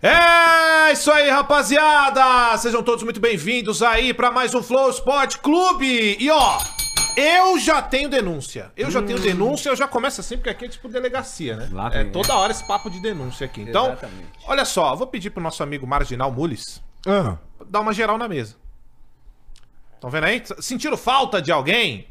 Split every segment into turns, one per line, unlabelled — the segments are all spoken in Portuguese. É isso aí, rapaziada! Sejam todos muito bem-vindos aí pra mais um Flow Sport Clube. E ó, eu já tenho denúncia. Eu já tenho denúncia, eu já começo assim, porque aqui é tipo delegacia, né?
Hum. Lá
é
tem,
toda hora esse papo de denúncia aqui. Então,
Exatamente.
olha só, eu vou pedir pro nosso amigo Marginal Mules
Ah,
dar uma geral na mesa. Estão vendo aí? Sentiram falta de alguém?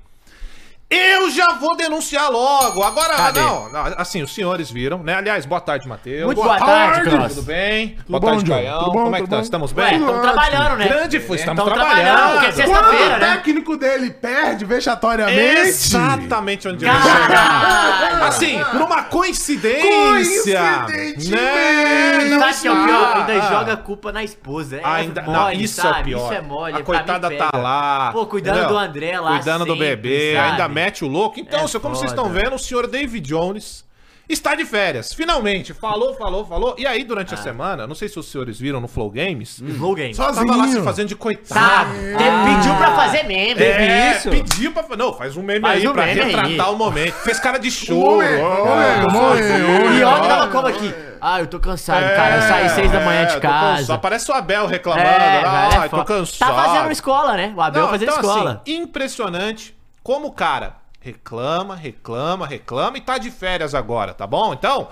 Eu já vou denunciar logo. Agora,
Cadê?
não, não, assim, os senhores viram, né? Aliás, boa tarde, Matheus.
Muito boa tarde, Klaus.
Tudo bem? boa
bom,
tarde,
John?
Caião.
Tudo bom,
Como é que
tudo
tá?
bom?
Estamos
Ué,
bem?
estamos trabalhando, né?
Grande foi, estamos
Tamo
trabalhando,
porque é
quando
sexta-feira,
o
né?
técnico dele perde vexatoriamente.
Exatamente onde eu ia chegar.
Cara!
Assim, por uma coincidência.
Coincidentemente.
Né?
Sabe o que é o pior? Ainda
Ah.
joga a culpa na esposa. É
Ainda,
mole,
não, isso é o
sabe?
pior.
Isso é mole. pra
A
mim
coitada
pega.
tá lá.
Pô, cuidando
entendeu?
do André lá
Cuidando do
sempre,
bebê,
sabe?
ainda mete o louco. Então,
É
senhor, como vocês estão
foda.
vendo, o senhor David Jones está de férias. Finalmente. Falou, falou, falou. E aí, durante
Ah.
a semana, não sei se os senhores viram no Flow Games,
Slow game.
Só-
tava lá se
Sozinho.
fazendo de coitado.
Sabe? Tá,
Ah.
Te- Pediu pra fazer meme.
É,
isso.
pediu pra. Não, faz um meme
Faz
aí
um
pra
meme aí.
retratar o momento. Fez cara
Um
de choro.
Homem,
Ah,
homem,
tá
homem,
sozinho.
homem.
E olha tava como aqui. Ah, eu tô cansado, cara. Eu saí seis da manhã
É,
de
tô cansado.
casa. É,
Parece o Abel reclamando.
velho,
ah, tô
foda.
cansado.
Tá fazendo escola, né? O Abel
Não,
fazendo
então,
escola.
assim, impressionante como o cara reclama, reclama, reclama e tá de férias agora, tá bom? Então,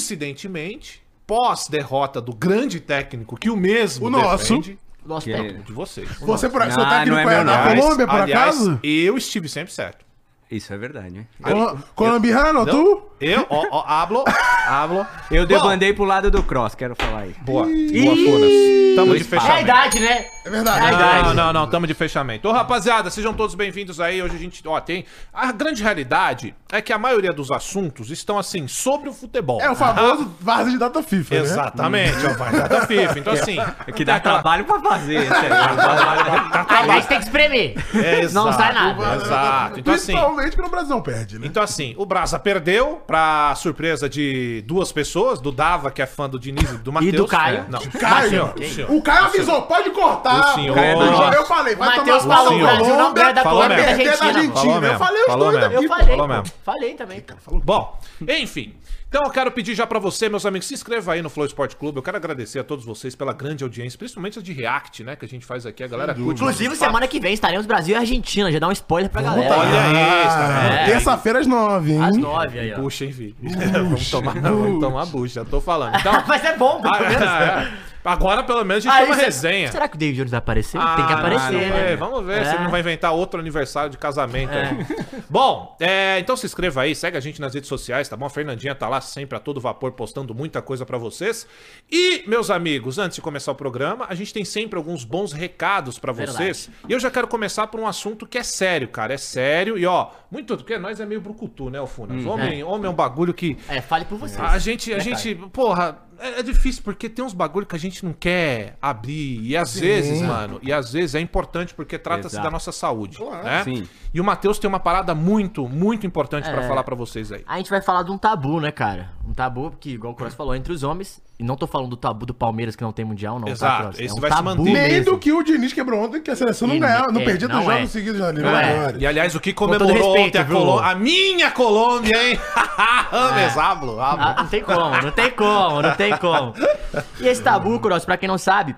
coincidentemente, pós-derrota do grande técnico que o mesmo
O nosso.
defende,
Nosso
Que-
técnico.
de vocês.
Você, por, seu
Não,
técnico
não é
é
meu,
na
não.
Colômbia, por
aliás,
acaso?
eu estive sempre certo.
Isso é verdade, né?
Colo- Colombiano, Ah, tu?
Eu, ó, ó, hablo, hablo.
Eu
Bom,
debandei pro lado do cross, quero falar aí.
Boa, boa,
Ih.
Funas. Tamo de
Dois passos.
É a
fechamento.
idade, né?
Tá
É verdade.
É a idade.
Não, não, não, tamo de fechamento. Ô, rapaziada, sejam todos bem-vindos aí. Hoje a gente, ó, tem. A grande realidade é que a maioria dos assuntos estão, assim, sobre o futebol.
É o famoso Varza de data FIFA, né?
Exatamente, ó, vai dar da FIFA. Então, assim.
É que dá trabalho pra fazer. tá sério.
Aí a gente tem que espremer.
É,
Não
exato,
sai nada.
Exato. Então, assim.
Principalmente quando o Brasil não perde, né?
Então, assim, o Brasa perdeu, pra surpresa de duas pessoas, do Dava, que é fã do Diniz e do Matheus. É,
Caio.
Não,
Caio,
o senhor, o senhor.
o Caio avisou, pode cortar.
O senhor.
Caio,
Nossa.
eu falei, vai
Matheus
tomar
falou,
cu
o
da
Brasil
não ganha da
Colômbia,
Colômbia,
vai perder da
Argentina.
Argentina.
Falou mesmo,
eu falei os
falou
dois
mesmo.
aqui,
Eu
pô.
falei,
falou
pô.
mesmo.
Falei também. pô.
Bom, enfim. Então eu quero pedir já pra você, meus amigos, se inscreva aí no Flow Esporte Clube. Eu quero agradecer a todos vocês pela grande audiência, principalmente a de React, né? Que a gente faz aqui, a galera curte.
Inclusive,
muito
semana que vem estaremos Brasil e Argentina. Já dá um spoiler pra galera.
Olha aí,
Ah,
está vendo?
Terça-feira às nove, hein?
Às nove aí, ó.
Bucha, hein, filho? vamos tomar, vamos tomar bucha, tô falando. Então, é,
Mas é bom, pelo menos.
agora pelo menos a gente
Aí
tem uma
você-
resenha.
Será que o David Jones vai aparecer?
Ah,
Tem que
não
aparecer,
sei,
né?
Vamos ver se
É.
ele não vai inventar outro aniversário de casamento aí. Bom, é, então se inscreva aí, segue a gente nas redes sociais, tá bom? A Fernandinha tá lá sempre a todo vapor postando muita coisa pra vocês. E, meus amigos, antes de começar o programa, a gente tem sempre alguns bons recados pra
Verdade.
vocês. E eu já quero começar por um assunto que é sério, cara. É sério e, ó, muito... Porque nós é meio brucutu, né, Alfunas? homem,
é.
homem é um bagulho que...
É, fale por vocês.
A gente, a
né,
gente, porra, é, é difícil porque tem uns bagulho que a gente não quer abrir. E às vezes, mano, e às vezes é importante porque trata-se
Exato.
da nossa saúde. né?
Sim.
E o Matheus tem uma parada muito, muito importante
É.
pra falar pra vocês aí.
A gente vai falar de um tabu, né, cara? Um tabu que, igual o Cross falou, é entre os homens. E não tô falando do tabu do Palmeiras que não tem mundial, não.
Exato,
Cross?
esse
é um
vai se
tabu
manter.
Nem
mesmo.
do que o Diniz quebrou ontem, que a seleção não
E
ganhava, não
é,
perdia dois
não
jogos
é.
seguidos na
Não é.
Libertadores.
E aliás, o que
todo
comemorou
respeito,
ontem a
viu?
Colômbia. A minha Colômbia, hein? É. Rames, hablo, hablo.
Ah, não tem como, não tem como, não tem como. E esse tabu, Cross, pra quem não sabe,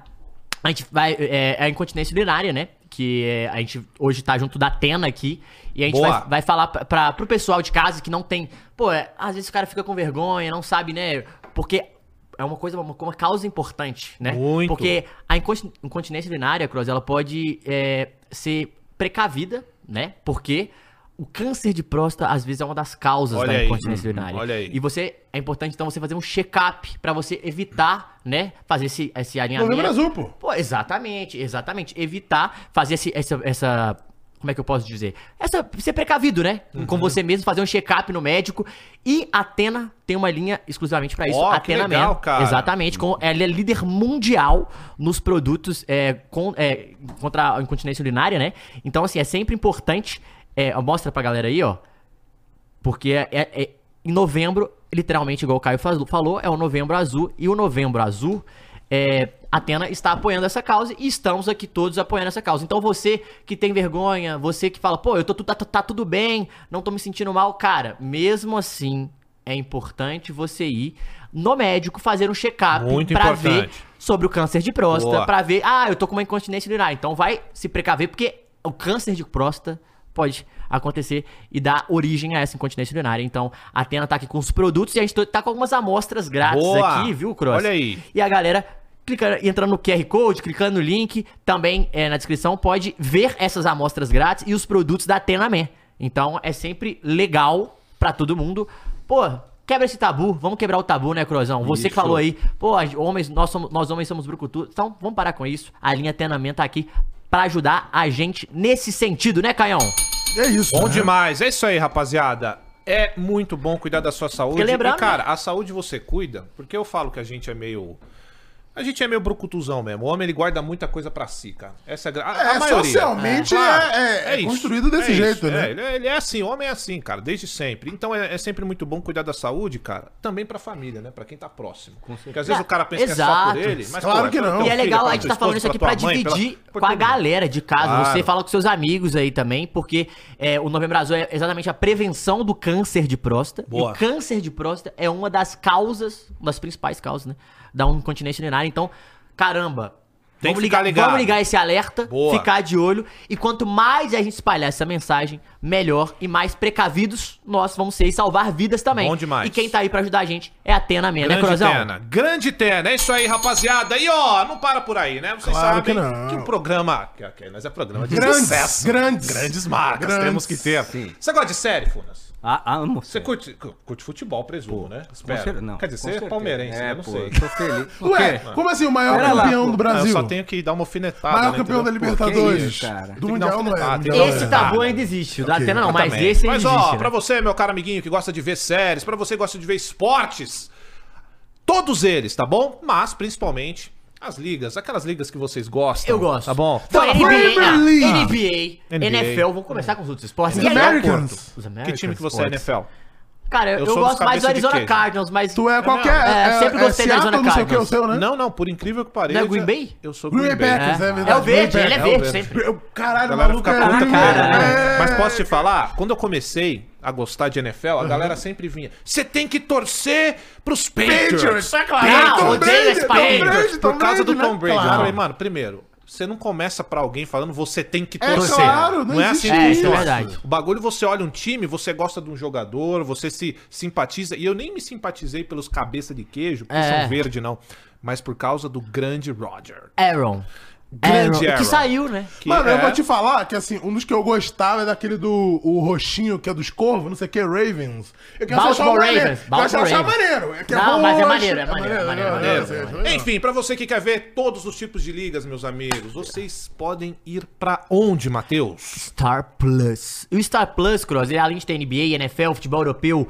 a gente vai. É, é a incontinência urinária, né? Que é, a gente hoje tá junto da Atena aqui. E a gente
Boa.
vai, vai falar pra, pra, pro pessoal de casa que não tem. Pô, é, às vezes o cara fica com vergonha, não sabe, né? Porque. É uma coisa, uma, uma causa importante, né?
Muito.
Porque a incontin- incontinência urinária, Cross, ela pode é, ser precavida, né? Porque o câncer de próstata, às vezes, é uma das causas
Olha
da
aí. Uhum.
incontinência urinária.
Olha aí.
E você é importante então você fazer um check-up pra você evitar, né, fazer esse esse alinhamento.
Problema azul, pô.
Pô, exatamente, exatamente, evitar fazer esse, essa essa como é que eu posso dizer? Essa, ser precavido, né?
Uhum.
Com você mesmo, fazer um check-up no médico. E a Atena tem uma linha exclusivamente pra isso.
Ó, que
Atena
legal,
Man.
cara.
Exatamente. Com, ela é líder mundial nos produtos é, com- é, contra a incontinência urinária, né? Então, assim, é sempre importante. É, ó, mostra pra galera aí, ó. Porque é, é- é- em novembro, literalmente, igual o Caio faz- falou, é o novembro azul. E o novembro azul, é, a Atena está apoiando essa causa e estamos aqui todos apoiando essa causa. Então você que tem tá vergonha, você que fala, pô, eu tô, tu- tá, tá tudo bem, não tô me sentindo mal, cara, mesmo assim. é importante você ir no médico fazer um check-up
Muito
pra
importante.
ver sobre o câncer de próstata,
Boa.
pra ver, ah, eu tô com uma incontinência urinária, então vai se precaver porque o câncer de próstata pode acontecer e dar origem a essa incontinência urinária. Então, a Atena tá aqui com os produtos e a gente tá com algumas amostras grátis
Boa.
aqui, viu, Cross?
Olha aí.
E a galera clicando, entrando no QR Code, clicando no link, também é, na descrição, pode ver essas amostras grátis e os produtos da Tenamé. Então é sempre legal pra todo mundo. Pô, quebra esse tabu, vamos quebrar o tabu, né, Crozão? Você que
Isso.
falou aí, pô, a- homens, nós, somos, nós homens somos brucutu. Então vamos parar com isso. A linha Tenamé tá aqui pra ajudar a gente nesse sentido, né, Caião?
É isso.
Bom
né?
demais. É isso aí, rapaziada. É muito bom cuidar da sua saúde.
Porque lembrando,
e, cara, a saúde você cuida, porque eu falo que a gente é meio. A gente é meio brucutuzão mesmo. O homem ele guarda muita coisa pra si, cara. Essa é, gra- a, a
É,
maioria.
socialmente
Claro.
é- é- é
isso.
construído desse
É
jeito,
isso.
né?
É, ele, ele é assim, homem é assim, cara, desde sempre. Então é, é sempre muito bom cuidar da saúde, cara, também pra família, né? Pra quem tá próximo. Porque às vezes
Não,
o cara pensa
exato.
que é só por ele, mas
Claro
é
que
pra
não.
tua
E é
filha,
legal,
pra
a gente
tua
tá falando isso
esposa,
aqui pra
tua mãe,
dividir
pela- por
com a
todo mundo.
galera de casa.
Claro.
Você fala com seus amigos aí também, porque é, o Novembro Azul é exatamente a prevenção do câncer de próstata.
Boa.
E o câncer de próstata é uma das causas, uma das principais causas, né? Da incontinência urinária. Então, caramba.
Tem
vamos
que ficar
ligar,
ligado.
Vamos ligar esse alerta,
Boa.
ficar de olho. E quanto mais a gente espalhar essa mensagem, melhor e mais precavidos nós vamos ser e salvar vidas também.
Bom demais.
E quem tá aí pra ajudar a gente é a Tena Mena, né,
Grande
Crozão?
Tena, grande Tena, é isso aí, rapaziada. E ó, não para por aí, né? Vocês
Claro
sabem
que não.
o programa. Que, que nós é programa de
Grandes,
sucesso.
grandes,
grandes marcas,
grandes.
temos que ter.
Sim.
Você gosta de série, Funas?
Ah, amo.
Você curte, cu- curte futebol, presumo, né? Espero. Quer dizer, você é palmeirense,
é,
eu não
pô,
sei. Uh,
eu Tô feliz. O
Ué, como assim? O maior
Pera lá,
campeão
pô.
do
Ah, eu
Brasil.
só tenho que dar uma alfinetada.
Maior
né,
campeão da
entendeu?
Libertadores.
isso, cara?
Do
que dar um
Mundial
uma
não é.
alfinetada,
do
tem que
Mundial
dar
Esse
não é.
uma
tabu
Ah,
ainda existe. O da Atena não,
Pô,
mas
também.
esse ainda
Mas
existe.
ó,
né?
pra você, meu caro amiguinho, que gosta de ver séries, pra você que gosta de ver esportes, todos eles, tá bom? Mas, principalmente, as ligas, aquelas ligas que vocês gostam.
Eu gosto.
Tá bom?
Então,
Fala,
NBA,
Premier
ah,
League.
NBA,
NBA.
NFL, vamos começar com os outros esportes.
Os
E aí,
Americans.
Porto, Os
Que
Americans.
time que você
esportes.
é, NFL?
Cara,
Eu
eu, eu
sou dos
gosto mais
cabeça
do
de
Arizona
queijo.
Cardinals, mas...
Tu é qualquer.
É, eu sempre gostei da
Seattle,
Arizona
não sei o que, é o
Cardinals.
seu, né?
Não, não, por incrível que pareça.
Não é Green Bay?
Eu sou
Green
Green
Bay
Bay.
Packers, é,
É. Tá
verdade.
É o verde,
Green
ele é verde
Packers.
verde.
sempre.
Eu- Caralho,
A
o
galera
maluco
fica
é
puta
Green
com
Bay.
ela, né?
É.
Mas posso te falar? Quando eu comecei a gostar de NFL, a galera sempre vinha. Você tem que torcer pros Patriots.
Patriots, é claro.
Não,
Tom
odeio
Brady,
esse
Tom
país.
Brady,
por causa do
né?
Tom Brady. Eu
Claro.
falei, mano, primeiro, você não começa pra alguém falando você tem que
É
torcer. assim
claro, não existe
É,
que
isso é
funciona.
verdade.
O bagulho, você olha um time, você gosta de um jogador, você se simpatiza. E eu nem me simpatizei pelos cabeça de queijo, porque
É.
são verde, não. Mas por causa do grande Roger.
Aaron.
Grande
Aaron,
Aaron.
Que saiu, né?
que
Mano, eu
é-
vou te falar que assim, um dos que eu gostava é daquele do o roxinho, que é dos corvos, não sei o que, Ravens. Eu quero
Baltimore
achar o maneiro,
Ravens,
que Eu quero
Baltimore
achar maneiro. É que é
Não,
roxo,
mas é maneiro, é maneiro, é maneiro, é
Maneiro.
é maneiro.
Enfim, pra você que quer ver todos os tipos de ligas, meus amigos, vocês podem ir pra onde, Matheus?
Star Plus. E o Star Plus, Cross, ele, além de ter NBA, NFL, futebol europeu,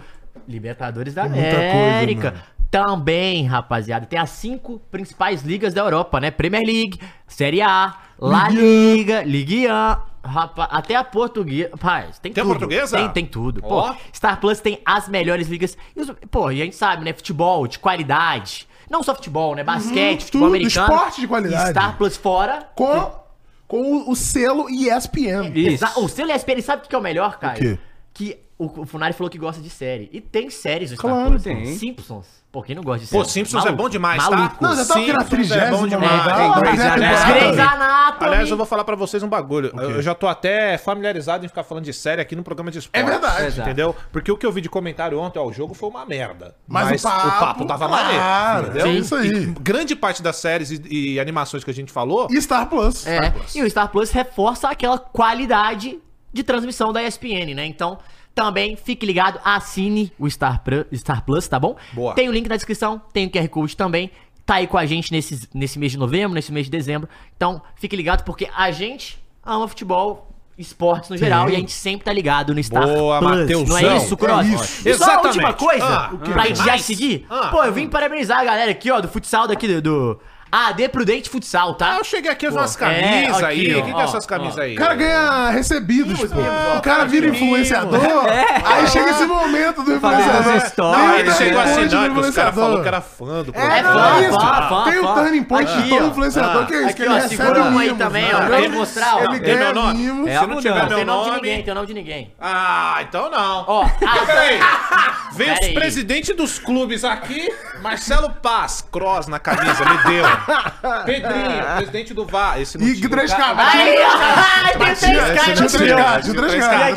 Libertadores da
Tem muita coisa,
América.
mano.
também, rapaziada, tem as cinco principais ligas da Europa, né? Premier League, Série A, La Liga, Ligue 1, rapaz, até a portuguesa. Rapaz, tem,
Tem a
tudo.
portuguesa?
Tem, tem tudo.
Ó.
Pô, Star Plus tem as melhores ligas. E os- pô, e a gente sabe, né? Futebol de qualidade. Não só futebol, né? Basquete, futebol
Uhum, tudo,
americano.
esporte de qualidade.
E Star Plus fora,
Com, com o, o selo ESPN.
Isso.
Exa- O selo ESPN, sabe o que que é o melhor, cara?
quê?
Que o, o Funari falou que gosta de série. E tem séries no
Claro,
Plus,
tem.
pô. Simpsons. Pô, quem não gosta de série?
Pô, Simpsons é
Maluco,
bom demais,
maluco.
tá?
Não, já tava aqui na
Simpsons
30ª,
É bom demais.
né?
É,
Ah,
Grey's
Grey's
Anatomy. Grey's Anatomy.
Aliás, eu vou falar pra vocês um bagulho. Eu já tô até familiarizado em ficar falando de série aqui no programa de esporte.
É verdade.
Exato.
Entendeu? Porque o que eu vi de comentário ontem ao jogo foi uma merda.
Mas, o papo,
tava
claro,
maneiro. Entendeu?
é isso aí.
E grande parte das séries e, e animações que a gente falou.
E Star Plus.
É, e o Star Plus reforça aquela qualidade de transmissão da ESPN, né? Então, também fique ligado, assine o Star, Pru- Star Plus, tá bom?
Boa.
Tem o link na descrição, tem o QR Code também. Tá aí com a gente nesse, nesse mês de novembro, nesse mês de dezembro. Então, fique ligado, porque a gente ama futebol, esportes no geral, e a gente sempre tá ligado no Star
Boa,
Plus. Não é
Matheusão.
isso, Cross?
É isso.
E só a última
Exatamente.
coisa,
Ah,
pra gente já
mais?
seguir,
Ah.
pô, eu vim parabenizar a galera aqui, ó, do futsal daqui do... do- AD Prudente Futsal, tá?
Ah, eu cheguei aqui, eu vi umas
É,
camisas
aqui,
aí. O
ó,
que, que
ó,
é essas camisas aí?
O cara ganha recebidos, pô.
ó,
o cara vira
mimos.
influenciador.
É.
Aí chega esse momento
Tá
do
Fazer
influenciador.
as
Não,
histórias,
ele
né?
chegou
Tem um
assim,
monte
não, é que
de
os caras
influenciador.
falaram que era fã do
É,
programa.
não,
fã,
é isso.
fã, fã,
Tem o
fã.
turning point de
Aqui,
todo
ó.
influenciador,
Ah.
que é isso, que
Aqui,
ele
ó,
recebe
segura um aí
mimos,
também,
tá
ó,
ligado?
pra ele mostrar, ó.
Ele
Tem
meu
ganha
nome?
mimos.
É a
Se Ah, não tiver
mudança.
meu
tem nome de
nome...
ninguém, tem nome de ninguém.
Ah, então não.
Ó,
Mas
a-
Peraí, vem os
Peraí.
presidentes dos clubes aqui. Marcelo Paz, cross na camisa, me deu. Pedrinho, presidente do VAR. Esse não
E
tinha.
Gres
O cara-
Cabral.
ah, Aí, ó, tem três caras
não
no
tinha.
trio.
Esse
de
não tinha. Esse
três caras,
não
de
tinha.
três
Esse não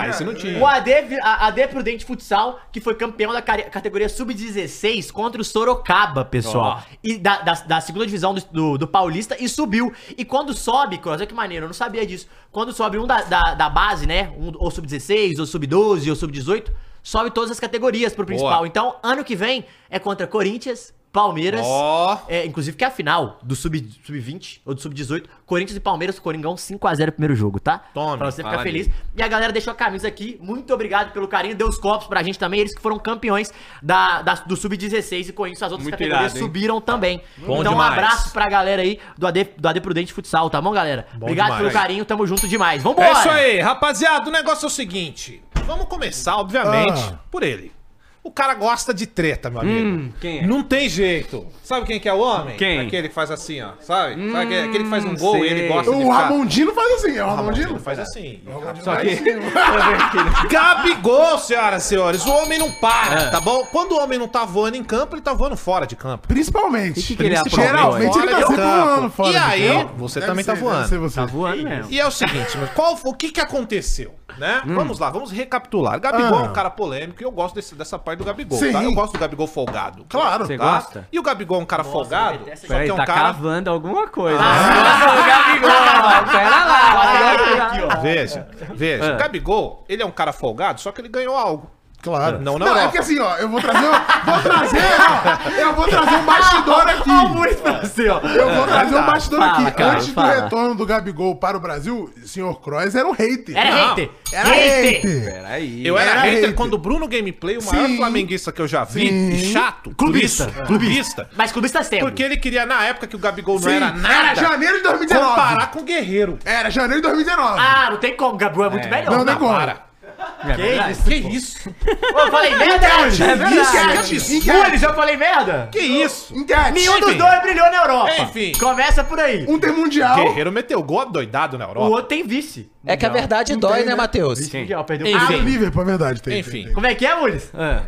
tinha. Esse não tinha.
O AD, vi- a- AD Prudente Futsal, que foi campeão da care- categoria Sub-16 contra o Sorocaba, pessoal. E da, da- da segunda divisão do, do- do Paulista e subiu. E quando sobe, Cross, olha que maneiro, eu não sabia disso. Quando sobe um da, da- da base, né? Um, ou Sub-16, ou Sub-12, ou Sub-18, sobe todas as categorias pro principal.
Boa.
Então, ano que vem é contra Corinthians, Palmeiras.
Ó.
É, inclusive que é a final do sub- sub-20 ou do sub-18, Corinthians e Palmeiras, Coringão 5x0 primeiro jogo, tá?
Tome,
pra você ficar
fala
feliz.
nisso.
E a galera deixou a camisa aqui. Muito obrigado pelo carinho. Deu os copos pra gente também. Eles que foram campeões da, da- do sub-16 e com isso as outras
Muito
categorias
irado, hein?
subiram também.
Bom
então
demais.
um abraço pra galera aí do AD, do AD Prudente Futsal, tá bom, galera? obrigado
demais.
pelo carinho. Tamo junto demais. Vambora!
É isso aí, rapaziada. O negócio é o seguinte. Vamos começar, obviamente,
Ah.
por ele. O cara gosta de treta, meu amigo.
quem é?
Não tem jeito. Sabe quem que é o homem?
Quem? Hum,
Aquele que faz assim, ó. Sabe? Sabe aquele, aquele que faz um gol e
sei.
ele gosta de
O
ficar-
Ramondino faz assim, é o
O Ramondino
Ramondino?
faz assim.
Só
Gabigol, senhoras e senhores, o homem não para,
É.
tá bom? Quando o homem não tá voando em campo, ele tá voando fora de campo.
Principalmente.
que ele aprontou?
Geralmente
Fora
ele tá
de
sempre
campo.
voando fora.
E
do
aí,
campo.
você
Deve
também tá
ser,
voando.
deve ser você.
Tá voando mesmo.
E é o seguinte, mas qual foi- o que que aconteceu, né?
Hum.
Vamos lá, vamos recapitular. Gabigol
Ah.
é um cara polêmico e eu gosto desse- dessa parte do Gabigol,
Sim.
tá? Eu gosto do Gabigol folgado.
Claro.
tá?
Você gosta?
E o Gabigol é um cara folgado,
eu detesto
só
Peraí,
que é um
tá
cara...
cavando alguma coisa.
Ah, Gabigol, mano. Pera
né?
lá, aqui, ó.
Veja, veja,
Ah.
o Gabigol, ele é um cara folgado, só que ele ganhou algo.
Claro.
Não na
Não, é
Europa.
porque assim, ó, eu vou trazer, um- vou trazer, ó, eu vou trazer um bastidor
é
aqui.
Muito pra você, ó.
Eu vou trazer um bastidor
Fala,
aqui.
cara,
Antes
fala.
do retorno do Gabigol para o Brasil, o senhor Kroos era um hater.
Era
Não,
hater.
Era hater.
Peraí.
Eu era,
Era
hater,
hater.
quando o Bruno Gameplay, o maior
é Sim.
flamenguista que eu já vi,
Sim.
e chato,
Clubista.
por isso, clubista,
Mas clubista sempre.
É porque ele queria, na época que o Gabigol não
Sim,
era nada,
Era janeiro de 2019.
comparar com o Guerreiro.
Era janeiro de 2019.
Ah, não tem como, Gabriel é muito
É.
melhor.
não, não é como.
Para.
É verdade.
Que isso?
Pô, eu falei merda, Ulisses.
É verdade.
Ulisses, Ulisses, eu falei merda.
Que isso?
Enquete.
Nenhum dos
Enfim.
dois brilhou na Europa.
Enfim.
Começa por aí.
Um tem mundial.
Guerreiro meteu gol doidado na
O
Europa.
outro tem vice.
É que a verdade dói, né, Matheus?
Mundial, perdeu
Enfim.
Ah, o
Ah,
Liverpool, é verdade. Tem,
Enfim.
tem, tem.
Como é que é, Ulisses?
Ah,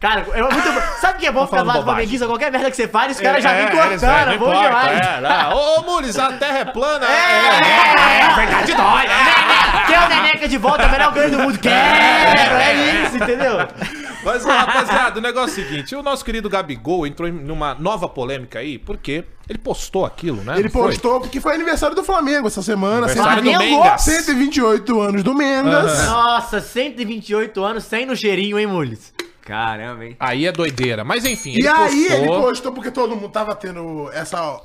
Cara, eu muito bom. Sabe o que é bom
falando
ficar zoado com
bobagem.
Flamenguista? Qualquer merda que você fale, os caras já
É,
vêm
eles, é,
cortando.
não
É, bom
importa,
demais.
é, lá. Ô, Mules, a terra é né? plana.
é verdade dói. Quer o Neneca de volta, melhor ganho do mundo. Quero, é isso, entendeu?
Mas, ó, rapaziada, o negócio é o seguinte: o nosso querido Gabigol entrou em- numa nova polêmica aí, porque ele postou aquilo, né?
Ele
Não foi?
postou porque foi aniversário do Flamengo essa semana.
Aniversário do Ah.
Flamengo?
Mengas.
128 anos do Mendes.
Nossa, 128 anos sem no cheirinho, hein, Mules?
caramba, hein?
Aí é doideira. Mas enfim,
E aí ele postou porque todo mundo tava tendo essa. ó,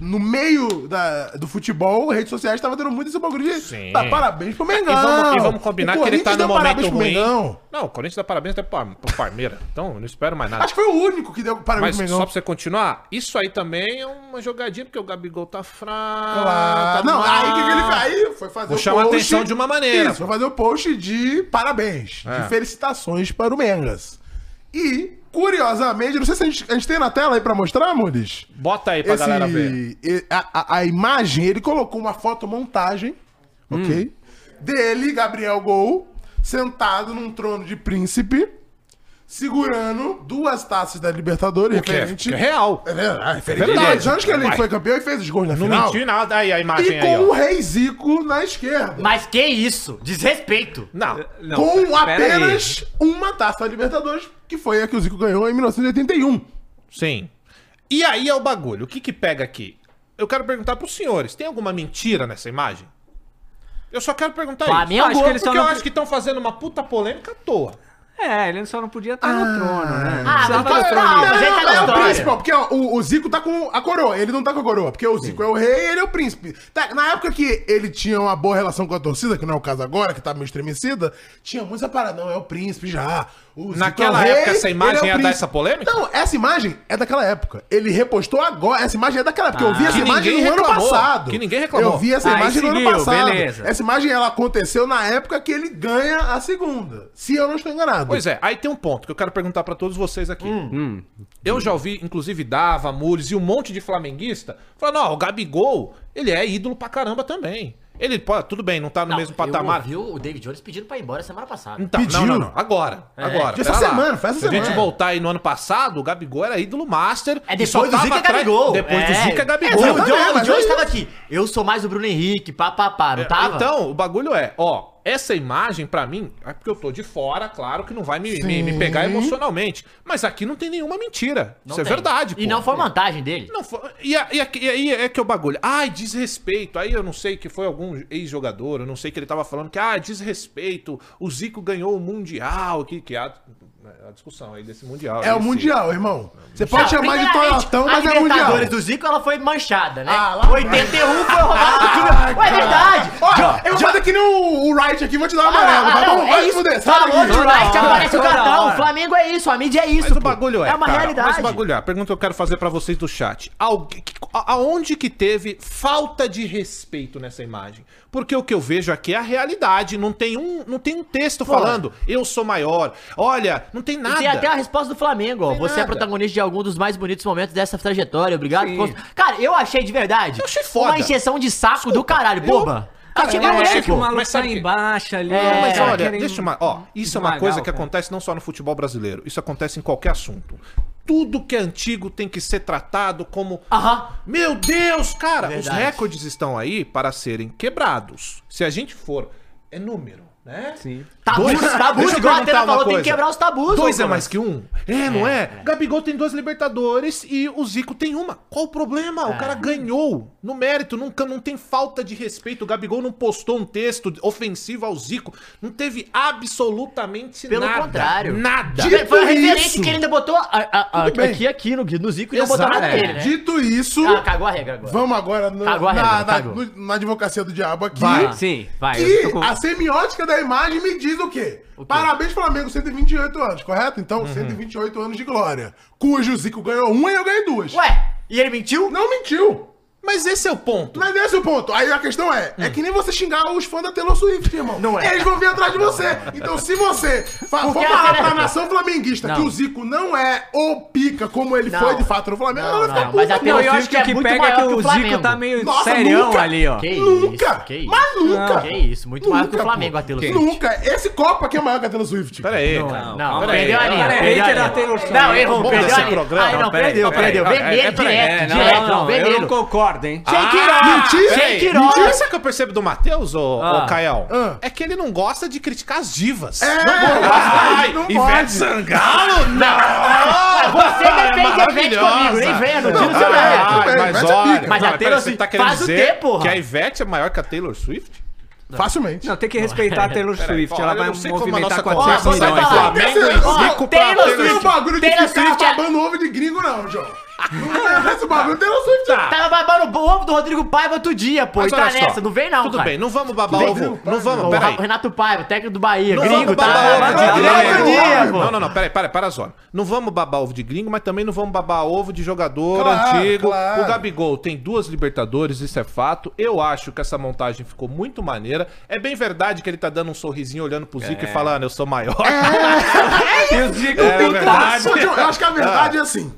No meio da, do futebol, redes sociais tava tendo muito esse bagulho de.
Sim.
Dá parabéns pro Mengão.
E vamos, e vamos combinar
O
que ele tá
Corinthians
no
deu
momento
parabéns pro
ruim.
Mengão.
Não, o Corinthians dá parabéns até pro pro Parmeira. Então, eu não espero mais nada.
Acho que foi o único que deu
Mas
parabéns pro
só
Mengão.
pra você continuar, isso aí também é uma jogadinha, porque o Gabigol tá fraco. tá
Claro. Não,
mal.
aí o que, que ele fez? Aí foi fazer
Vou chamar a atenção de uma maneira.
Isso, foi fazer o post de parabéns,
É.
de felicitações para o Mengas. E, curiosamente, não sei se a gente, a gente tem na tela aí pra mostrar, Mudes.
Bota aí pra
Esse-
galera ver.
e- A, a- a imagem, ele colocou uma fotomontagem,
Hum.
ok? Dele, Gabriel Gol, sentado num trono de príncipe, segurando duas taças da Libertadores,
Que é,
referente.
que é real.
É verdade, referente
Verdade.
aos anos que ele
Vai.
foi campeão e fez os gols na
Não
final.
menti nada. Aí a
E
imagem aí,
com o
ó.
Rei Zico na esquerda.
Mas que isso? Desrespeito.
Não.
Não,
com
pera aí.
apenas uma taça da Libertadores, que foi a que o Zico ganhou em 1981.
Sim. E aí é o bagulho. O que que pega aqui? Eu quero perguntar pros senhores, tem alguma mentira nessa imagem? Eu só quero perguntar isso.
Flamengo?
Acho que ele só
Porque eu
não-
acho que estão fazendo uma puta polêmica à toa.
É, ele só não podia estar no trono, né?
Ah,
Só
mas
tá no
tá-
trono.
mas aí tá na
é o
história.
príncipe, ó, porque ó, o, o Zico tá com a coroa, ele não tá com a coroa, porque o Zico é o rei e ele é o príncipe. Tá, na época que ele tinha uma boa relação com a torcida, que não é o caso agora, que tá meio estremecida, tinha muita parada, não, é o príncipe já. o
Naquela
Zico é o
época, essa imagem
ele é o
ia dar
príncipe.
essa polêmica?
Não, essa imagem é daquela época. Ele repostou agora. Essa imagem é daquela época. eu vi essa
Ah, Que
imagem
ninguém
no ano
reclamou.
passado.
Que ninguém reclamou.
Eu vi essa
Aí
imagem no ano
seguiu,
passado.
beleza.
Essa imagem ela aconteceu na época que ele ganha a segunda. Se eu não estou enganado.
Pois é, aí tem um ponto que eu quero perguntar pra todos vocês aqui.
Hum.
Eu já ouvi, inclusive, Dava, Mures e um monte de flamenguista falando, ó, o Gabigol, ele é ídolo pra caramba também. Ele, pô, tudo bem, não tá no
Não,
mesmo
Eu
patamar.
ouvi o David Jones pedindo pra ir embora semana passada.
Então,
Pediu.
Não, não, não. Agora.
É.
Agora.
Essa
pera lá.
semana, foi essa
Se a gente
semana.
voltar aí no ano passado, o Gabigol era ídolo master.
É
e só
depois do
tava
Zica
atrás-
Gabigol.
Depois do
É.
Zica
É,
Gabigol.
o
Exatamente,
Jones, o
mas
Jones
é
tava aqui. Eu sou mais o Bruno Henrique, pá, pá, pá, não tava?
Então, o bagulho é, ó, essa imagem pra mim, é porque eu tô de fora, claro que não vai me, me, me pegar emocionalmente, mas aqui não tem nenhuma mentira.
Não
Isso é
tem.
verdade,
E não foi montagem dele.
Não foi- E, a- e a- e aí é que é o bagulho. Ai, desrespeito. Aí eu não sei que foi algum ex-jogador, eu não sei que ele tava falando que, ah, desrespeito, o Zico ganhou o Mundial, que, que a, é a discussão aí desse Mundial.
É o
Esse-
Mundial, irmão. Você pode chamar de
primeiramente,
Toyotão,
a
mas é Mundial.
Libertadores do Zico, ela foi manchada, né?
Ah, lá
81 foi roubado do clube. Ué, é verdade.
Ó, eu vou fazer que nem o, o Wright aqui, vou te dar uma
Ah,
amarela.
ah,
Vai,
não,
um
vamos,
é
vai
isso.
fuder. Sai
Falou
daqui.
de Wright, aparece o
toda
cartão.
hora.
Flamengo é isso, a mídia é isso,
Mas o
pô.
bagulho é.
É uma
cara,
realidade.
Mas o bagulho é. A pergunta que eu quero fazer pra vocês do chat. Algu- que- a- Aonde que teve falta de respeito nessa imagem? Porque o que eu vejo aqui é a realidade. Não tem um, não tem um texto falando eu sou maior. Olha, não tem
E
nada.
tem até a resposta do Flamengo, ó.
Tem
Você é
nada.
protagonista de algum dos mais bonitos momentos dessa trajetória. Obrigado.
Sim.
por- Cara, eu achei de verdade.
Eu achei foda.
Uma injeção de saco do caralho, boba.
Cara,
achei
eu
maneiro,
achei que um
pô.
o maluco- Mas sabe que-
tá embaixo ali. né,
É,
Não, mas
cara,
olha,
querem
deixa eu... ma- Ó, isso é uma
esmagar
coisa
o
que
cara.
acontece não só no futebol brasileiro. Isso acontece em qualquer assunto. Tudo que é antigo tem que ser tratado como...
Aham.
Meu Deus, cara! Os
Ah. Verdade.
recordes estão aí para serem quebrados. Se a gente for... É número, né?
Sim.
Tabus,
Dois-
tabus,
Deixa eu
igual a
perguntar
Tena
uma
falou, tem
coisa.
que quebrar os tabus.
Dois
ô,
é mais que um? É, não é? Gabigol tem dois Libertadores e o Zico tem uma. Qual o problema?
É.
O cara ganhou no mérito, nunca, não tem falta de respeito. O Gabigol não postou um texto ofensivo ao Zico. Não teve absolutamente
Pelo
nada.
contrário.
Nada.
Dito
Tá Foi a referência
isso-
que ele ainda botou a- a- a-
Tudo bem.
aqui, aqui no, no Zico e não botou
Exato,
nada
é.
nele, né?
Dito isso,
Ah, cagou a regra agora.
vamos agora no-
Cagou a
na,
regra,
na-
cagou.
no- na advocacia do diabo aqui.
Vai.
Sim, vai. eu
Que
tô com-
a semiótica da imagem me diz o quê? Parabéns, Flamengo, 128 anos, correto? Então, 128 anos de glória. Cujo Zico ganhou uma e eu ganhei duas.
Ué, e ele mentiu?
Não mentiu.
Mas esse é o ponto.
Mas esse é o ponto. Aí a questão é, é que nem você xingar os fãs da Taylor Swift, irmão.
Não é.
Eles vão vir atrás de você. Então, se você fa- for
Porque
falar
a-
pra nação flamenguista
Não.
que o Zico não é o pica como ele
Não.
foi de fato no Flamengo,
Não,
ela vai
não, mas
ficar puta.
a Taylor
Não, eu acho que o
é
que
muito
pega é
maior
que
que o
o Zico
Flamengo.
tá meio
Nossa,
serião
nunca.
ali, ó.
Que
Nunca!
isso, que isso.
Mas nunca!
Não, que isso, muito maior que o
Nunca,
Flamengo,
pô.
a Taylor Swift.
Nunca! Esse copo aqui é maior que a Taylor Swift.
Pera aí, cara.
Não,
Não,
calma aí.
perdeu a linha.
Cara, é
perdeu a
hater
linha.
da Taylor Swift.
Não, errou,
Bom
perdeu
desse
a linha.
programa.
Ai, não,
Não, peraí,
perdeu,
peraí,
perdeu.
peraí,
Vermelho,
é, peraí,
direto,
É, não,
direto,
não, não, eu não
vermelho.
concordo, hein?
Shake it off!
mentira.
Shake it
Ah, Mentira,
off!
sabe o que eu percebo do Matheus, ô, ô
Ah.
Caião?
Ah.
É que ele não gosta de criticar as divas.
É,
Ai,
não
Ivete
pode.
Sangalo? Não!
Você defende a Ivete
Ah, maravilhosa.
comigo, nem venha, não tira o
Ah,
seu mérito.
velho,
mas
Ivete é
olha,
pica.
Mas a
não,
Taylor
pera, você
Swift
tá querendo
faz o
dizer
quê, porra?
que a Ivete é maior que a Taylor Swift?
Facilmente.
Não, tem que respeitar a Taylor
Peraí,
Swift.
olha,
Ela
eu
vai
não sei como a nossa
movimentar 400
conversa
Ó,
sai
vai
milhões.
de
falar.
Flamengo e
Ó,
Zico pra
Taylor
Não tem
Taylor
Swift.
o um bagulho de
Taylor
ficar
Swift é-
babando ovo de gringo, não, João. Não tem esse bagulho Taylor Swift. não.
Tava babando o ovo do Rodrigo Paiva outro dia, pô. E
Mas
tá
olha só,
nessa, não vem não,
Tudo
cara.
bem, não vamos babar
Vem,
ovo.
não,
Não
O
vamos,
Ra-
peraí.
Renato Paiva, técnico do Bahia,
Não
gringo,
vamos
tá?
babar ovo de
Babando
gringo.
outro dia,
Não,
pô.
não, não, pera aí, para, para a zona. Não vamos babar ovo de gringo, mas também não vamos babar ovo de jogador
Claro,
antigo.
claro.
O Gabigol tem duas Libertadores, isso é fato. Eu acho que essa montagem ficou muito maneira. É bem verdade que ele tá dando um sorrisinho olhando pro Zico e falando, eu sou maior.
E o Zico
É
tem
verdade.
quatro.
Só que eu, eu acho que a verdade é assim.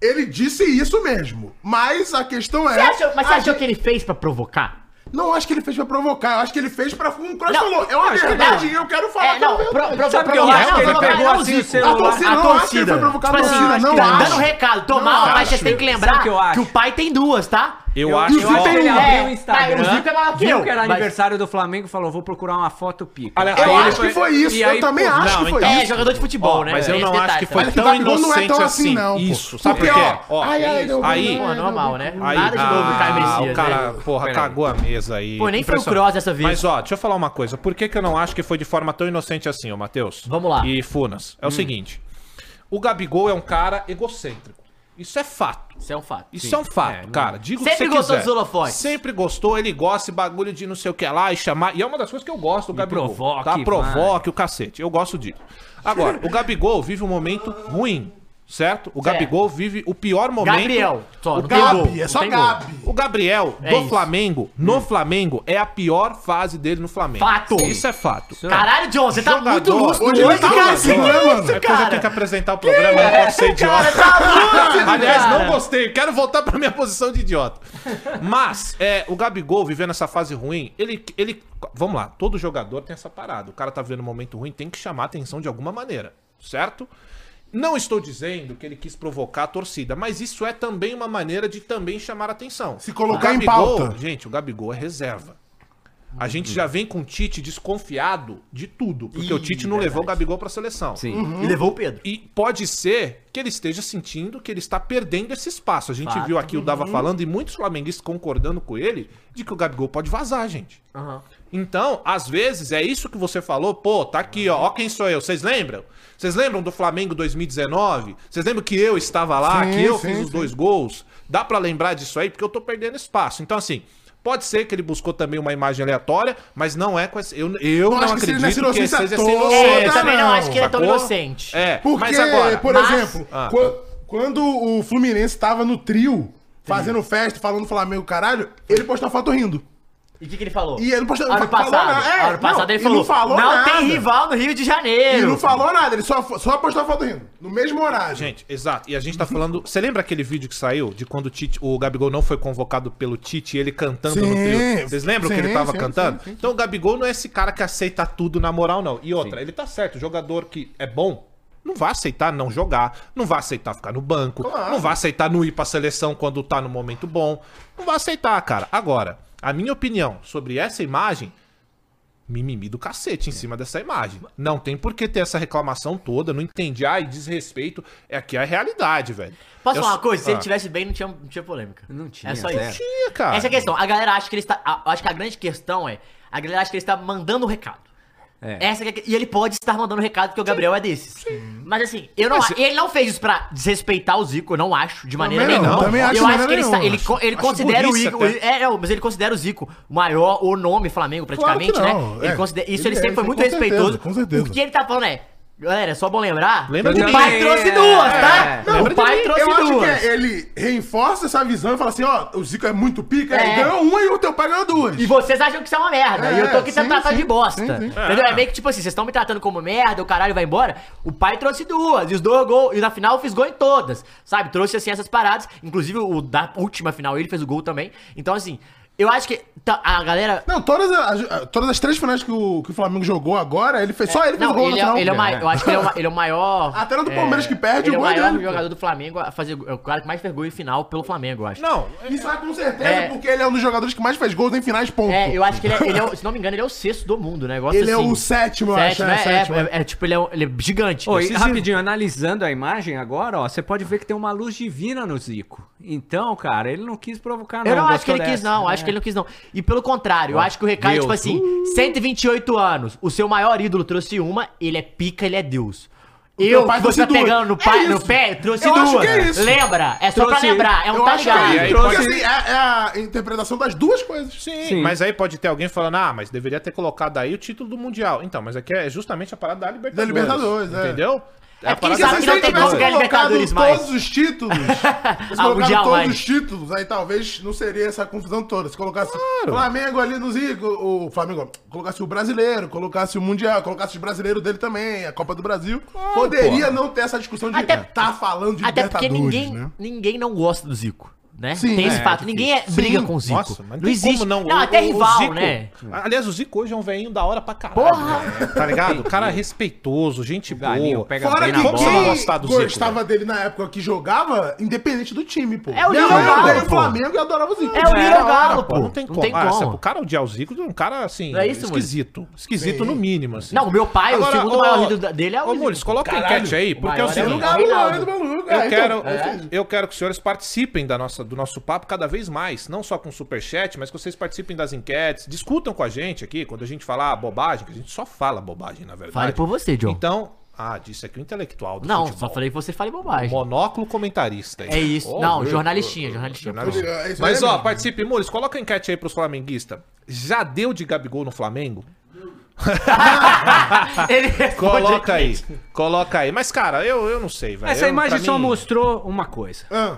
Ele disse isso mesmo. Mas a questão é.
Você achou- Mas você
a
achou
gente-
que ele fez pra provocar?
Não acho que ele fez pra provocar. Eu acho que ele fez pra. Como o Cross
Não,
falou. É uma
acho que
verdade
não.
e eu quero falar.
É,
que é
não,
uma
pro,
verdade.
pro,
Sabe
pro-
que eu
não,
acho que ele
não,
pegou
não,
assim
Zico.
o celular?
A torcida,
Eu não
a
acho que ele
torcida.
foi provocado,
Tipo assim,
não, acho que
tá
não.
dando recado,
Não
tomar uma, mas
acho.
você tem que lembrar
Sabe
que,
o que eu acho?
o pai tem duas, tá?
Eu
Eu
acho
acho
que
que
ó,
ele
É,
abriu o Instagram.
mas o Zico é maior que
um- viu
eu.
que era
Mas-
aniversário do Flamengo e falou: vou procurar uma foto pica.
Olha,
Aí
Eu
Ele
acho
foi-
que foi isso.
e
Eu
aí,
também
pô,
acho que
não,
foi
então-
É,
isso.
jogador de futebol, né?
Mas eu
Esse
não acho
detalhe,
que foi
tá?
Mas que o
tão
Gabigol não é tão
inocente assim.
assim, não, pô.
Isso, sabe por
Porque,
quê?
ó,
Ó,
ai, ai, deu
aí,
ruim,
Pô,
ai, deu
normal,
ruim.
né?
assim. Aí,
Nada de novo no Caio
ah,
Messias,
O cara,
né?
porra, cagou a mesa aí.
Pô, nem foi o
Impressionante.
Kroos dessa vez.
Mas, ó, deixa eu falar uma coisa. Por que, que eu não acho que foi de forma tão inocente assim, ô, Matheus?
Vamos lá. Hum.
E Funas. É o seguinte. O Gabigol é um cara egocêntrico. Isso é fato.
Isso é um fato.
Isso é um fato, cara. Digo
Sempre
o que você
gostou
quiser.
dos holofotes.
Sempre gostou, ele gosta, esse bagulho de não sei o que lá e chamar. E é uma das coisas que eu gosto do Gabigol.
provoque,
tá?
vai.
Provoque o cacete. Eu gosto disso. Agora, o Gabigol vive um momento ruim, certo? O Gabigol vive o pior momento.
Gabriel. Só,
o
não tem
Gabi.
gol,
Gabi, é
não
só
tem gol.
Gabi.
O Gabriel
É
do
isso.
Flamengo, no Flamengo, é a pior fase dele no Flamengo.
Fato.
Isso é fato.
Caralho, John, você tá
Jogador.
muito lúcido
Hoje
hoje,
ele
cara.
tá
Que
lúcido, né, mano?
Depois É
isso,
eu tenho que
cara?
apresentar o programa, eu não posso ser idiota.
Cara, tá lúcido,
Aliás,
cara.
não gostei. Quero voltar pra minha posição de idiota. Mas, é, o Gabigol vivendo essa fase ruim, ele, ele. Vamos lá, todo jogador tem essa parada. O cara tá vivendo um momento ruim, tem que chamar atenção de alguma maneira, certo? Não estou dizendo que ele quis provocar a torcida, mas isso é também uma maneira de também chamar atenção.
Se colocar
O
em
Gabigol-
pauta.
Gente, o Gabigol é reserva. A gente já vem com o Tite desconfiado de tudo, porque o Tite não levou o Gabigol pra seleção. Sim.
Uhum.
E levou o Pedro.
E pode ser que ele esteja sentindo que ele está perdendo esse espaço. A gente
Fato. uhum.
viu aqui o Dava falando e muitos flamenguistas concordando com ele de que o Gabigol pode vazar, gente. Então, às vezes, é isso que você falou, pô, tá aqui, ó, ó quem sou eu. Vocês lembram? Vocês lembram do Flamengo 2019? Vocês lembram que eu estava lá,
Sim,
que eu
sim,
fiz os
sim.
dois gols? Dá pra lembrar disso aí? Porque eu tô perdendo espaço. Então, assim, pode ser que ele buscou também uma imagem aleatória, mas não é com essa... Eu, eu
Não
não,
acho que seja
acredito que,
nessa
que
inocência
seja sem
toda,
inocência.
eu também não acho que ele é tão
Sacou?
inocente.
É,
Porque,
mas agora...
por
mas-
exemplo,
Ah.
quan- quando o Fluminense tava no trio, fazendo festa, falando Flamengo, caralho, ele postou foto rindo.
E o que, que ele falou?
E ele postou
Ano
falou
passado.
nada. É,
ano passado
não,
ele falou.
não falou
não
nada.
tem rival no Rio de Janeiro.
Ele não falou nada, ele só, só postou foto rindo. No mesmo horário.
Gente, exato. E a gente tá falando. Você lembra aquele vídeo que saiu de quando o, Tite- o Gabigol não foi convocado pelo Tite e ele cantando no
Sim,
trio? Vocês lembram que ele
sim,
tava
sim,
cantando?
sim, sim.
Então o Gabigol não é esse cara que aceita tudo na moral, não. E outra, ele tá certo. O jogador que é bom. Não vai aceitar não jogar, não vai aceitar ficar no banco,
Claro.
não vai aceitar não ir pra seleção quando tá no momento bom. Não vai aceitar, cara. Agora, a minha opinião sobre essa imagem mimimi do
É.
cacete em cima dessa imagem. Não tem por que ter essa reclamação toda, não entendi. Ai, desrespeito. É aqui a realidade, velho.
Posso
Eu-
falar uma coisa? Se
Ah.
ele tivesse bem, não tinha, não tinha polêmica.
Não tinha,
É só
zero.
isso.
Tinha, cara.
Essa é a questão. A galera acha que ele está. a- acho que a grande questão é. A galera acha que ele está mandando o recado.
É.
Essa que é a que- e ele pode estar mandando o recado porque o Gabriel é desses. Mas assim, eu não,
Mas-
a- ele não fez isso pra desrespeitar o Zico, eu não acho, de maneira
Também não,
nenhuma.
também acho de
eu acho
maneira
que ele, está,
nenhuma.
ele, co- ele
Acho
considera o
burrice
Zico,
até.
é, não, mas ele considera o Zico o maior o nome Flamengo praticamente,
que não,
né? Ele
é.
considera, isso ele,
Ele é,
sempre foi
isso
muito
com certeza,
respeitoso.
com certeza.
O que ele tá falando é, galera, é só bom lembrar,
Lembra de
o
mim.
pai trouxe duas, tá?
É.
Não,
Lembra
o
de
pai
mim.
trouxe
Eu acho
duas.
que é- ele reenforça essa visão e fala assim, ó, o Zico é muito pica,
É.
ele ganhou uma e o teu pai ganhou duas.
E vocês acham que isso é uma merda.
É,
e eu tô aqui sendo
sim,
tratado
sim,
de bosta.
sim, sim.
Entendeu? É.
É.
meio que tipo assim, vocês estão me tratando como merda, o caralho vai embora. O pai trouxe duas, e os dois gols. E na final eu fiz gol em todas. Sabe? Trouxe assim essas paradas. Inclusive, o da última final ele fez o gol também. Então, assim, eu acho que tá- a galera.
Não, todas as, todas as três finais que o, que o Flamengo jogou agora, ele fez, só ele fez
Não,
gol na
ele
final.
é, ele é o mai- eu acho que ele é o, ma- ele é o maior.
Até no do Palmeiras que perde,
ele é
o
o
gol é
maior
dele, pô.
jogador do Flamengo a fazer. É o cara que mais fez gol em final pelo Flamengo, eu acho.
Não,
Isso é com certeza,
É.
porque ele é um dos jogadores que mais fez gols em finais, ponto.
É, eu acho que ele é, ele é o- se não me engano, ele é o sexto do mundo, né? Negócio
Ele é
assim.
o sétimo, eu acho.
Sétimo,
É,
né? É,
sétimo.
é- é, tipo, ele é, um- ele é gigante.
Ô, e
Esse-
rapidinho, analisando a imagem agora, ó, você pode ver que tem uma luz divina no Zico. Então, cara, ele não quis provocar, não.
Eu não, acho que
gostou
ele quis,
dessa.
não. Acho que ele não quis, não. E pelo contrário, eu acho que o recado é tipo
Deus.
assim: 128 anos, o seu maior ídolo trouxe uma, ele é pica, ele é Deus. Eu,
teu pai
que você tá
trouxe duas.
pegando no,
É
pai, no
isso.
pé, trouxe
Eu
duas.
acho que é isso.
Lembra? É só
Trouxe-
pra lembrar, é um
Eu
tá
acho que
ligado.
E aí,
é, porque,
pode-
assim, é, é a interpretação das duas coisas.
Sim,
Sim.
mas aí pode ter alguém falando, ah, mas deveria ter colocado aí o título do Mundial. Então, mas aqui é justamente a parada da Libertadores.
Da Libertadores, é.
Entendeu?
É
a
porque eles
parada-
sabem que não tem como
tivessem
ganhar
colocado
Libertadores mais.
todos os títulos, se
Ah, o
colocado
Mundial
todos
mais.
os títulos, aí talvez não seria essa confusão toda. Se colocasse Flamengo ali no Zico, o Flamengo, ó, colocasse o brasileiro, colocasse o Mundial, colocasse o brasileiro dele também, a Copa do Brasil, poderia não ter essa discussão de
Até-
tá falando de
Até porque
Libertadores,
ninguém,
né?
ninguém não gosta do Zico. Né?
Sim,
tem esse
é,
fato. Ninguém é- briga com o Zico.
Nossa, mas
não existe. Não, até rival,
Zico-
né?
Aliás, o Zico hoje é um velhinho da hora pra caralho.
Porra!
né? Tá ligado? O cara é respeitoso, gente
Galinho,
boa.
pega
Fora
bem
que
na
Como você
quem
não
bola.
gostar do
né?
Zico,
gostava dele na época que jogava, independente do time, pô.
É o
Minha
Little
mãe
Galo,
odeia o
pô.
Flamengo e adorava o Zico.
É o Little Galo,
Pô,
pô.
não tem como.
Não tem
Ah,
como.
o cara odiar o Zico é um cara assim,
Não é isso, Mules?
esquisito. Esquisito no mínimo, assim.
Não, o meu pai, o segundo
ô,
maior ídolo da- dele é o
Ô,
Zico.
Mules, coloca a
Caralho,
enquete aí, porque é o
maior é o
seguinte.
Little Galo,
Reinaldo.
mano, do maluco.
Eu,
É, então,
quero,
é.
eu quero que os senhores participem da nossa, do nosso papo cada vez mais, não só com superchat, mas que vocês participem das enquetes, discutam com a gente aqui, quando a gente falar bobagem, que a gente só fala bobagem, na verdade.
Fale por você, John.
Então, Ah, disse aqui o intelectual do
Não,
futebol.
só falei que você fale bobagem.
Monóculo comentarista.
É isso.
Oh,
não,
meu
jornalistinha, jornalistinha.
Jornalista.
É isso aí
Mas, ó,
mesmo.
participe, Mures, coloca a enquete aí pros flamenguistas. Já deu de Gabigol no Flamengo?
Ele responde
Coloca
aqui.
aí, coloca aí. Mas, cara, eu, eu não sei, velho.
Essa
Eu-
imagem
pra
só
mim-
mostrou uma coisa.
Ah,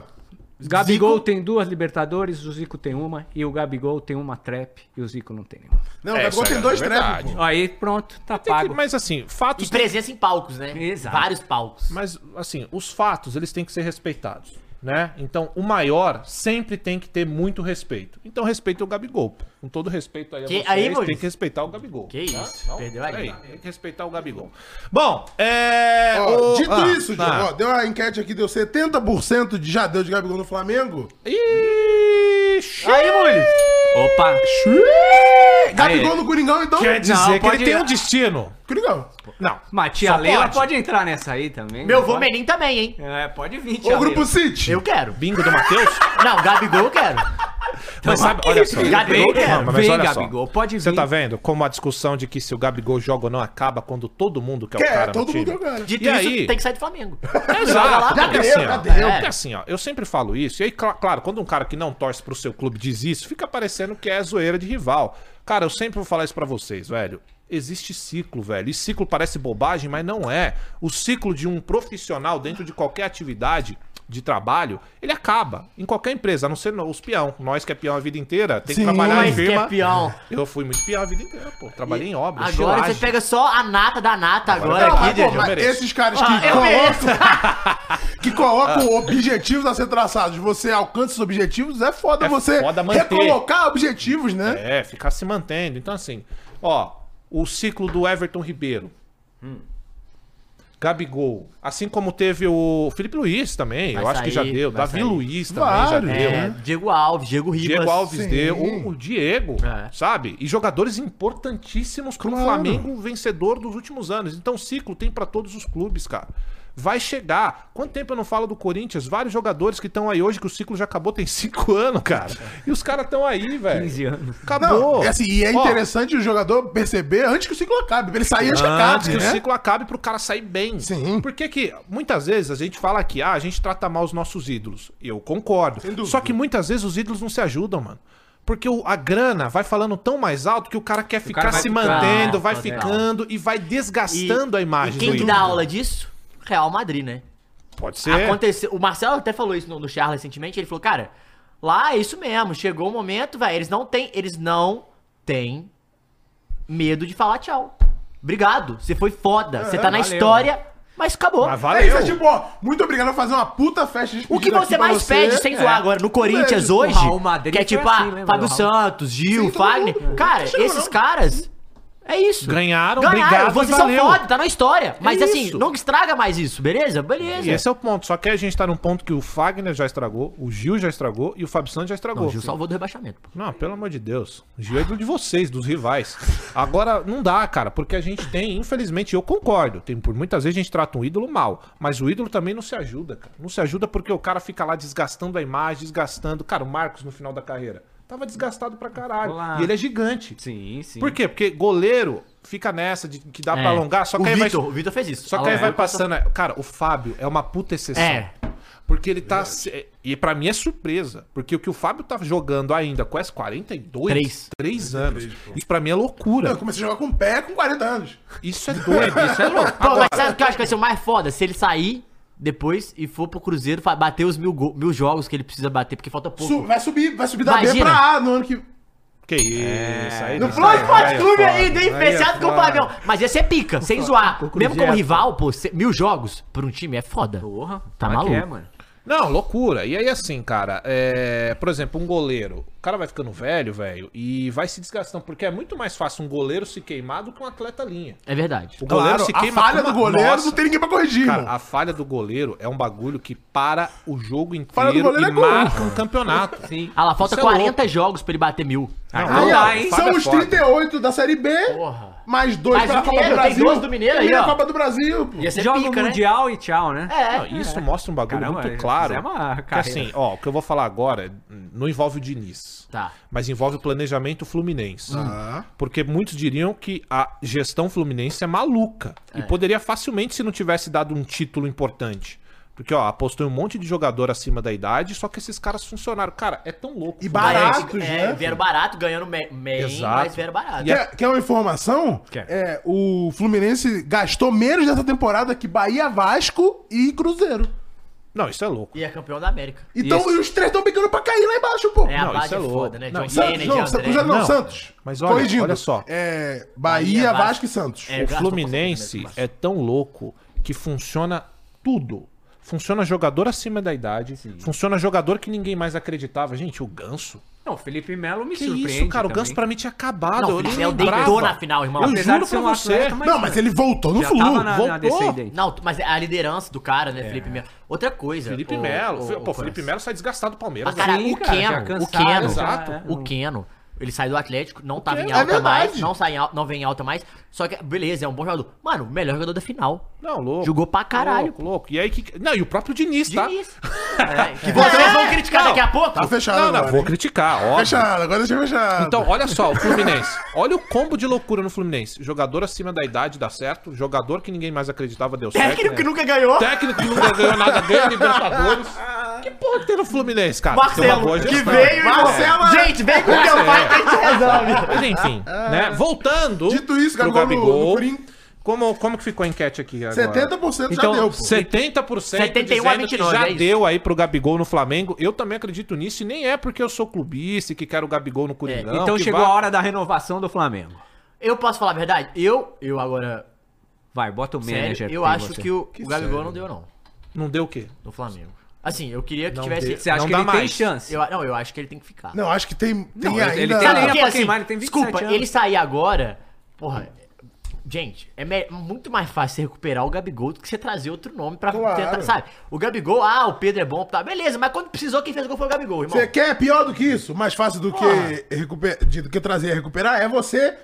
Gabigol tem duas Libertadores, o Zico tem uma, e o Gabigol tem uma trap e o Zico não tem nenhuma.
não,
É,
o Gabigol
isso
tem
é
dois
verdade.
trepos, pô.
Aí pronto, tá
Tem que-
pago.
mas, assim,
E
fatos...
presença em palcos, né?
Exato.
Vários palcos.
Mas, assim, os fatos, eles têm que ser respeitados, né? Então, o maior sempre tem que ter muito respeito. Então, respeita o Gabigol. pô. Com todo respeito aí a
Que-
vocês,
aí,
tem
Maurício?
que respeitar o Gabigol. né?
Que isso, perdeu aí.
Peraí, tem que respeitar o Gabigol. Bom, é...
Ó,
o-
dito
ah,
isso, Diogo,
ah.
ó, deu uma enquete aqui, deu 70% de já deu de Gabigol no Flamengo.
Ixi!
Aí, Mules!
Opa!
Gabigol no Coringão, então.
Quer dizer que
pode
ele tem
ir.
um destino.
Coringão.
Não.
Mas tia
Só
Leila
pode.
pode. entrar nessa aí também.
Meu
não
vô
pode?
Menin também, hein?
É, pode vir, tia
Ô, Grupo
Leila.
City.
Eu quero.
Bingo do Matheus?
Não, Gabigol eu quero.
Mas sabe, olha só.
Gabigol,
Não,
cara.
mas
Vem,
olha só.
Gabigol, pode vir.
Você tá vendo como a discussão de que se o Gabigol joga ou não acaba quando todo mundo quer, o
Quer,
cara no
todo
time?
mundo é o cara.
Dito
E
isso,
aí?
tem que sair do Flamengo. Joga lá, É.
Exato.
cara.
Porque
deu,
assim,
já
ó,
deu.
porque assim, ó, eu sempre falo isso. E aí, cla- claro, quando um cara que não torce pro seu clube diz isso, fica parecendo que é zoeira de rival. Cara, eu sempre vou falar isso pra vocês, velho. Existe ciclo, velho. E ciclo parece bobagem, mas não é. O ciclo de um profissional dentro de qualquer atividade de trabalho, ele acaba. Em qualquer empresa, a não ser no- os peão. Nós que é peão a vida inteira, tem
Sim,
que trabalhar em
Mas que
firma.
é peão.
Eu fui muito peão a vida inteira, pô. Trabalhei em obra,
Agora
estilagem.
você pega só a nata da nata agora
Não,
aqui,
mas, pô,
Diogo.
mas-
Mas
mereço.
esses caras que
Ah, eu
colocam, que
Ah.
colocam objetivos a ser traçados, você alcança os objetivos, é foda
É
você
foda manter.
recolocar objetivos, né?
É, ficar se mantendo. Então, assim, ó, o ciclo do Everton Ribeiro.
Hum.
Gabigol. Assim como teve o Felipe Luiz também,
Vai
eu acho que já
sair,
deu.
vai
Davi
sair.
Luiz também
Vários.
já deu.
É, Diego Alves, Diego Ribas.
Diego Alves
sim.
deu. O, o Diego,
É.
sabe? E jogadores importantíssimos para o
Claro.
Flamengo vencedor dos últimos anos. Então, ciclo tem para todos os clubes, cara. Vai chegar. Quanto tempo eu não falo do Corinthians? Vários jogadores que estão aí hoje, que o ciclo já acabou, tem cinco anos, cara. E os caras estão aí, velho.
15 anos.
Acabou.
Não, é assim, e é
Ó,
interessante o jogador perceber antes que o ciclo acabe, pra ele sair antes que
Antes
acabe,
que o
né?
ciclo acabe pro cara sair bem.
Sim.
Por que que muitas vezes a gente fala que ah, a gente trata mal os nossos ídolos. Eu concordo.
Sem dúvida.
Só que muitas vezes os ídolos não se ajudam, mano. Porque o- a grana vai falando tão mais alto que o cara quer ficar
cara vai
se
ficar-
mantendo,
Ah,
vai
total.
ficando e vai desgastando a imagem
E
do
quem que
ídolo.
dá aula disso? Real Madrid, né?
Pode ser.
Aconteceu, o Marcelo até falou isso no, no Charla recentemente, ele falou, cara, lá é isso mesmo, chegou o momento, velho, eles não têm, eles não têm medo de falar tchau. Obrigado, você foi foda, você tá na
valeu.
história, mas acabou.
Mas
É isso,
Ah, valeu.
é tipo, ó, muito obrigado por fazer uma puta festa de
O que
despedida
você
aqui pra
mais
você.
pede, sem zoar
É.
agora, no Corinthians
Beijo.
hoje,
O Raul Madrid
que é
foi
tipo,
assim,
ah,
lembra
Fábio
do Raul?
Santos, Gil,
Sim, todo
Fagner,
mundo.
cara,
Não chegou,
esses
não.
caras, é isso.
Ganharam,
Ganharam,
obrigado,
vocês
e
são
valeu.
foda, tá na história, mas assim,
isso.
não estraga mais isso, beleza? Beleza.
E esse é o ponto. Só que a gente tá num ponto que o Fagner já estragou, o Gil já estragou e o Fábio Santos já estragou.
Não, Gil salvou do rebaixamento, pô.
Não, pelo amor de Deus. O Gil é ídolo de vocês, dos rivais. Agora, não dá, cara, porque a gente tem, infelizmente, eu concordo. Tem, por muitas vezes a gente trata um ídolo mal, mas o ídolo também não se ajuda, cara. Não se ajuda porque o cara fica lá desgastando a imagem, desgastando. Cara, o Marcos no final da carreira tava desgastado pra caralho.
Olá.
E ele é gigante.
Sim, sim.
Por quê? Porque goleiro fica nessa de que dá
É.
pra alongar, só que
o
aí
Vitor,
vai.
o Vitor fez isso.
Só que aí
Alô,
vai
eu-
passando. né? Cara, o Fábio é uma puta exceção.
É.
Porque ele tá. se- E pra mim é surpresa. Porque o que o Fábio tá jogando ainda com as 42,
Três.
3 anos.
pô.
Isso pra mim é
Eu
loucura.
comecei a jogar com o pé com 40 anos.
Isso é doido, isso é louco.
Pô,
Agora,
mas sabe o que eu acho que vai ser o mais foda? Se ele sair depois e for pro Cruzeiro fa- bater os mil, go- mil jogos que ele precisa bater, porque falta pouco.
Su- vai subir, vai subir da B
Imagina.
pra A no ano que...
que isso, aí.
No
isso
Flow
aí,
Esporte
aí é
Clube
foda,
ainda, hein?
aí é
Fechado com o
foda.
Fabião. Mas esse é pica, sem zoar. Mesmo como
é
Cruzeiro,
rival, pô, se- mil jogos pra um time é foda.
Porra,
Tá
como é que
maluco.
é, mano?
Não, loucura. E aí, assim, cara, é, por exemplo, um goleiro. O cara vai ficando velho, velho, e vai se desgastando. Porque é muito mais fácil um goleiro se queimar do que um atleta linha.
É verdade.
O
Claro, a falha
com
do
uma-
goleiro
Nossa.
não tem ninguém pra corrigir,
Cara,
mano.
a falha do goleiro é um bagulho que para o jogo
Falha
inteiro
do
e
goleiro é gol.
marca um campeonato.
Sim.
Ah lá, falta
Isso é
40 jogos pra ele bater mil.
Não,
Ah,
não,
Aí, ó,
dá, hein?
Fábio
São
é
os
foda.
38 da Série B,
Porra.
mais dois
Mais
pela
um
Copa do
Mineiro, tem
Brasil.
dois do Mineiro aí,
Termina
ó.
a Copa do Brasil, pô.
Ia ser
Joga
pica,
o
né?
Mundial e tchau, né?
É,
Não, isso mostra um bagulho
Caramba,
muito claro.
isso é uma
que
carreira.
assim, ó, o que eu vou falar agora não envolve o Diniz.
Tá.
Mas envolve o planejamento fluminense.
Ah.
Porque muitos diriam que a gestão fluminense é maluca. E poderia facilmente se não tivesse dado um título importante. Porque, ó, apostou em um monte de jogador acima da idade, só que esses caras funcionaram. Cara, é tão louco.
E barato,
Mas,
né?
é, vieram barato, ganhando me- bem,
Exato.
mas vieram barato.
Quer, quer uma informação?
Quer.
É, o Fluminense gastou menos nessa temporada que Bahia, Vasco e Cruzeiro.
Não, isso é louco.
E é campeão da América.
Então,
Isso.
e os três estão brigando pra cair lá embaixo, pô.
É, a
Não,
base
isso
é
é louco.
foda, né?
Não,
John
isso é-
Kennedy,
Santos, não,
André.
Sa- Cruzeiro não,
Não,
Santos.
mas olha,
Corrigindo.
olha só.
É, Bahia,
Bahia,
Vasco
Vasco
e Santos.
É,
O
gastou
Fluminense
bastante,
é tão louco que funciona tudo. Funciona jogador acima da idade, funciona jogador que ninguém mais acreditava. Gente, o Ganso.
Não, o Felipe Melo me
Que
surpreende.
isso, cara? O
também.
Ganso pra mim tinha acabado.
Não,
eu
o Felipe
nem
Melo deitou
lembrava.
na final, irmão.
Eu
Apesar
juro
de ser
pra
um
você.
atleta, mas-
Não, mas ele voltou no
Já
Flu.
tava na,
voltou.
na descendente.
Não, mas é a liderança do cara, né, Felipe Melo? Outra coisa.
Felipe
o-
Melo.
o-
Fe-
o
Pô,
Corinthians.
Felipe Melo sai desgastado do Palmeiras.
Ah, cara,
Sim,
o
cara,
Keno,
já cansado,
o Keno,
exato. É,
o
não-
Keno, ele sai do Atlético, não tava em
Keno, é
alta mais,
verdade.
não, sai em al- não vem em alta mais, só que, beleza, é um bom jogador. Mano, o melhor jogador da final.
Não, louco.
Jogou pra caralho.
Louco, louco. E aí que. Não, e o próprio Diniz, tá?
Diniz. É, que
você-
vocês vão criticar
Não,
daqui a pouco.
Tá fechado
Não, não,
agora.
vou
hein?
criticar, óbvio.
Fechado, agora deixa fechado.
Então, olha só, o Fluminense. Olha o combo de loucura no Fluminense. Jogador acima da idade dá certo. Jogador que ninguém mais acreditava deu certo.
Técnico É que
né?
nunca ganhou.
Técnico que nunca ganhou nada, ganha Libertadores. Que porra tem no Fluminense, cara? Tem uma boa
Marcelo, que
gestão.
veio e
Marcelo-
falou, Gente, vem com o teu pai que a gente resolve.
Mas enfim, né? Voltando.
Ah, é. Dito isso,
pro
Gabigol no- no
Gabigol.
Corinthians.
como, como que ficou a enquete aqui agora?
70%
Então,
já deu, pô.
70%
71 a
dizendo que
29,
já
é isso.
deu aí pro Gabigol no Flamengo. Eu também acredito nisso e nem é porque eu sou clubista e que quero o Gabigol
É,
no Coringão.
Então
que
chegou
vai-
a hora da renovação do Flamengo.
Eu posso falar a verdade? Eu, eu agora,
Vai, bota o
sério,
manager.
eu
pra
acho
você.
que o, o Gabigol não deu não,
Não deu o quê?
no Flamengo. Assim, eu queria que
Não
tivesse...
deu.
Você acha
Não
que
dá
ele tem
mais.
chance?
Eu, não, eu acho que ele tem que ficar.
Não, acho que tem, tem
ele-
ainda...
ele tem
Sabe
lenha
por quê?
pra
Assim,
queimar, ele tem 27
desculpa,
anos.
ele sair agora. Porra, gente, é me- muito mais fácil você recuperar o Gabigol do que você trazer outro nome pra
Claro.
tentar, sabe? O Gabigol, ah, o Pedro é bom, tá, beleza, mas quando precisou, quem fez o gol foi o Gabigol, irmão.
Você quer pior do que isso? Mais fácil do
Porra.
que, recuper... de- do que trazer e recuperar é você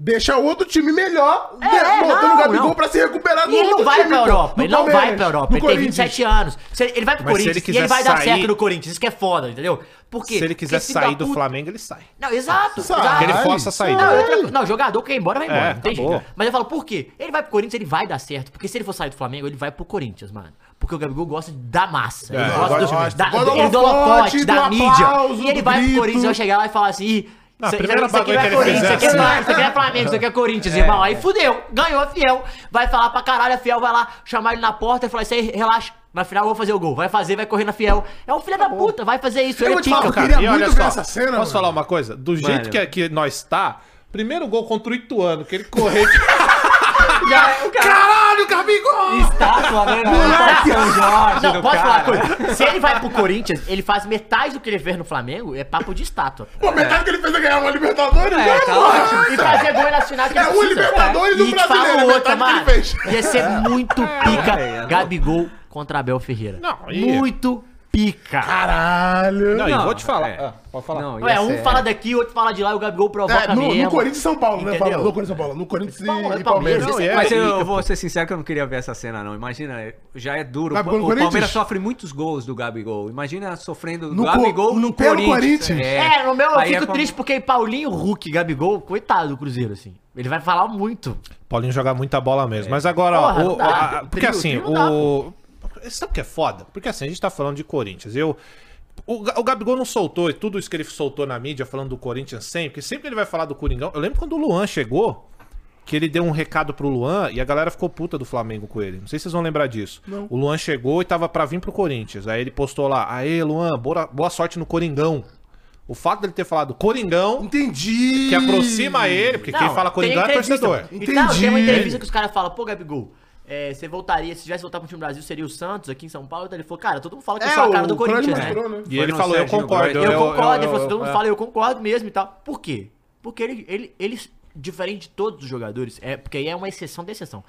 deixar o outro time melhor,
É,
de-
é,
montando
não,
o Gabigol
não.
pra se recuperar do
E ele não
outro
vai
time,
pra
pô.
Europa,
Do
ele não vai
Palmeiras,
pra Europa,
do
ele tem
Corinthians.
27 anos. Se ele ele vai pro
Mas se ele
Corinthians e
quiser
ele vai dar
sair-
certo no Corinthians, isso que é foda, entendeu? Por quê?
Se ele quiser
Porque esse filho
sair
da
do
puta-
Flamengo, ele sai.
Não, exato.
Sai.
exato.
Ele força a saída.
Não, outra, co- não, jogador quer ir embora, vai embora.
tá
É,
não tem
acabou.
jeito. Mas eu falo, por quê? Ele vai pro Corinthians, ele vai dar certo. Porque se ele for sair do Flamengo, ele vai pro Corinthians, mano. Porque o Gabigol gosta da massa.
É,
ele gosta do,
gosta.
da,
Gosta do
do, ele do
holofote,
holofote,
do
da mídia.
aplauso,
e ele
do
vai pro
grito.
Corinthians, vai chegar lá e falar assim... "Ih,
Não, a
isso-
primeira
isso aqui
bagulho
vai
que ele
Corinthians, isso aqui é
fizer,
Vasco, isso aqui é Flamengo, isso aqui é Corinthians, irmão. Aí fudeu, ganhou a Fiel. Vai falar pra caralho, a Fiel vai lá chamar ele na porta e falar isso aí, relaxa. Na final eu vou fazer o gol. Vai fazer, vai correr na Fiel. É um filho da puta, vai fazer isso.
Tá Eu
ele
vou
é
te falar,
pica,
eu
cara.
queria
E olha
muito ver
só,
essa cena,
Posso
mano.
falar uma coisa? Do jeito
Mano.
que, é que nós tá, primeiro gol contra o Ituano, que ele correu.
Já, o cara
Caralho, Gabigol!
estátua, né? Não tá São Jorge
Não,
do
posso falar
cara.
uma coisa? Se ele vai pro Corinthians, ele faz metade do que ele fez no Flamengo, é papo de estátua.
Pô, metade que ele fez é ganhar uma Libertadores,
É,
né,
tá
pô?
ótimo.
E fazer gol na final que
É
ele
o
precisa.
Libertadores do
E te falo
brasileiro, é
outra,
metade
mano.
que ele fez.
Ia ser muito pica
é, é.
Gabigol contra Abel Ferreira.
Não, e-
muito pica.
Caralho!
Não, e
Não,
vou te falar.
é.
Ah, pode falar.
Não,
Ué,
ia
um
ser-
fala daqui, outro fala de lá, e o Gabigol provoca
É, no,
mesmo.
no Corinthians e São Paulo, né?
Entendeu?
Fala, no Corinthians e São Paulo. No Corinthians
Paulo,
e,
é
e assim, Palmeiras.
Palmeiras,
é-
Mas eu,
Fica,
eu vou ser sincero que eu não queria ver essa cena, não. Imagina, já é duro.
Gabigol no
o
Corinthians?
Palmeiras sofre muitos gols do Gabigol. Imagina sofrendo
No
do Gabigol
co-
no,
no- pelo
Corinthians.
Corinthians?
É, no meu eu
Aí é
fico
como-
triste porque Paulinho, Hulk, Gabigol, coitado do Cruzeiro, assim. Ele vai falar muito.
Paulinho joga muita bola mesmo. Mas agora,
É. Porra,
ó, o-
não dá.
a- a- porque
Trio-
assim,
trio não dá,
o. Sabe o que é foda? Porque assim, a gente tá falando de Corinthians. Eu. O, Ga- o Gabigol não soltou e tudo isso que ele soltou na mídia falando do Corinthians sempre, que sempre que ele vai falar do Coringão. Eu lembro quando o Luan chegou, que ele deu um recado pro Luan e a galera ficou puta do Flamengo com ele. Não sei se vocês vão lembrar disso. O Luan chegou e tava pra vir pro Corinthians. Aí ele postou lá: Aê, Luan, boa, boa sorte no Coringão. O fato dele ter falado Coringão,
Entendi!
que aproxima ele, porque quem
Não,
fala
tem
Coringão é
entrevista.
torcedor.
E tal,
Entendi.
tem uma entrevista que os caras falam, pô, Gabigol, é, você voltaria, se tivesse voltado pro time do Brasil, seria o Santos aqui em São Paulo. Então Ele falou, cara, todo mundo fala que eu
É,
sou a cara
o
do Corinthians,
Corinthians
né?
mostrou, né?
E
Foi
ele
no
falou, eu
Serginho
concordo.
Groy.
Eu, concordo, ele falou assim,
eu- é."
todo mundo fala, eu concordo mesmo e tal. Por quê? Porque ele, ele, ele diferente de todos os jogadores, é porque aí é uma exceção da exceção.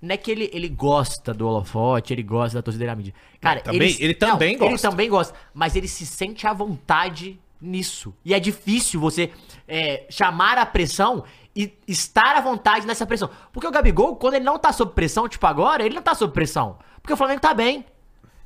Não é que ele, ele gosta do holofote, ele gosta da torcida da mídia. Cara,
Também- ele também
Ele
gosta.
também gosta, mas ele se sente à vontade nisso. E é difícil você é, chamar a pressão e estar à vontade nessa pressão. Porque o Gabigol, quando ele não tá sob pressão, tipo agora, ele não tá sob pressão. Porque o Flamengo tá bem.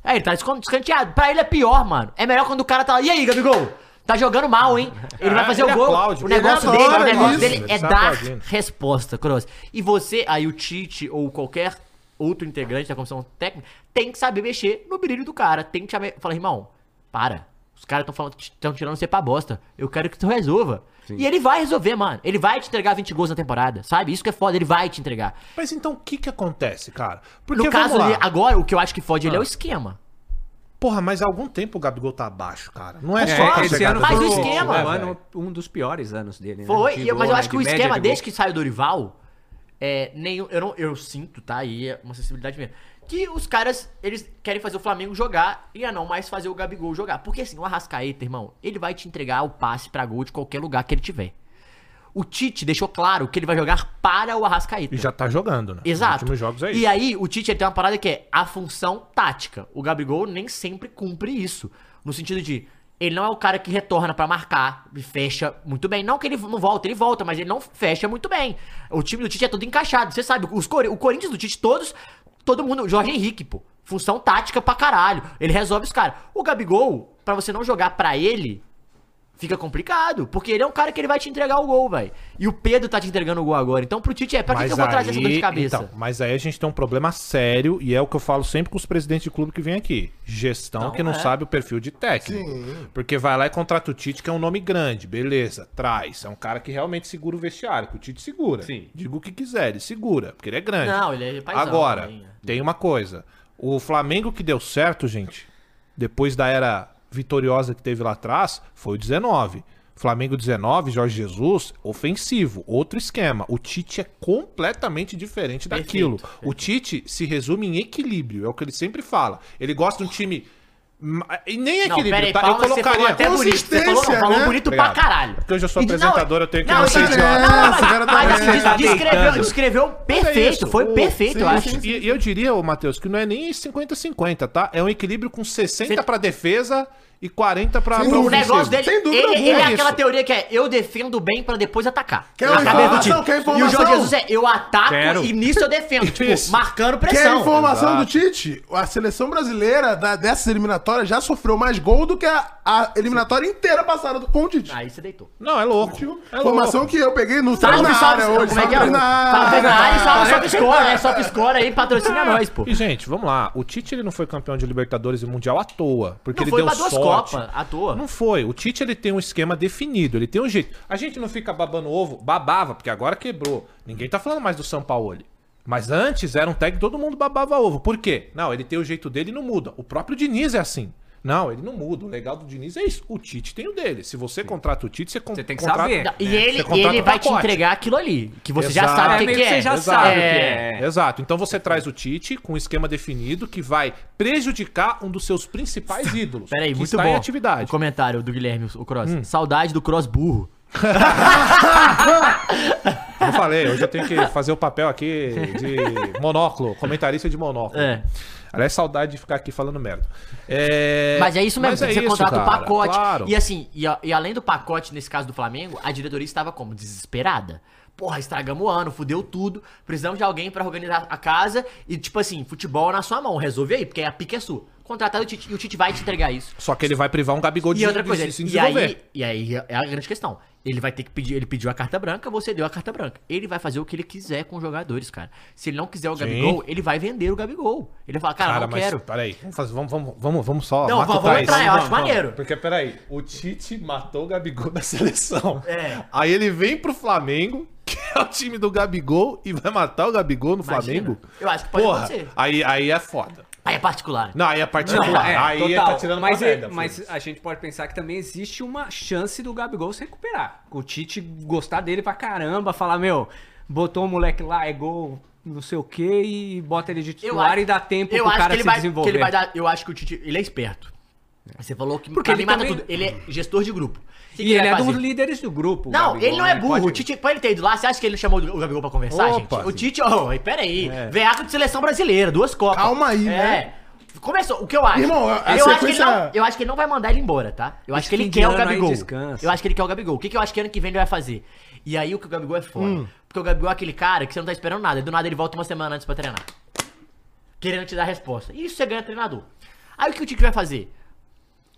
É, ele tá escon- escanteado. Pra ele é pior, mano. É melhor quando o cara tá lá. E aí, Gabigol? Tá jogando mal, hein? Ele vai
É,
fazer
ele
o gol.
aplaude,
o
ele
negócio
adora
dele, o negócio
isso.
dele é
Ele tá
dar
aplaudindo.
resposta, Cross. E você, aí o Tite ou qualquer outro integrante da comissão técnica, tem que saber mexer no brilho do cara. Tem que saber. Falar, irmão, para. Os caras estão falando, estão tirando você pra bosta. Eu quero que tu resolva. E ele vai resolver, mano. Ele vai te entregar 20 gols na temporada, sabe? Isso que é foda, ele vai te entregar.
Mas então o que que acontece, cara? Porque
No caso,
vamos lá. Ah.
ali, agora, o que eu acho que fode ele é o esquema.
Porra, mas há algum tempo o Gabigol tá abaixo, cara. Não é,
É,
só com a
esse
chegada
ano
do
Mas
foi
o
Tite,
esquema,
né,
um,
velho?
ano, um dos piores anos dele, né?
Foi,
De
e-
gol,
mas eu
né?
acho que o
De média
esquema,
de
desde
gol.
que sai o Dorival, é, nenhum, eu, não, eu sinto, tá? E é uma sensibilidade minha. Que os caras, eles querem fazer o Flamengo jogar e a não mais fazer o Gabigol jogar. Porque assim, o Arrascaeta, irmão, ele vai te entregar o passe pra gol de qualquer lugar que ele tiver. O Tite deixou claro que ele vai jogar para o Arrascaeta.
E já tá jogando, né? Nos
Exato.
últimos jogos é isso.
e aí, o Tite ele tem uma parada que é a função tática. O Gabigol nem sempre cumpre isso. No sentido de, ele não é o cara que retorna pra marcar e fecha muito bem. Não que ele não volta, ele volta, mas ele não fecha muito bem. O time do Tite é todo encaixado. Você sabe, os Cori- o Corinthians do Tite, todos, todo mundo, o Jorge Henrique, pô. Função tática pra caralho. Ele resolve os caras. O Gabigol, pra você não jogar pra ele, Fica complicado, porque ele é um cara que ele vai te entregar o gol, velho. E o Pedro tá te entregando o gol agora. Então pro Tite é, pra que que eu vou trazer essa dor de cabeça?
então, mas aí a gente tem um problema sério e é o que eu falo sempre com os presidentes de clube que vêm aqui. Gestão que não
é.
sabe o perfil de técnico. Porque vai lá e contrata o Tite, que é um nome grande, beleza, traz. É um cara que realmente segura o vestiário, que o Tite segura.
Sim.
Diga o que quiser, ele segura, porque ele é grande.
Não, ele é paizão
Agora,
também, né?
tem uma coisa. O Flamengo que deu certo, gente, depois da era vitoriosa que teve lá atrás, foi o 19. Flamengo 19, Jorge Jesus, ofensivo, outro esquema. O Tite é completamente diferente daquilo.
Perfeito,
O Tite se resume em equilíbrio, é o que ele sempre fala. Ele gosta de um time. ma- E nem
Não,
equilíbrio,
peraí,
tá?
Paulo, você falou até bonito. Você falou, não,
Consistência,
falou
né?
bonito
Obrigado.
pra caralho.
Porque hoje eu sou
E de-
apresentador, eu tenho que
não,
me
gente,
sentir, ó.
não, não, mas,
Esse cara tá
mas assim,
bem.
des- descreveu,
deitando.
descreveu
É
perfeito,
isso.
foi
O-
perfeito,
sim,
eu acho.
sim, sim. E eu diria, ô, Matheus, que não é nem 50-50, tá? É um equilíbrio com 60
Cê-
pra defesa e 40 pra, pra
O
ofensiva.
negócio dele,
Sem dúvida
ele,
alguma,
ele é
isso.
aquela teoria que é eu defendo bem pra depois atacar.
Quer
Na
uma
cabeça do Tite.
informação? Quer
E o Jorge
informação?
Jesus é eu ataco
Quero.
e nisso eu defendo, tipo,
Isso.
marcando
Que é a
pressão.
informação
Exato.
do Tite? A seleção brasileira da, dessas eliminatórias já sofreu mais gol do que a, a eliminatória inteira passada do- com o Tite.
Aí você deitou.
Não, é louco. É
Informação
louco.
que eu peguei no
Salve,
Três Tá na
salve,
área hoje.
como é que é?
Salve na
Salve na área e salve,
área.
salve score, né? Salve score aí, patrocina nós, é pô.
E, gente, vamos lá. O Tite ele não foi campeão de Libertadores e Mundial à toa. Porque
Não
ele
foi
deu
pra duas
sorte.
Copas, à toa.
Não foi. O Tite ele tem um esquema definido, ele tem um jeito. A gente não fica babando ovo, babava, porque agora quebrou. Ninguém tá falando mais do São Paulo. Mas antes era um tag que todo mundo babava ovo. Por quê? Não, ele tem o jeito dele e não muda. O próprio Diniz é assim. Não, ele não muda. O legal do Diniz é isso. O Tite tem o dele. Se você contrata o Tite, você, con-
Você tem que
contrata...
saber.
Não, E
né?
ele,
Você contrata
ele
um
vai te
pacote.
entregar aquilo ali, que você já
Exato.
sabe o
É,
que,
meio
que
que
é.
você já
Exato.
sabe o que
É.
é.
Exato. Então você traz o Tite com um esquema definido que vai prejudicar um dos seus principais ídolos.
Peraí,
que
muito
está
bom.
tá em atividade.
O comentário do Guilherme, o Cross. Saudade do Cross burro.
Eu falei, hoje eu tenho que fazer o papel aqui de monóculo, comentarista de monóculo.
É.
Aliás, saudade de ficar aqui falando merda. É,
Mas é isso mesmo, você contrata o
cara,
pacote.
Claro.
E assim, e, a- e além do pacote, nesse caso do Flamengo, a diretoria estava como? Desesperada. Porra, estragamos o ano, fudeu tudo. Precisamos de alguém pra organizar a casa. E tipo assim, futebol na sua mão, resolve aí, porque a pica é sua. Contratar o Tite, e o Tite vai te entregar isso.
Só que ele vai privar um Gabigol de,
E outra
de
coisa,
se
e
desenvolver.
aí, e aí é a grande questão. Ele vai ter que pedir, ele pediu a carta branca, você deu a carta branca. Ele vai fazer o que ele quiser com os jogadores, cara. Se ele não quiser o Gabigol, ele vai vender o Gabigol. Ele fala, cara, Ah, não quero.
peraí, vamos, fazer, vamos, vamos, vamos, vamos só.
Não,
mata
vamos
o Thaís.
entrar, eu acho maneiro.
Porque, peraí, o Tite matou o Gabigol da seleção.
É.
Aí ele vem pro Flamengo, que é o time do Gabigol, e vai matar o Gabigol no
Imagina.
Flamengo?
Eu acho que pode
Porra,
acontecer.
aí, aí é foda.
Aí é particular.
Não, aí é particular.
Não, é,
aí
total.
tá tirando
mas,
pra
é-
merda,
mas
filho.
a gente pode pensar que também existe uma chance do Gabigol se recuperar. O Tite gostar dele pra caramba, falar, meu, botou o moleque lá, é gol, não sei o quê, e bota ele de titular e dá tempo
eu
pro
acho
cara
que ele
se
vai,
desenvolver.
Que ele vai dar, eu acho que o Tite, ele é esperto. Você falou que
Porque
pra
ele
mim mata
também-
tudo. Ele é gestor de grupo. O que
E
que
ele
vai
é um
fazer?
dos líderes do grupo. o
Não,
Gabigol,
ele não é
né?
burro.
Pode-
O Tite, pra ele ter ido lá, você acha que ele não chamou o Gabigol pra conversar,
Opa.
gente? O Tite, ô, peraí. Veaco de seleção brasileira, duas Copas.
Calma aí,
é.
né?
Começou, o que eu acho.
Irmão, a- a
eu, acho que ele
sequência-
não, eu acho que ele não vai mandar ele embora, tá? Eu acho que ele
fim de
quer o
ano aí
Gabigol.
descansa.
Eu acho que ele quer o Gabigol. O que, que eu acho que ano que vem ele vai fazer? E aí o que o Gabigol é foda. Porque o Gabigol é aquele cara que você não tá esperando nada. E do nada ele volta uma semana antes pra treinar. Querendo te dar resposta. E isso você ganha treinador. Aí o que o Tite vai fazer?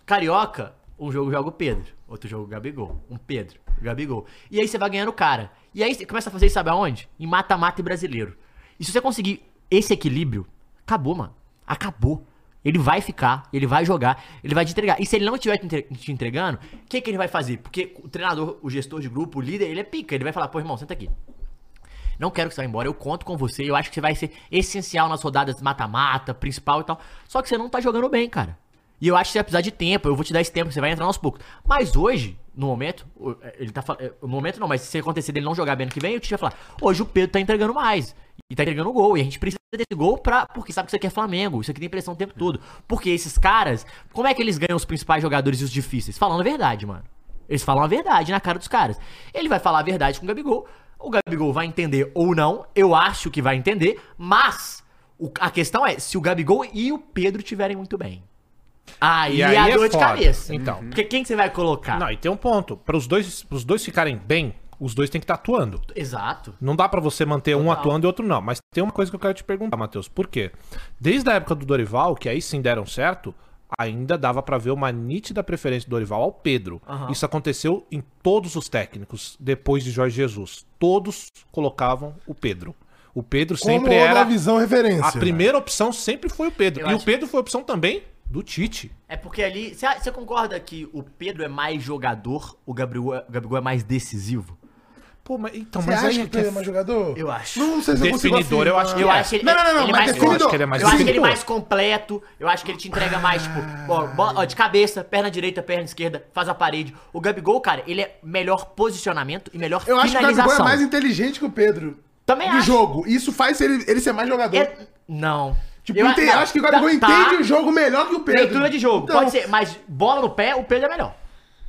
Carioca, um jogo joga o Pedro, outro jogo o Gabigol. Um Pedro, o Gabigol. E aí você vai ganhando o cara. E aí você começa a fazer isso, sabe aonde? Em mata-mata e brasileiro. E se você conseguir esse equilíbrio, acabou, mano. Acabou. Ele vai ficar, ele vai jogar, ele vai te entregar. E se ele não estiver te entre- te entregando, o que, que ele vai fazer? Porque o treinador, o gestor de grupo, o líder, ele é pica. Ele vai falar, pô, irmão, senta aqui. Não quero que você vá embora, eu conto com você, eu acho que você vai ser essencial nas rodadas mata-mata, principal e tal. Só que você não tá jogando bem, cara. E eu acho que você vai precisar de tempo, eu vou te dar esse tempo, você vai entrar aos poucos. Mas hoje, no momento, o- é, ele tá fal- é, No momento não, mas se acontecer dele não jogar bem ano que vem, o Tite vai falar: hoje o Pedro tá entregando mais. E tá entregando gol. E a gente precisa desse gol pra. Porque sabe que isso aqui é Flamengo. Isso aqui tem pressão o tempo todo. Porque esses caras, como é que eles ganham os principais jogadores e os difíceis? Falando a verdade, mano. Eles falam a verdade na cara dos caras. Ele vai falar a verdade com o Gabigol. O Gabigol vai entender ou não. Eu acho que vai entender. Mas o- a questão é se o Gabigol e o Pedro tiverem muito bem. Aí,
E aí
é a
é
dor de
foda.
cabeça. Uhum.
Então.
Porque quem que você vai colocar?
Não, e tem um ponto. Para os dois, pros dois ficarem bem, os dois têm que estar atuando.
Exato.
Não dá pra você manter um atuando e outro não. Mas tem uma coisa que eu quero te perguntar, Matheus. Por quê? Desde a época do Dorival, que aí sim deram certo, ainda dava pra ver uma nítida preferência do Dorival ao Pedro. Isso aconteceu em todos os técnicos depois de Jorge Jesus. Todos colocavam o Pedro. O Pedro
Como
sempre
outra
era
visão né? referência.
a primeira opção sempre foi o Pedro.
Eu
e
acho-
o Pedro foi a opção também do Tite.
É porque ali. Você você concorda que o Pedro é mais jogador, o Gabigol, é- o Gabigol é mais decisivo?
Pô, mas então,
Você
mas aí
acha
é
que
que
ele
é
é mais jogador?
Eu acho.
Não sei se eu consigo
Definidor, eu acho que
Eu
é.
acho ele,
Não, não, não,
ele
mas
mais
define-
Eu
forte.
acho que ele é mais
eu acho que ele é
definidor.
mais completo. Eu acho que ele te entrega mais, tipo, ó, bo- ó, de cabeça, perna direita, perna esquerda, faz a parede. O Gabigol, cara, ele é melhor posicionamento e melhor
Eu acho que o
finalização.
Gabigol é mais inteligente que o Pedro.
Também
de
acho.
jogo. Isso faz ele, ele ser mais jogador.
É- Não.
Tipo, eu
a- não,
acho que o Gabigol
tá- tá.
entende o jogo melhor que o Pedro.
Leitura é de jogo,
Então,
pode ser, mas bola no pé, o Pedro é melhor.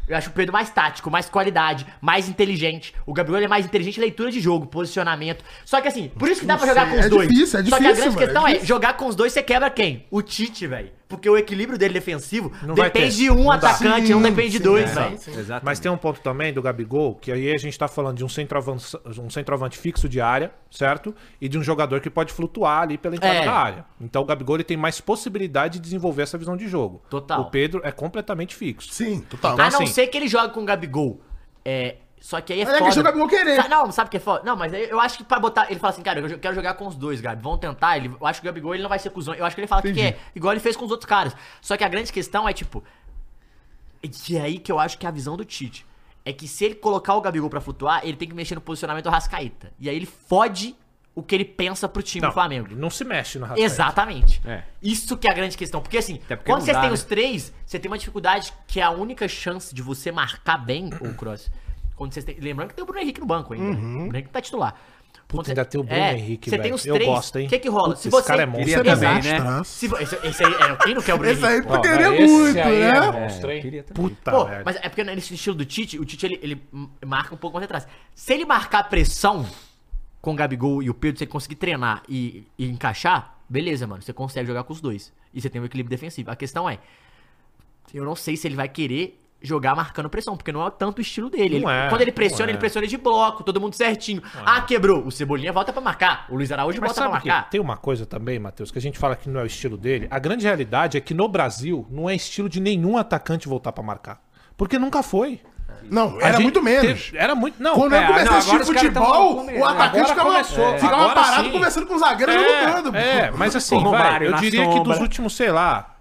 Eu acho o Pedro mais tático, mais qualidade, mais inteligente. O Gabriel ele é mais inteligente em leitura de jogo, posicionamento. Só que assim, por isso que dá pra jogar
sei,
com os
é
dois.
difícil, é
Só que a
difícil,
grande
mano, é
questão é, jogar com os dois você quebra quem? O Tite, velho. Porque o equilíbrio dele defensivo
Não vai
depende
ter.
de um
Não dá.
atacante, não
Sim,
depende de
sim,
dois,
é.
velho.
Exatamente.
Mas tem um ponto também do Gabigol, que aí a gente tá falando de um centroavante, um centroavante fixo de área, certo? E de um jogador que pode flutuar ali pela entrada
É.
da área. Então o Gabigol ele tem mais possibilidade de desenvolver essa visão de jogo.
Total.
O Pedro é completamente fixo.
Sim, total.
Então,
a não
assim-
ser que ele jogue com o Gabigol. É. Só que aí é
Mas é
foda.
questão do Gabigol querer.
Sa- Não, sabe o que é foda? Não, mas aí eu acho que pra botar. Ele fala assim, cara, eu jo- quero jogar com os dois, Gabi. Vão tentar. Ele, eu acho que o Gabigol ele não vai ser cuzão. Eu acho que ele fala que
Entendi.
quer. Igual ele fez com os outros caras. Só que a grande questão é, tipo. E é aí que eu acho que é a visão do Tite. É que se ele colocar o Gabigol pra flutuar, ele tem que mexer no posicionamento do Rascaíta. E aí ele fode o que ele pensa pro time do Flamengo.
ele não se mexe na Rascaeta.
Exatamente.
É.
Isso que é a grande questão. Porque assim,
Até porque
quando
não
você
dá,
tem
né?
os três, você tem uma dificuldade que é a única chance de você marcar bem o cross. Quando você tem... Lembrando que tem o Bruno Henrique no banco ainda. O Bruno Henrique tá titular.
Uhum.
Quando é,
ainda tem o Bruno Henrique,
Você
velho.
tem os
Eu
três.
gosto, hein?
O que que rola?
Putz, esse cara é monstro
Queria também,
Exato.
né?
Se vo- Esse, esse aí, é, quem não quer o Bruno
Esse
Henrique?
aí
Ó,
poderia
mas esse
muito,
aí é
né?
monstro, hein?
queria também.
Puta
Pô,
merda.
mas é porque nesse estilo do Tite, o Tite ele, ele marca um pouco mais atrás. Se ele marcar pressão com o Gabigol e o Pedro, você conseguir treinar e, e encaixar, beleza, mano. Você consegue jogar com os dois. E você tem um equilíbrio defensivo. A questão é, eu não sei se ele vai querer jogar marcando pressão, porque não é tanto o estilo dele.
Não
Ele-
é,
quando ele pressiona,
não é.
ele pressiona de bloco, todo mundo certinho. Ah, quebrou. O Cebolinha volta pra marcar. O Luiz Araújo
Mas
volta pra
sabe
marcar.
que tem uma coisa também, Matheus, que a gente fala que não é o estilo dele. A grande realidade é que no Brasil não é estilo de nenhum atacante voltar pra marcar. Porque nunca foi.
Não,
A
era
gente
muito menos.
teve- era muito. Não,
Quando
é,
eu comecei
não,
a assistir
agora os caras tão-
tão
futebol,
comendo.
o
Agora
atacante ficava,
começou.
ficava
Agora
parado
sim.
conversando com o zagueiro
É,
lutando.
É, mas assim,
O Romário
vai, eu
na
diria que
sombra.
dos últimos, sei lá,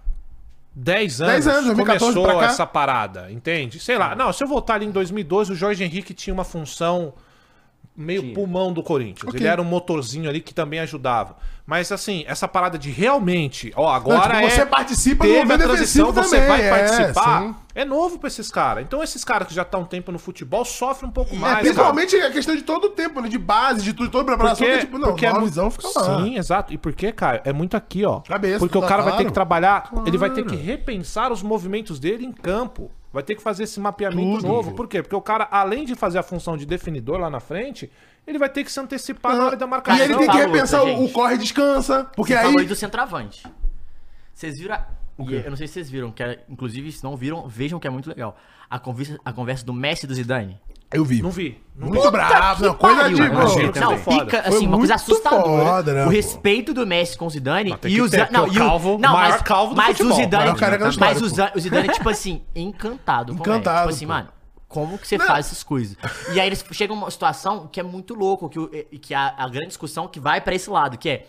10 anos,
10 anos, 2014
começou
pra cá.
essa parada, entende? Sei lá, não, se eu voltar ali em 2012, o Jorge Henrique tinha uma função meio pulmão do Corinthians.
Ok.
Ele era um motorzinho ali que também ajudava. Mas assim, essa parada de realmente, ó,
Não, tipo,
agora é
você participa do
teve a
momento
transição,
defensivo
você
também.
vai
é,
participar.
sim.
É novo pra esses caras. Então esses caras que já estão um tempo no futebol sofrem um pouco
É,
mais. cara.
principalmente a questão de todo o tempo, né? De base, de tudo, toda preparação. que é tipo, não,
porque é
a
mu-
visão fica lá.
Sim, exato. E porque, cara, é muito aqui, ó.
Cabeça,
porque o
tá
cara vai ter
claro.
que trabalhar, ele vai ter que repensar os movimentos dele em campo. Vai ter que fazer esse mapeamento
Tudo.
novo. Por quê? Porque o cara, além de fazer a função de definidor lá na frente, ele vai ter que se antecipar na hora da
E
marcação.
ele tem que
Falou outra,
repensar o,
gente.
o corre e descansa. Porque
Você
aí.
falou aí do centroavante. Vocês viram. a- e eu não sei se vocês viram, que é- inclusive, se não viram, vejam que é muito legal. A conversa, a conversa do Messi e do Zidane.
Eu vi.
Não vi. Não vi.
Muito bravo, não, coisa
Pariu,
de
mano.
achei
bom.
também.
não,
Foi
fica
Foi
assim, uma coisa
muito
assustadora.
foda, né,
o
pô?
respeito do Messi com o Zidane
tem
e
que
o
ter,
Zidane.
porque o calvo-
não,
maior
mas,
calvo do
mas
futebol.
o Zidane.
Maior careca da história,
Mas o
pô.
Zidane, o Zidane, tipo assim, encantado. com o Messi.
Encantado,
Tipo assim,
pô.
mano. Como que você faz essas coisas? E aí eles chegam a uma situação que é muito louco, que, o- e que a, a grande discussão que vai pra esse lado, que é,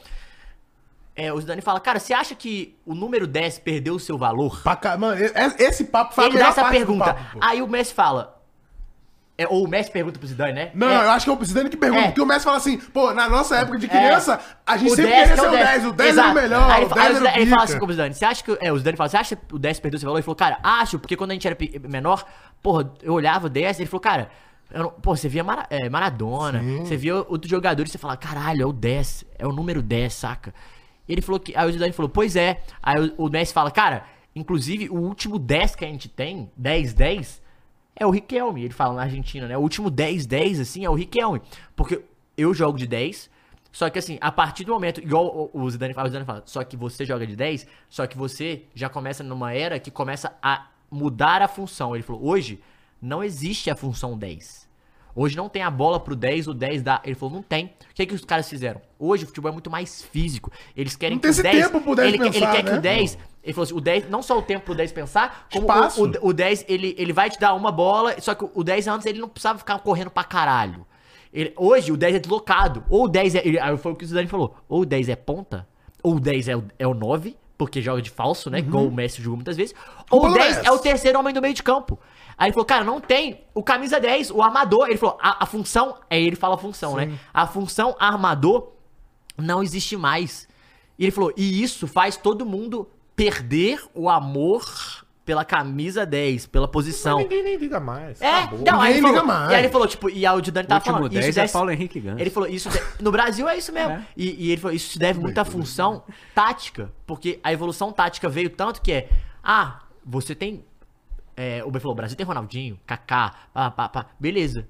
é, O Zidane fala, cara, você acha que o número 10 perdeu o seu valor?
Pra cá- Mano, e- e- esse papo foi a
Ele dá
melhor
essa
parte do
pergunta.
papo, pô.
aí o Messi fala. é, ou o Messi pergunta pro Zidane, né?
Não,
É,
eu acho que é o Zidane que pergunta,
É.
porque o Messi fala assim, pô, na nossa época de criança, a gente sempre queria
que é
ser o 10, o 10 era o
Exato.
melhor,
Aí
o
ele, fa- aí o
10 era o
Zidane- ele fala assim
pica.
como o Zidane, você acha que... É, o Zidane fala, você acha que o 10 perdeu seu valor? Ele falou, cara, acho, porque quando a gente era pe- menor, porra, eu olhava o 10, ele falou, cara... eu não- pô, você via Mara- é, Maradona, você via outros jogadores, você fala, caralho, é o 10, é o número 10, saca? Ele falou que... Aí o Zidane falou, pois é. Aí o, o Messi fala, cara, inclusive o último 10 que a gente tem, 10-10... É o Riquelme, ele fala na Argentina, né? O último 10-10, assim, é o Riquelme. Porque eu jogo de 10, só que assim, a partir do momento, igual o- o Zidane fala, o Zidane fala, só que você joga de 10, só que você já começa numa era que começa a mudar a função. Ele falou, hoje não existe a função 10. Hoje não tem a bola pro 10, o 10 dá. Ele falou, não tem. O que, que os caras fizeram? Hoje o futebol é muito mais físico. Eles querem
Não tem
que o
esse
10.
tempo pro 10
ele, que- ele
pensar,
quer que
né?
o 10. Ele falou assim, o 10, não só o tempo pro 10 pensar, como
Espaço.
o, o, o 10, ele, ele vai te dar uma bola, só que o 10 antes ele não precisava ficar correndo pra caralho. Ele- hoje o 10 é deslocado. Ou o 10 é. ele- aí foi o que o Zidane falou. Ou o 10 é ponta, ou o 10 é, o- é o 9, porque joga de falso, né? Igual o Messi jogou muitas vezes. Ou o
Culpa do
10
Messi.
é o terceiro homem do meio de campo. Aí ele falou, cara, não tem o camisa 10, o armador. Ele falou, a, a função. Aí ele fala a função, né? A função armador não existe mais. E ele falou, e isso faz todo mundo perder o amor pela camisa 10, pela posição.
Ninguém nem liga mais.
É,
acabou.
não, aí
Ninguém
ele falou,
liga mais.
E aí ele falou, tipo, e a o Dani tava
Último
falando,
10
isso
é
deve,
Paulo Henrique Ganso.
Ele falou, isso de- no Brasil é isso mesmo.
É.
E, e ele falou, isso se
É
deve muito à função tática, porque a evolução tática veio tanto que é, ah, você tem, é, o Ben falou, o Brasil tem Ronaldinho, Kaká, pá, pá, pá, beleza.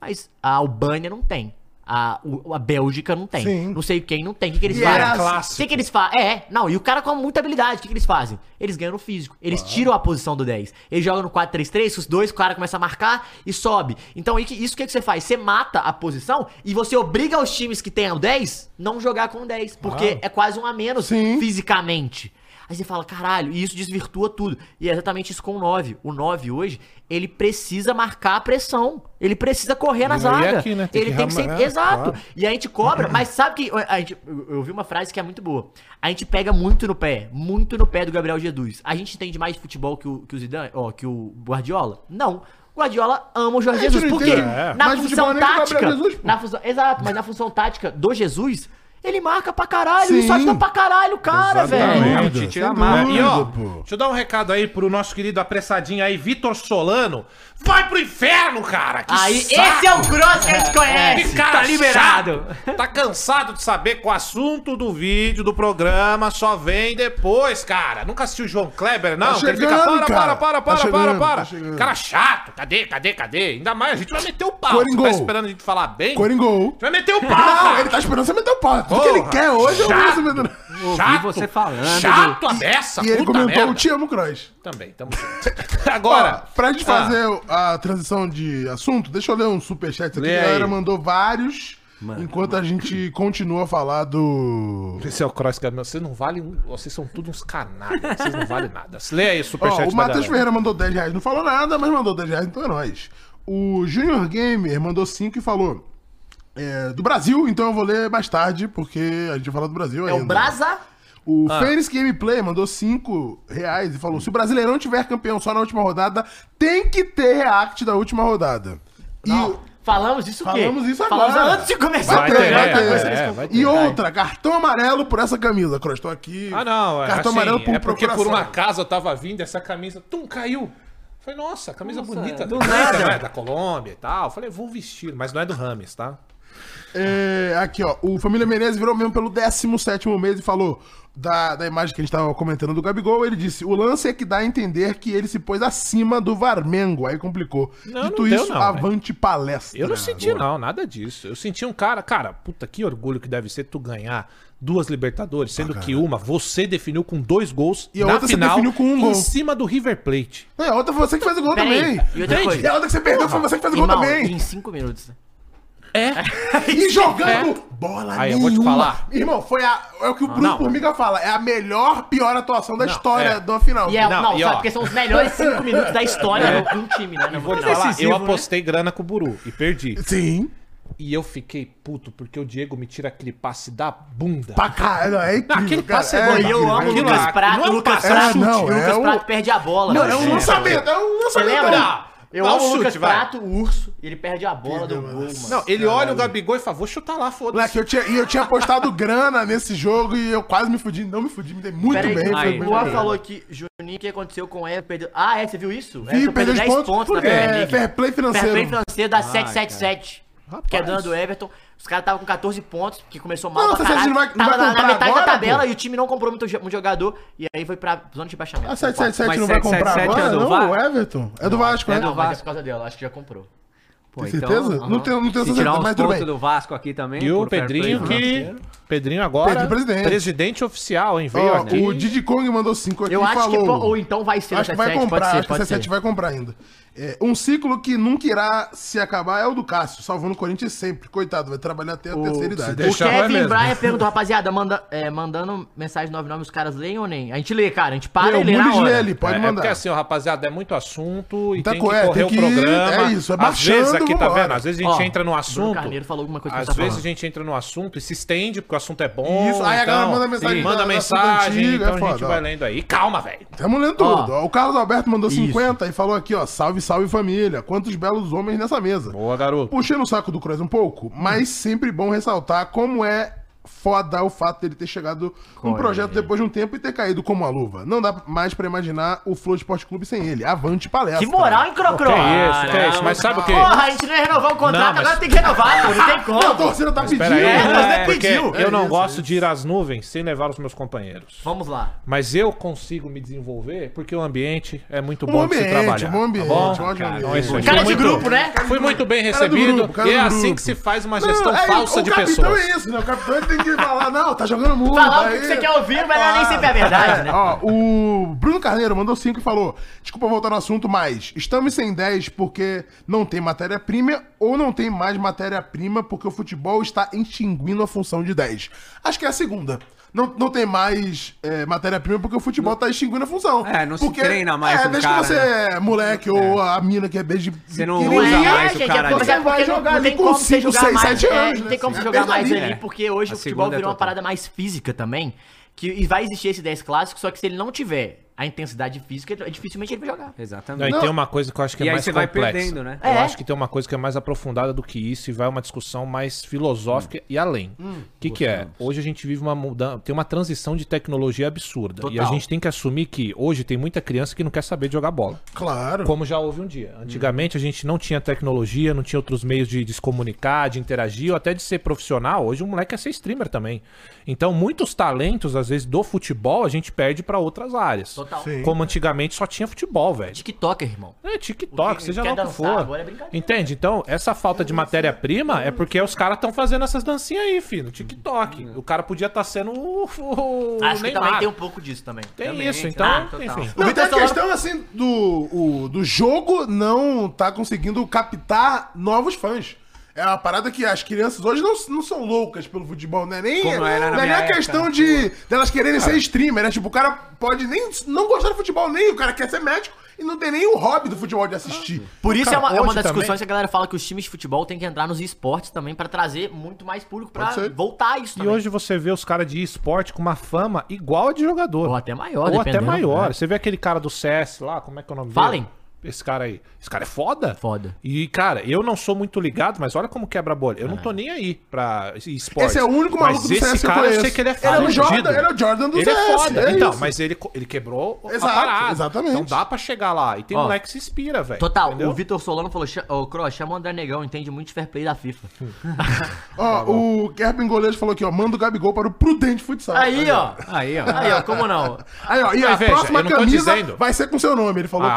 Mas a Albânia não tem. A, o- a Bélgica não tem.
Sim.
Não sei quem não tem. O que, que eles
E
fazem?
era
O que, que eles fazem? É, não. E o cara com muita habilidade. O que, que eles fazem? Eles ganham no físico. Eles tiram a posição do 10. Eles jogam no 4-3-3, os dois, o cara começa a marcar e sobe. Então, e que- isso o que, que você faz? Você mata a posição e você obriga os times que tenham 10 não jogar com 10. Porque é quase um a menos
Sim.
fisicamente. Aí você fala, caralho, e isso desvirtua tudo. E é exatamente isso com o 9. O 9 hoje, ele precisa marcar a pressão. Ele precisa correr na
E
é
zaga.
aqui, né? Tem
Ele
que
tem que ser.
ramar- é,
Exato.
claro.
E a gente cobra, mas sabe que. a gente- eu- eu vi uma frase que é muito boa. A gente pega muito no pé, muito no pé do Gabriel Jesus. A gente entende mais de futebol que o, que o Zidane, ó, que o Guardiola? Não. O Guardiola ama o Jorge
A gente
Jesus.
não
Por quê?
entende, é.
Na
Mas o futebol
função
nem que o Gabriel
tática.
Jesus, pô.
na função- exato, mas na função tática do Jesus, ele marca pra caralho.
Sim.
Ele só ajuda pra caralho o cara, velho.
É, o
Dúvida,
Tite
sem
é amado.
E ó,
Doido, pô.
deixa eu dar um recado aí pro nosso querido apressadinho aí, Vitor Solano. Vai pro inferno, cara! Que
Aí,
saco!
esse é o grosso que a gente
Que
conhece.
cara
tá liberado.
chato. Tá cansado de saber que o assunto do vídeo, do programa, só vem depois, cara. Nunca assistiu o João Kleber, não?
Tá
Que ele
chegando,
para, para,
cara.
para,
Tá
para, para,
chegando,
para.
tá chegando.
cara chato. Cadê, cadê, cadê? Ainda mais, a gente vai meter o pau.
Coringou.
Você tá esperando a gente falar bem?
Coringou.
A gente vai meter o pau,
Não,
cara.
ele tá esperando você meter o pau. Tudo que
Porra,
ele quer hoje é o
chato.
Wilson metendo.
Ouvi você falando.
Chato a dessa,
E ele comentou,
merda.
te amo, Cross.
Também, tamo junto. Agora...
Ó, pra gente
Ah,
fazer a transição de assunto, deixa eu ler um superchat aqui.
Lê
A
aí.
galera mandou vários, enquanto a gente continua a falar do...
Esse é o Cross que é meu. Vocês não valem. um- Vocês são tudo uns canalha. Vocês não valem nada. Lê aí o
Ó,
superchat
o
da
Matheus
galera.
Ferreira mandou 10 reais. Não falou nada, mas mandou 10 reais, então é nóis. O Junior Gamer mandou 5 e falou... é, do Brasil, então eu vou ler mais tarde, porque a gente vai falar do Brasil
É
ainda.
o Brasa.
O
Ah.
Fênix Gameplay mandou 5 reais e falou: se o Brasileirão tiver campeão só na última rodada, tem que ter react da última rodada.
Não, Falamos isso o quê?
Falamos isso
Falamos
agora.
antes de começar
Vai
o
ter,
programa.
vai ter,
Vocês
é,
confundem.
vai ter.
E, e outra, cartão amarelo por essa camisa. Cross, tô aqui.
Ah, não. É,
Cartão
assim,
amarelo por
é porque por
procuração.
um acaso eu tava vindo, essa camisa. Tum, caiu. Falei, nossa, camisa bonita.
do
bonita,
nada.
né? Da Colômbia e tal. Falei, vou vestir, mas não é do Rames, tá?
É, aqui, ó. O Família Menezes virou mesmo pelo 17 mês e falou da, da imagem que a gente tava comentando do Gabigol. Ele disse: o lance é que dá a entender que ele se pôs acima do Varmengo. Aí complicou.
Não,
Dito
não deu
isso,
não,
avante palestra.
Eu não senti, não, nada disso. Eu senti um cara, cara, puta, que orgulho que deve ser tu ganhar duas Libertadores, sendo que uma você definiu com dois gols
E a outra você
final
definiu com um
em
gol.
cima do River Plate.
É, a outra foi você que fez o gol
Peraí,
também.
e outra
Entende?
E
coisa.
a outra que você perdeu foi você que fez o gol
Irmão,
também.
em cinco minutos.
E jogando bola
Aí, eu
nenhuma.
vou te falar.
Irmão, foi a, é o que o Bruno
não.
Formiga fala. É a melhor, pior atuação da
Não,
história
é.
do final.
E é,
Não,
não,
e ó.
sabe, porque são os melhores cinco minutos da história de um time, né? Não
Vou te
Foi
falar,
decisivo,
eu apostei grana com o Buru e perdi.
Sim.
E eu fiquei puto porque o Diego me tira aquele passe da bunda.
Pra caralho. É
Não,
incrível,
aquele
cara.
passe é
é
gol.
E eu amo o
Aquilo
Lucas
lá,
Prato.
não é
O
um
Lucas
passe,
Prato,
não,
chute, o
é
Lucas
o-
Prato perde a bola.
Não,
velho.
é um lançamento. É um
Você
lançamento.
lembra? Eu
Dá
um
o
amo o Lucas
chute, vai.
Prato, o urso, e ele perde a bola do gol, mano.
Não, ele olha o Gabigol e fala, vou chutar lá, foda-se.
Moleque, eu tinha, e eu tinha apostado grana nesse jogo e eu quase me fudi. Não me fudi, me dei muito
Pera aí,
bem.
que
foi
o
bem
Juan
bem.
falou que Juninho, o que aconteceu com ele, perdeu... Ah, é, você viu isso?
Vi, perdeu os pontos.
na
porque
Premier
é,
League.
fair play financeiro.
né, Fair play financeiro
Ah,
da 777. Que é dona do Everton. Os caras estavam com 14 pontos, que começou mal
Não,
pra caralho.
777 não vai- não
tava
vai
na- na
comprar
metade
agora,
da tabela
pô?
e o time não comprou muito, jo- muito jogador. E aí foi pra zona de baixamento.
A 777 não
Mas
vai comprar
777 é
agora,
do
não?
Vasco?
O Everton? É do Vasco, né?
é do
Não, mas é
Vasco.
por causa dela, acho que já comprou.
Pô,
Tem
então,
certeza?
aham.
Não tenho- não tenho
Se
certeza,
tirar uns
mas tudo
pontos
bem.
do Vasco aqui também.
E o
por fair play né?
Pedrinho que...
financeiro.
Pedrinho agora...
Pedrinho, presidente.
oficial, hein? Veio
Ó,
aqui.
O Didi Kong mandou 5 aqui
Eu
e
acho que...
falou...
po- Ou então vai ser
acho que vai
777,
comprar,
pode
acho
ser,
que a
pode ser.
77 vai comprar ainda. É, um ciclo que nunca irá se acabar é o do Cássio, salvando o Corinthians sempre. Coitado, vai trabalhar até a terceira
deixa-
O
idade.
Deixar vai
Kevin
mesmo.
Bryan perguntou, rapaziada, manda, é, mandando mensagem 99, os caras leem ou nem? A gente lê, cara, a gente para
Meu,
e lê na
Mules
hora.
lê ali,
é,
pode
é
mandar.
porque assim, ó, rapaziada, é muito assunto e
Tá
tem que
co- é,
correr
tem
o
que-
programa.
é isso, é
Às vezes
baixando,
aqui, tá
vambora.
vendo? Às vezes a gente
Ó,
entra no
Bruno
assunto.
Carneiro falou alguma coisa que
Às
eu
vezes
tava
a
falando.
gente entra no assunto e se estende, porque o assunto é bom.
Isso, aí a galera manda mensagem
sim,
da-
Manda
da-
mensagem,
da- da-
então
antiga, é
a gente
foda,
vai
ó.
lendo aí. Calma, velho.
Estamos lendo tudo. Ó, o Carlos Alberto mandou 50 e falou aqui, ó, salve, salve família. Quantos belos homens nessa mesa.
Boa, garoto.
Puxando o saco do Kroos um pouco, mas sempre bom ressaltar como é foda o fato dele ter chegado num projeto depois de um tempo e ter caído como uma luva. Não dá mais pra imaginar o Flow Esporte Clube sem ele. Avante palestra.
Que moral, hein, Crocro?
Que isso, que isso. Mas sabe o quê?
Porra, a gente não ia renovar o contrato,
Não, mas-
agora tem que renovar, pô, não tem
A
como.
torcida tá pedindo.
Pera aí.
É, mas nem
porque
pediu.
eu
É
não
isso,
gosto de ir às nuvens sem levar os meus companheiros.
Vamos lá.
Mas eu consigo me desenvolver porque o ambiente é muito
Um
bom de se
ambiente,
trabalhar.
um ambiente,
tá bom?
um ótimo
Cara,
ambiente.
então é isso aí.
Cara
Fui
de
muito-
grupo, né?
Fui muito bem
Cara do
recebido
grupo, cara
e é
do
assim
grupo.
que se faz uma
Não,
gestão
aí,
falsa
o
de
capitão
pessoas.
é isso, né? O capitão ele tem que falar, não, tá jogando muito.
Falar o
aí. Ah,
que você quer ouvir, mas não é nem sempre a verdade, né?
Ó, o Bruno Carneiro mandou 5 e falou: Desculpa voltar no assunto, mas estamos sem 10 porque não tem matéria-prima ou não tem mais matéria-prima porque o futebol está extinguindo a função de 10. Acho que é a segunda. Não, não tem mais é, matéria-prima porque o futebol está extinguindo a função.
É, não se
porque,
treina mais
É,
um
desde
cara,
que você é moleque ou a mina que é desde.
Você não
Não
usa
pequenininha,
mais o cara ali.
porque-
Você vai
porque
jogar ali
tem
com
como
cinco,
você jogar
seis,
mais,
sete
é,
anos,
não
né?
tem como você
É
jogar mais
verdade,
ali,
é.
porque hoje
A
o futebol
segunda é
virou uma
total.
parada mais física também, que, e vai existir esse 10 clássico, só que se ele não tiver a intensidade física, ele- dificilmente ele vai jogar.
Não,
Exatamente.
e
Não.
tem uma coisa que eu acho que
E
é
aí
mais
você vai
complexa.
perdendo, né?
Eu
É.
acho que tem uma coisa que é mais aprofundada do que isso e vai uma discussão mais filosófica
Hum.
e além.
Hum.
O que, que é? Hoje a gente vive uma mudança, tem uma transição de tecnologia absurda. E a
Total.
gente tem que assumir que hoje tem muita criança que não quer saber de jogar bola.
Claro.
Como já houve um dia. Antigamente a gente não tinha tecnologia, não tinha outros meios de, de se comunicar, de interagir, ou até de ser profissional. Hoje o moleque quer ser streamer também. Então muitos talentos, às vezes, do futebol a gente perde pra outras áreas.
Total.
Sim.
Como antigamente só tinha futebol, velho.
TikToker, irmão.
É, TikTok,
O que-
seja
quer
lá o que
dançar,
for.
agora é brincadeira.
Entende? Então, essa falta de matéria-prima é porque os caras estão fazendo essas dancinhas aí, filho, no TikTok. O cara podia estar sendo o, o o
Uhum. Acho que
Neymar.
também tem um pouco disso também. Ah,
Tem
Também,
isso,
tem,
então,
total.
enfim.
Não,
Vitor
tem a
Solano-
questão assim do, o- do jogo não tá conseguindo captar novos fãs. É uma parada que as crianças hoje não, não são loucas pelo futebol, né? Nem,
Como era na
não é nem
minha
a
época.
questão de delas quererem ser streamer, né? Tipo, o cara pode nem não gostar de futebol, nem o cara quer ser médico e não tem nem o hobby do futebol de assistir.
Por isso
Cara,
é uma, é uma
hoje
das
também-
discussões que a galera fala que os times de futebol têm que entrar nos esportes também pra trazer muito mais público pra
Pode ser.
voltar a isso
E
também.
hoje você vê os caras de esporte com uma fama igual a de jogador.
Ou até maior,
Ou até
dependendo,
maior.
né?
Você vê aquele cara do CS lá, como é que é o nome
Fallen?
dele? esse cara aí. Esse cara é foda.
Foda.
E, cara, eu não sou muito ligado, mas olha como quebra a bolha.
Ah.
Eu não tô nem aí pra esporte.
Esse é o único maluco
mas
do CS
esse
que eu
cara, eu
conheço.
sei que ele é
Ele
foda.
é o Jordan-
fudido.
ele é o Jordan do
Ele é
CS,
foda.
é
então,
isso.
mas ele, co- ele quebrou
Exato,
a parada.
exatamente.
Então dá pra chegar lá. E tem
Ó.
moleque que se inspira, velho.
Total,
entendeu?
o Vitor Solano falou, "Cha- ô Cross, chama o André Negão, entende muito de fair play da FIFA.
Ó, o Kerpin Goleiro falou aqui, ó. Manda o Gabigol para o Prudente Futsal.
Aí, ó.
Aí, ó.
Aí, ó, como não?
Aí, ó. E
Ah,
a
veja,
próxima
eu não tô
camisa
dizendo.
vai ser com seu nome. Ele falou é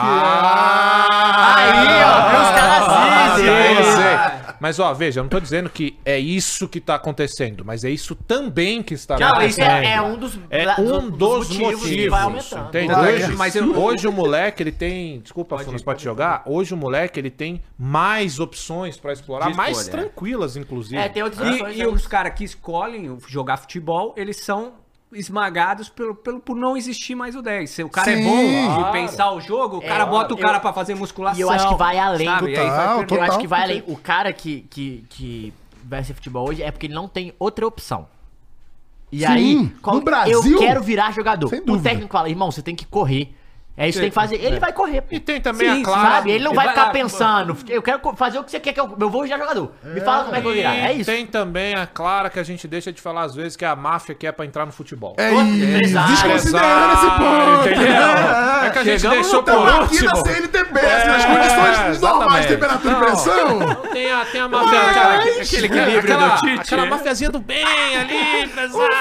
Ah!
Aí, ó, os caras assim. dizem.
Ah, eu
Eles-
sei. Mas, ó, veja, eu não tô dizendo que é isso que tá acontecendo, mas é isso também que está
Não,
acontecendo.
isso é, é um dos,
É
bla-
um dos, motivos,
que vai aumentando.
entende?
Não,
hoje,
mas eu-
hoje o moleque, ele tem... Desculpa, Funas, pode jogar? Hoje o moleque, ele tem mais opções pra explorar,
De
mais
escolha, é.
tranquilas, inclusive.
É, tem outras opções,
E, e
né?
os caras que escolhem jogar futebol, eles são esmagados pelo, pelo, por não existir mais o 10. Se o cara é
Sim.
bom
Claro.
de pensar o jogo, o cara
eu-
bota o cara
É, eu-
pra fazer musculação.
e eu acho que vai além
sabe?
do
E aí vai
tal,
perdendo.
total.
Eu acho que vai além. O cara que, que, que vai ser futebol hoje é porque ele não tem outra opção. E
Sim,
aí,
no Brasil,
eu quero virar jogador.
sem
O
dúvida.
técnico fala, irmão, você tem que correr. É isso que tem que fazer. Ele vai correr, pô.
E tem também
Sim,
a clara...
um- Sabe? Ele não
Ele
vai
vai
ficar
lá,
pensando. Eu quero co- fazer o que você quer que eu. Eu vou virar jogador. Me fala como é que eu vou virar. É
E
isso.
tem também a clara que a gente deixa de falar às vezes que é a máfia que é pra entrar no futebol.
que... É
Outro
isso.
empresário.
Desconsiderando esse ponto.
Entendeu? É que a gente
Chegamos
deixou
no
por
Estamos aqui na
último.
CNTB,
É,
nas assim, condições normais,
exatamente.
temperatura
Não.
e pressão.
Tem a,
É.
tem a máfia. aquela, aquele equilíbrio É, aquela, do Tite. é. Aquela mafiazinha do bem ali, empresário.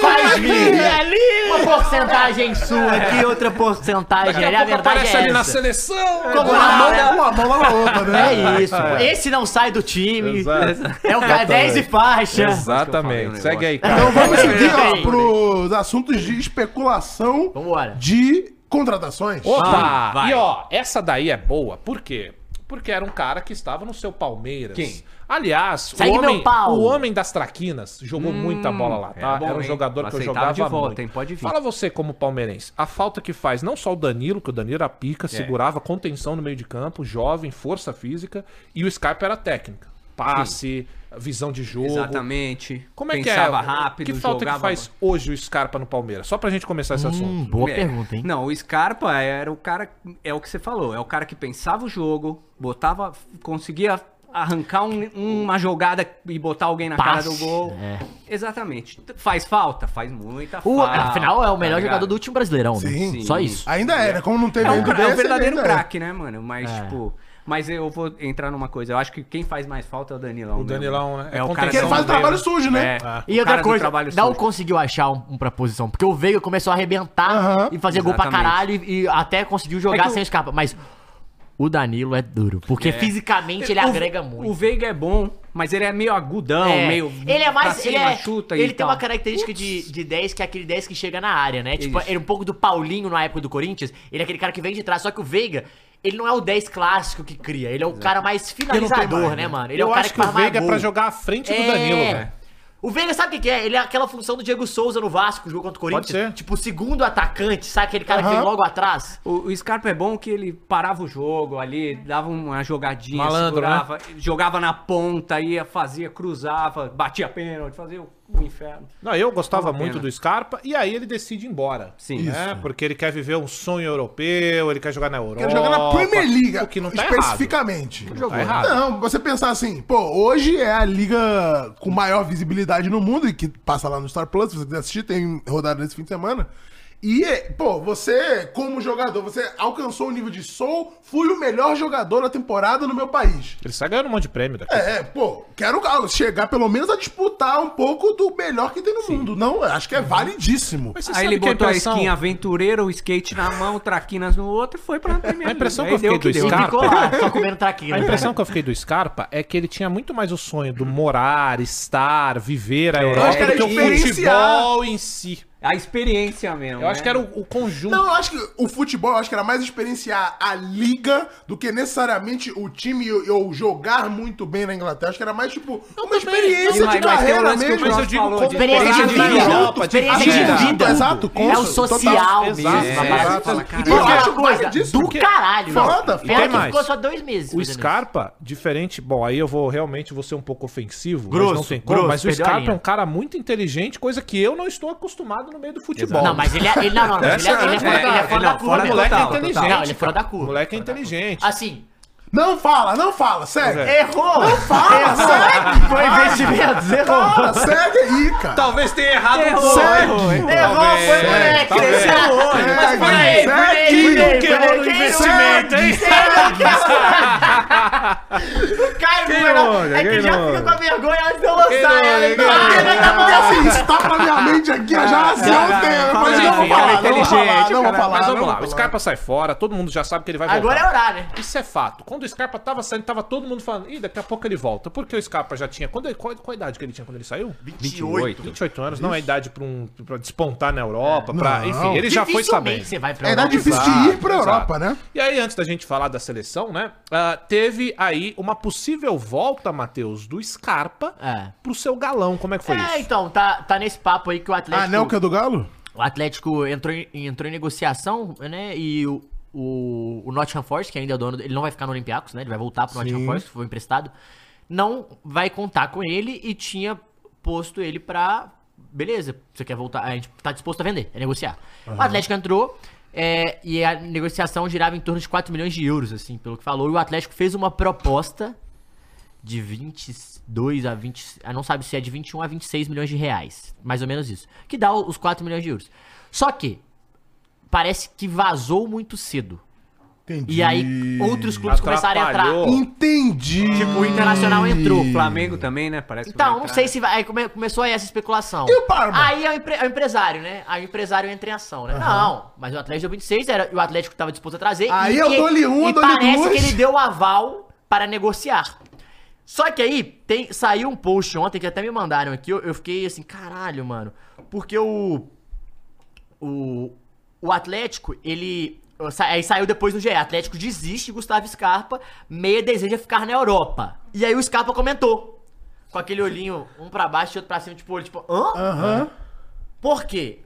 Faz mídia ali! Uma porcentagem sua aqui, outra porcentagem ali. A verdade
aparece
é
ali na
essa.
seleção.
Como
Uma
na mão-
mão, uma mão lá na outra, né?
É isso. Esse não sai do time.
Exato.
É o cara 10 e faixa.
Exatamente. Segue aí, cara.
Então vamos seguir, ó,
Bem.
pros assuntos de especulação
Vambora.
de contratações.
Opa!
Vai.
E ó, essa daí é boa. Por quê? Porque era um cara que estava no seu Palmeiras.
Quem?
Aliás, o
Segue meu
homem,
pau.
o homem das traquinas jogou muita bola lá, tá?
era Hum, é bom,
era um
hein?
jogador que eu
Aceitava
jogava
de volta,
muito.
hein? Pode vir.
Fala você como palmeirense, a falta que faz não só o Danilo, que o Danilo era
É.
pica, segurava contenção no meio de campo, jovem, força física, e o Scarpa era técnica. Passe, visão de jogo.
Exatamente.
Como é
Pensava
que é?
rápido,
que falta
jogava
que faz hoje o Scarpa no Palmeiras? Só pra gente começar esse assunto.
boa
É.
pergunta, hein?
Não, o Scarpa era o cara, é o que você falou, é o cara que pensava o jogo, botava, conseguia arrancar um- uma jogada e botar alguém na cara
Passe,
do gol.
é.
Exatamente. T- Faz falta? Faz muita
O,
falta.
afinal, é o melhor
tá
jogador
ligado?
do último brasileirão, né?
Sim.
Só isso.
Ainda é, né? Como não teve
É um,
ainda
cra- é um
desse,
verdadeiro
ainda é.
craque, né, mano? Mas,
É.
tipo. Mas eu vou entrar numa coisa. Eu acho que quem faz mais falta é o Danilão.
O
mesmo.
Danilão, né?
é,
É
o
contenção
cara
Porque ele faz o
dele.
trabalho sujo, né?
E
o cara
outra
do
coisa,
trabalho é
não
sujo.
conseguiu achar um, um pra posição. Porque o Veiga começou a arrebentar
Aham.
e fazer gol pra
Exatamente.
caralho e, e até conseguiu jogar
É que o-
sem escapa. Mas o Danilo é duro. Porque fisicamente ele
O-
agrega muito.
O Veiga é bom, mas ele é meio agudão,
É,
meio.
Ele é mais.
pra
ele
cima,
é-
chuta e
ele tem
tal.
uma característica de, de 10 que é aquele 10 que chega na área, né? Tipo,
Isso.
ele é um pouco do Paulinho na época do Corinthians. Ele é aquele cara que vem de trás. Só que o Veiga, ele não é o 10 clássico que cria. Ele é o cara mais finalizador, né, mano? Ele é
eu
o cara
acho que, o
faz mais
Veiga é
gol.
pra jogar à frente do
É.
Danilo, né? velho.
O Veiga sabe o que que é? Ele é aquela função do Diego Souza no Vasco, jogo contra o Corinthians.
ser.
Tipo, o segundo atacante, sabe? Aquele cara que vem
Aham.
logo atrás.
O, o Scarpa é bom que ele parava o jogo ali, dava uma jogadinha,
Malandro, né?
segurava, jogava na ponta, ia, fazia, cruzava, batia pênalti, fazia o, o inferno.
Não, eu gostava
Uma
muito
pena.
do Scarpa e aí ele decide ir embora.
Sim.
Né? Porque ele quer viver um sonho europeu, ele quer jogar na Europa.
Quer jogar na Premier League,
O que não tá errado.
especificamente.
Tá errado.
Não, você pensar assim, pô, hoje é a liga com maior visibilidade no mundo e que passa lá no Star Plus, se você quiser assistir, tem rodada nesse fim de semana. E, é, pô, você, como jogador, você alcançou o nível de sou, fui o melhor jogador da temporada no meu país.
Ele sai ganhando um monte de prêmio daqui.
É, pô, quero chegar pelo menos a disputar um pouco do melhor que tem no mundo. Não, acho que é validíssimo.
Uhum. Mas você
Aí
sabe que
ele botou a,
impressão-
skin aventureiro, o skate na mão, traquinas no outro e foi pra primeira.
A impressão
Liga.
que eu
Aí deu
fiquei do
deu.
E
Scarpa-
ficou lá, só comendo traquina.
A impressão que eu fiquei do Scarpa é que ele tinha muito mais o sonho do morar, estar, viver a Europa
acho que
do
era
que o
diferenciar.
futebol em si.
A experiência mesmo.
Eu acho
né?
que era o, o conjunto.
Não, eu acho que o futebol, eu acho que era mais experienciar a liga do que necessariamente o time ou ou jogar muito bem na Inglaterra. Acho que era mais, tipo, uma
E
experiência
mas-
de
mas tem um
carreira
lance que o
mesmo.
mas eu
Jorge
digo
falou
como
de
Experiência de
experiência
vida.
de
Europa, de
experiência de
vida.
vida.
Exato,
É o
consta,
social
total.
mesmo.
Exato,
a parada
exato.
social.
E
E
porque-
outra coisa,
disso,
do
porque-
caralho.
Foda,
E
Fera
tem
que
mais.
ficou só dois meses.
O
fazendo isso.
Scarpa, diferente. Bom, aí eu vou realmente vou ser um pouco ofensivo, mas
Grosso,
não tem como.
grosso,
mas o
perdeu a
Scarpa
linha.
é um cara muito inteligente, coisa que eu não estou acostumado no meio do futebol.
Não, mas ele é. Ele, não, não, mas ele, é, ele é fora, ele é fora da
não,
curva.
fora
o moleque
total,
é
total.
inteligente.
Não, ele é fora
cara.
da curva.
O moleque é inteligente.
Assim.
Não fala, não fala, sério.
É.
Errou! Não fala! Errou! Foi investimentos, errou!
Fala, segue aí,
Tá.
cara.
Talvez tenha errado
Errou, errou, errou.
Talvez,
foi moleque!
talvez.
Esse é o olho! Mas
Segue,
peraí, peraí,
segue.
peraí!
Queimou no
peraí,
investimento, hein?
O Caio
Quem
Moura
olha,
é que
quem
já
olha?
fica com a vergonha antes de eu lançar
Quem
ela.
olha, quem
então, ele
olha?
ainda
Porque
não-
assim, isso tá pra minha mente aqui, eu já assim, eu tenho. Mas não
é um
vou falar, não vou falar, não
Mas
vou falar. não
vamos
vou
lá, o
falar.
Scarpa sai fora, todo mundo já sabe que ele vai voltar.
Agora é horário, né?
Isso é fato. Quando o Scarpa tava saindo, tava todo mundo falando, ih, daqui a pouco ele volta. Porque o Scarpa já tinha. Quando, ele- qual, qual a idade que ele tinha quando ele saiu?
28.
28 anos, não é idade pra, um, pra despontar na Europa, pra,
Não.
enfim, ele já foi
Dificilmente
sabendo.
Você vai pra
É, dá
Europa.
difícil de ir pra
Exato,
Europa,
exato.
né?
E aí, antes da gente falar da seleção, né? ah, teve aí uma possível volta, Matheus, do Scarpa
É.
pro seu galão. Como é que foi
É,
isso?
então, tá, tá nesse papo aí que o Atlético.
Ah, não, que é do Galo?
O Atlético entrou em, entrou em negociação, né? E o, o, o Nottingham Forest, que ainda é dono, ele não vai ficar no Olympiacos, né? Ele vai voltar pro Nottingham Forest, que foi emprestado. Não vai contar com ele e tinha posto ele pra. Beleza, você quer voltar? A gente tá disposto a vender, é negociar. O Atlético entrou. é, e a negociação girava em torno de 4 milhões de euros, assim, pelo que falou. E o Atlético fez uma proposta de 22 a 20, ah, não sabe se é de 21 a 26 milhões de reais, mais ou menos isso, que dá os 4 milhões de euros. Só que parece que vazou muito cedo.
Entendi.
E aí outros clubes começaram a entrar.
Atrapalhou.
Entendi.
Tipo, o Internacional entrou.
O Flamengo também, né? Parece que
Então,
vai
não
entrar.
sei se vai. Aí come- começou aí essa especulação.
E o Parma?
Aí é o, empre- é o empresário, né? Aí o empresário entra em ação, né? Não, mas o Atlético deu 26, era, e o Atlético tava disposto a trazer.
Aí
e,
eu
e-
dou-lhe um,
e
eu dou-lhe
parece
duas.
que ele deu o aval para negociar. Só que aí tem, saiu um post ontem que até me mandaram aqui. Eu, eu fiquei assim, caralho, mano. Porque o. O, o Atlético, ele. sa- Aí saiu depois no GE. Atlético desiste, Gustavo Scarpa, meia deseja ficar na Europa. E aí o Scarpa comentou. Com aquele olhinho, um pra baixo e outro pra cima, tipo, olho, tipo, hã?
Aham.
Por quê?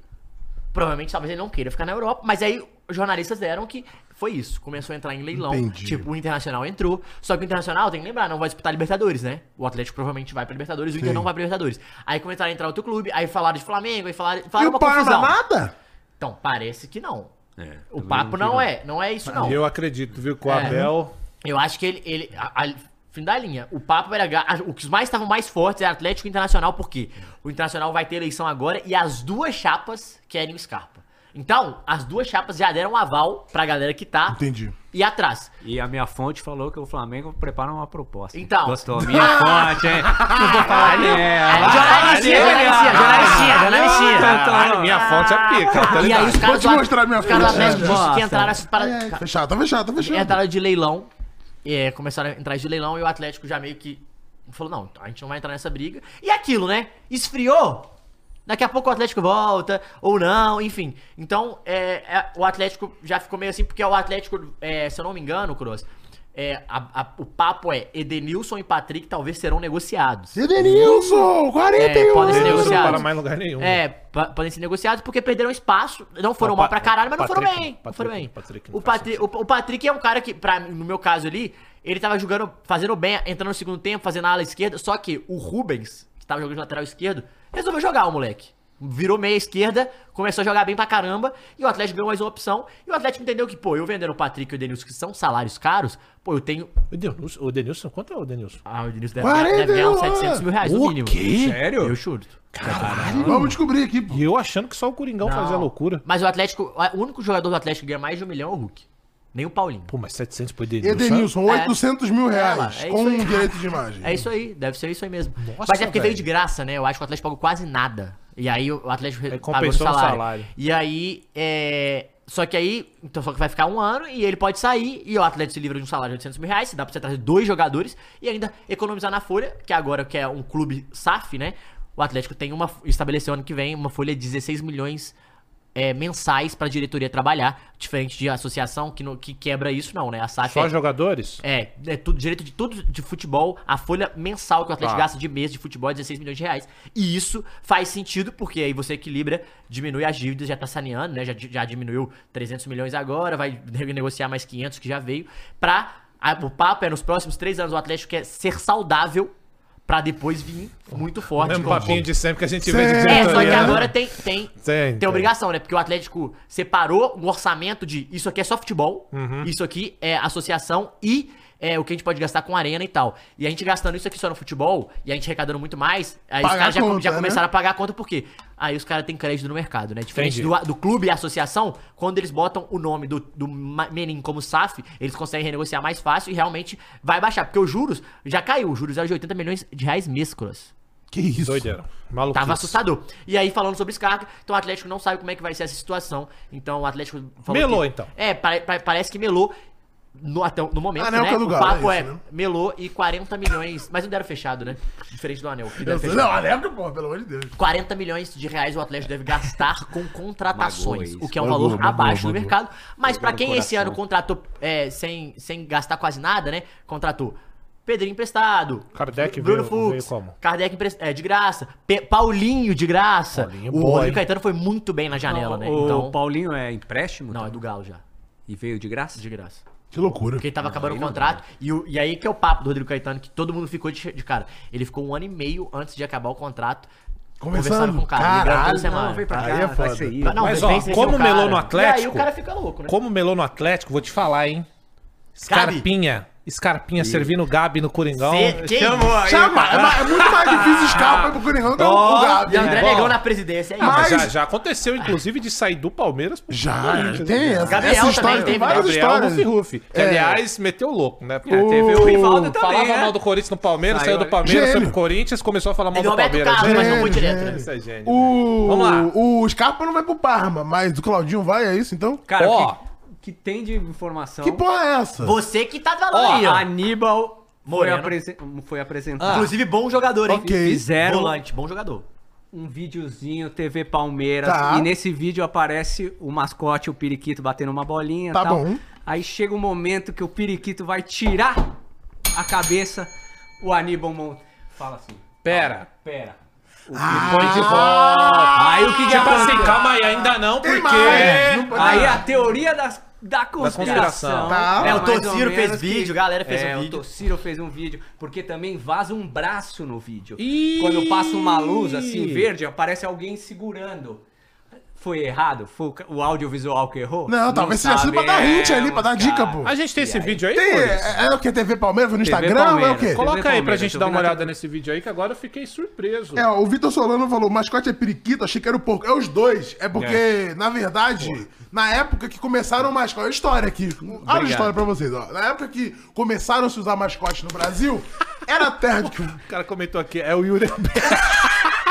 Provavelmente talvez ele não queira ficar na Europa, mas aí os jornalistas deram que foi isso. Começou a entrar em leilão.
Entendi.
Tipo, o Internacional entrou. Só que o Internacional, tem que lembrar, não vai disputar Libertadores, né? O Atlético provavelmente vai pra Libertadores, o Inter não vai pra Libertadores. Aí começaram a entrar outro clube, aí falaram de Flamengo, aí falaram,
E
falaram
o
uma
Parma
confusão.
nada?
Então, parece que não.
É,
O papo não é, não é isso não.
Eu acredito, viu, que o
É.
Abel.
Eu acho que ele. ele a- a- fim da linha. O papo era. ga- a- O que os mais estavam mais fortes era Atlético e Internacional, porque o Internacional vai ter eleição agora e as duas chapas querem o Scarpa. Então, as duas chapas já deram um aval pra galera que tá
Entendi.
e atrás.
E a minha fonte falou que o Flamengo prepara uma proposta.
Então.
Gostou? Minha fonte, hein? Não vou falar quem é.
É, jornalistinha, jornalistinha, jornalistinha, jornalistinha.
Caralho, minha fonte é pica. tá
E aí
ligado?
os caras
te mostrar minha
os caras do
fonte,
Atlético
né?
que entraram assim para.
É, fechado, tá fechado, tá fechado.
entraram de leilão. é, começaram a entrar de leilão e o Atlético já meio que falou: não, a gente não vai entrar nessa briga. E aquilo, né? Esfriou. Daqui a pouco o Atlético volta, ou não, enfim. Então, é, é, o Atlético já ficou meio assim, porque o Atlético, é, se eu não me engano, Cruz, é, a- a- o papo é Edenilson e Patrick talvez serão negociados.
Edenilson, 41
É,
Deus
podem ser
anos.
não
negociados.
para mais em lugar nenhum.
É, pa- podem ser negociados porque perderam espaço. Não foram
Ah,
mal
Pa-
pra caralho, mas não foram
Patrick-
bem. não
Patrick-
foram bem.
Patrick não
o,
faz
Patri- o- o Patrick é um cara que, pra, mim, no meu caso ali, ele tava jogando, fazendo bem, entrando no segundo tempo, fazendo a ala esquerda. Só que o Rubens, que tava jogando de lateral esquerdo, resolveu jogar o moleque. Virou meia esquerda, começou a jogar bem pra caramba. E o Atlético ganhou mais uma opção. E o Atlético entendeu que, pô, eu vendendo o Patrick e o Denilson, que são salários caros, pô, eu tenho.
O Denilson, o Denilson, quanto é o Denilson?
Ah, o Denilson deve, ganhar- deve
41
ganhar uns 700 mil reais no
O
mínimo.
quê?
Sério?
Eu chuto.
Vamos descobrir aqui, pô.
E eu achando que só o Coringão
Não.
fazia loucura.
Mas o Atlético, o único jogador do Atlético que ganha mais de um milhão é o Hulk. Nem o Paulinho.
Pô, mas 700 pro Denilson.
Edenilson, 800 mil
É,
reais
isso aí.
com direito de imagem.
É isso aí, deve ser isso aí mesmo.
Nossa,
Mas é porque
velho.
veio de graça, né? Eu acho que o Atlético pagou quase nada. E aí o Atlético re-
Aí
pagou
compensou
no
no
salário.
salário.
E aí, é... Só que aí, então só que vai ficar um ano e ele pode sair e o Atlético se livra de um salário de 800 mil reais, se dá pra você trazer dois jogadores e ainda economizar na folha, que agora que é um clube SAF, né? O Atlético tem uma, estabeleceu ano que vem uma folha de 16 milhões é, mensais pra diretoria trabalhar, diferente de associação que, no- que quebra isso não, né? A SAF
Só
é-
jogadores?
é, é tudo, direito de tudo de futebol, a folha mensal que o Atlético
Tá.
gasta de mês de futebol é 16 milhões de reais. E isso faz sentido, porque aí você equilibra, diminui as dívidas, já tá saneando, né? Já, di- já diminuiu 300 milhões agora, vai negociar mais 500 que já veio. Pra, a- o papo é nos próximos três anos o Atlético quer ser saudável pra depois vir muito forte.
É Mesmo
como-
papinho de sempre que a gente
Sim.
vê de né?
É,
diretoria.
só que agora tem, tem,
Tem,
tem,
tem.
obrigação, né? Porque o Atlético separou um orçamento de isso aqui é só futebol, isso aqui é associação e é, o que a gente pode gastar com arena e tal. E a gente gastando isso aqui só no futebol e a gente arrecadando muito mais, aí os
Pagar
caras já,
a conta,
já
né?
começaram a pagar a conta, por quê? Aí os caras têm crédito no mercado, né? Diferente
Entendi.
do, do clube e associação, quando eles botam o nome do, do Ma- Menin como SAF, eles conseguem renegociar mais fácil e realmente vai baixar. Porque os juros já caiu, os juros eram de 80 milhões de reais mesclas.
Que isso?
Doideira. Maluco.
Tava assustador. E aí, falando sobre descarga, então o Atlético não sabe como é que vai ser essa situação. Então o Atlético. falou
Melou,
que-
então.
É, pare- pare- parece que melou. No, até o- no momento,
Anel
né?
que é do
o
Galo,
papo
é
é,
isso, né?
melou e 40 milhões. Mas não deram fechado, né? Diferente do anel. que deram
Eu sei-
fechado.
Não, alegre, porra, pelo amor de Deus.
40 milhões de reais o Atlético deve gastar com contratações,
Magoa isso.
o que é um
Magoa,
valor
magoa,
abaixo
magoa.
do mercado. Mas pra
no
quem esse
coração.
ano contratou é, sem, sem gastar quase nada, né? Contratou Pedrinho emprestado,
Kardec
Bruno
veio- veio
Fux,
como?
Kardec emprest- é, de graça, Pe- Paulinho de graça.
Paulinho,
o
boa,
Rodrigo
hein?
Caetano foi muito bem na janela, né?
O
Então,
Paulinho é empréstimo?
não, é
tá?
do Galo já,
E veio de graça?
de graça.
Que loucura.
Porque ele tava acabando
aí
o
não né?
contrato. E, o- e aí que é o papo do Rodrigo Caetano, que todo mundo ficou de, de cara. Ele ficou um ano e meio antes de acabar o contrato.
Conversando?
com o cara. ligando
Caralho,
toda semana.
Ah, Não, veio pra
Aí
cá,
é
vai
foda.
sair.
Mas, não,
Mas,
vem
ó,
sem
como
ser o
melou
um cara.
no Atlético-
E aí o cara fica louco, né?
Como melou no Atlético, vou te falar, hein? Scarpinha. Scarpinha servindo o Gabi no Coringão.
Cê- que isso?
Chama, é, ma- é muito mais difícil escapar pro Coringão do que o Gabi.
E André
Bom.
Negão na presidência, é isso.
Ah, Mas já,
Mas-
já aconteceu, inclusive, de sair do Palmeiras pro
Já,
Corinthians,
tem
né?
essa,
Gabriel
essa
também
história, tem
teve,
várias
Gabriel
histórias.
Rufi Rufi. Que,
É.
aliás, meteu louco,
É,
né? Porque
O-
teve o
Rivaldo também,
Falava
né?
mal do Corinthians no Palmeiras, saiu,
Saiu,
do
né?
Palmeiras, foi
Gênio.
pro Corinthians, começou a falar mal
Teve
do
Roberto
é Palmeiras.
Carlos, mas não foi
Gênio,
direto.
gênio.
né?
Isso é gênio.
O...
Vamos lá.
O Scarpa não vai pro Parma, mas o Claudinho vai, é isso então?
Cara,
Ó.
o que, que tem de informação?
Que porra é essa?
Você que tá
Ó,
falando aí, ó.
Aníbal foi,
Moreno.
apresen- foi apresentar
Inclusive, bom jogador, hein?
Ok.
Fizeram-
Volante, bom jogador.
um videozinho TV Palmeiras
Tá.
e nesse vídeo aparece o mascote, o periquito batendo uma bolinha e
Tá
tal.
bom.
Aí chega o momento que o periquito vai tirar a cabeça, o Aníbal Monte fala assim:
Pera.
"Pera".
Põe
Ah.
de volta.
Aí o que que
Tipo assim,
acontece?
calma aí, ainda não,
Ah, Tem
porque...
mais, não pode-
Aí a teoria das- da
conspiração.
conspiração.
Tá.
É, o
mais ou
Tociro fez
menos
vídeo, a galera fez
é,
um
o
vídeo.
Tociro fez um vídeo, porque também vaza um braço no vídeo.
Ih!
Quando passa uma luz assim verde, aparece alguém segurando. Foi errado? Foi o ca- o audiovisual que errou?
Não, talvez seja sido pra dar hint ali, pra dar dica, pô.
A gente tem esse vídeo aí,
Tem,
Boris?
é, é o que? TV Palmeiras? Foi no
TV
Instagram?
Palmeiras.
É o quê?
Colo-
Coloca aí pra
Palmeiras,
gente
eu
dar
vi
uma
na
olhada
TV.
nesse vídeo aí, que agora eu fiquei surpreso.
É, ó, o Vitor Solano falou, mascote é periquito, achei que era o porco. É os dois. É porque, na verdade, na época que começaram o mascote... História aqui. Olha a história pra vocês, ó. Na época que começaram a se usar mascote no Brasil, era a terra de...
O cara comentou aqui, é o Yuri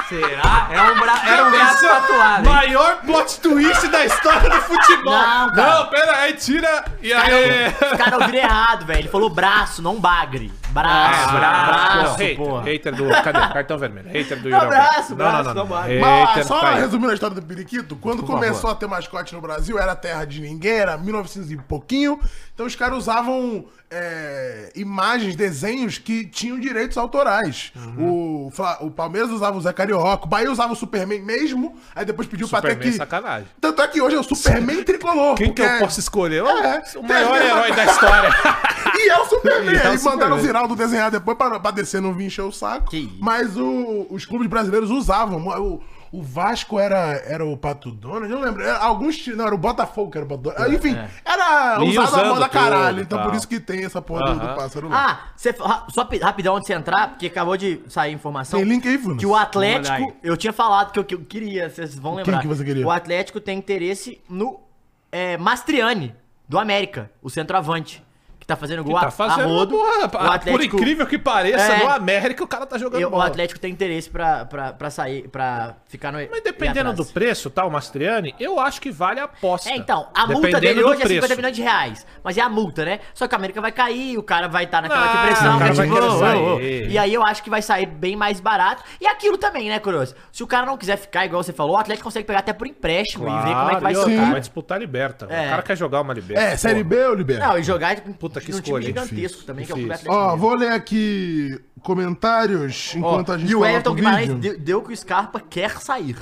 Será? É um bra... Era um braço
Esse é o
tatuado. hein?
Maior plot twist da história do futebol.
Não, cara.
pera aí, tira. E aí.
Os caras ouviram errado, velho. Ele falou braço, não bagre. Braço, Ah, braço,
hater,
porra.
Ah, hater do. Cadê? Cartão vermelho. Hater do Yuri
Não, braço,
Alberto.
braço,
Hater
não vale.
Mas,
tá
só
aí.
resumindo a história do periquito, quando começou a ter mascote no Brasil, era terra de ninguém, era 1900 e pouquinho. Então os caras usavam é, imagens, desenhos que tinham direitos autorais.
Uhum.
O, Fla- o Palmeiras usava o Zé Carioca, o Bahia usava o Superman mesmo, aí depois pediu pra ter
Superman,
que...
sacanagem.
Tanto é que hoje é o Superman tricolor.
Quem que é
porque-
eu posso escolher?
É.
O maior herói da história.
e é o Superman.
E é o
Aí mandaram
Superman.
o Ziraldo desenhar depois pra, pra descer não vir encher o saco.
Que isso.
Mas o- os clubes brasileiros usavam. O, o Vasco era, era o Pato Donald, eu não lembro. Era alguns times. Não, era o Botafogo que era o Pato Donald. Enfim, era
É. E
usado a
usando
moda caralho.
tudo,
Então
tal.
por isso que tem essa porra do- do,
Aham.
pássaro lá.
Ah, cê, ra- só pi- rapidão antes de você entrar, porque acabou de sair a informação.
Tem link aí,
então
Funas?
Que o
Vamos
Atlético,
olhar
eu tinha falado que eu, que eu queria, vocês vão lembrar.
que você queria?
O Atlético tem interesse no é, Mastriani, do América, o centroavante, que tá fazendo gol a-
Tá
a
fazendo uma
rodo.
boa-
O
Por
Atlético,
incrível que pareça,
É.
no América o cara tá jogando
eu- o
bola.
Atlético tem interesse pra, pra, pra sair, pra ficar no.
Mas dependendo do
preço.
preço, tal, Mastriani, eu acho que vale a aposta.
É, então, a multa
Dependendo
dele
do
hoje é 50
preço.
milhões de reais. Mas é a multa, né? Só que a América vai cair, o cara vai estar naquela
Ah,
depressão.
o cara
que é
vai querer
ô, ô, ô.
sair.
E aí eu acho que vai sair bem mais barato. E aquilo também, né, Coroas? Se o cara não quiser ficar, igual você falou, o Atlético consegue pegar até por empréstimo e ver como é que vai
Claro, e outra,
jogar.
vai disputar a liberta.
É.
O cara quer jogar uma liberta.
é, Série B ou Liberta?
Não, e jogar com puta
que escolha,
gigantesco também, que é o
difícil.
Atlético.
Ó,
Mineiro.
vou ler aqui comentários
Ó,
enquanto a gente
E o
coloca
Everton
vídeo.
Guimarães deu, deu que o Scarpa quer sair.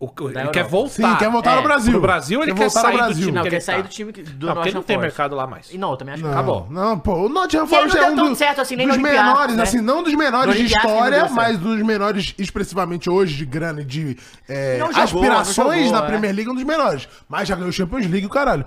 O- o- ele
Europa.
quer voltar.
Sim, quer voltar
É,
no Brasil.
Pro Brasil, ele quer,
voltar
sair
ao
do time.
Não,
que
quer
ele
sair
tá.
do time que- do
Não, porque não tem
Nottingham Forest.
mercado lá mais.
E Não, eu também acho
Não,
que acabou.
Não, pô, o Nottingham
E aí não
Forest é
deu
um
tão
dos,
certo assim, nem
dos
no Olympiaco,
menores,
né?
assim, não dos menores
No
de
Olympiaco não deu
história,
certo.
mas dos menores expressivamente hoje de grana e de é,
Não jogou, não
aspirações
jogou,
na
é.
Premier League, um dos menores. Mas já ganhou Champions League, o caralho.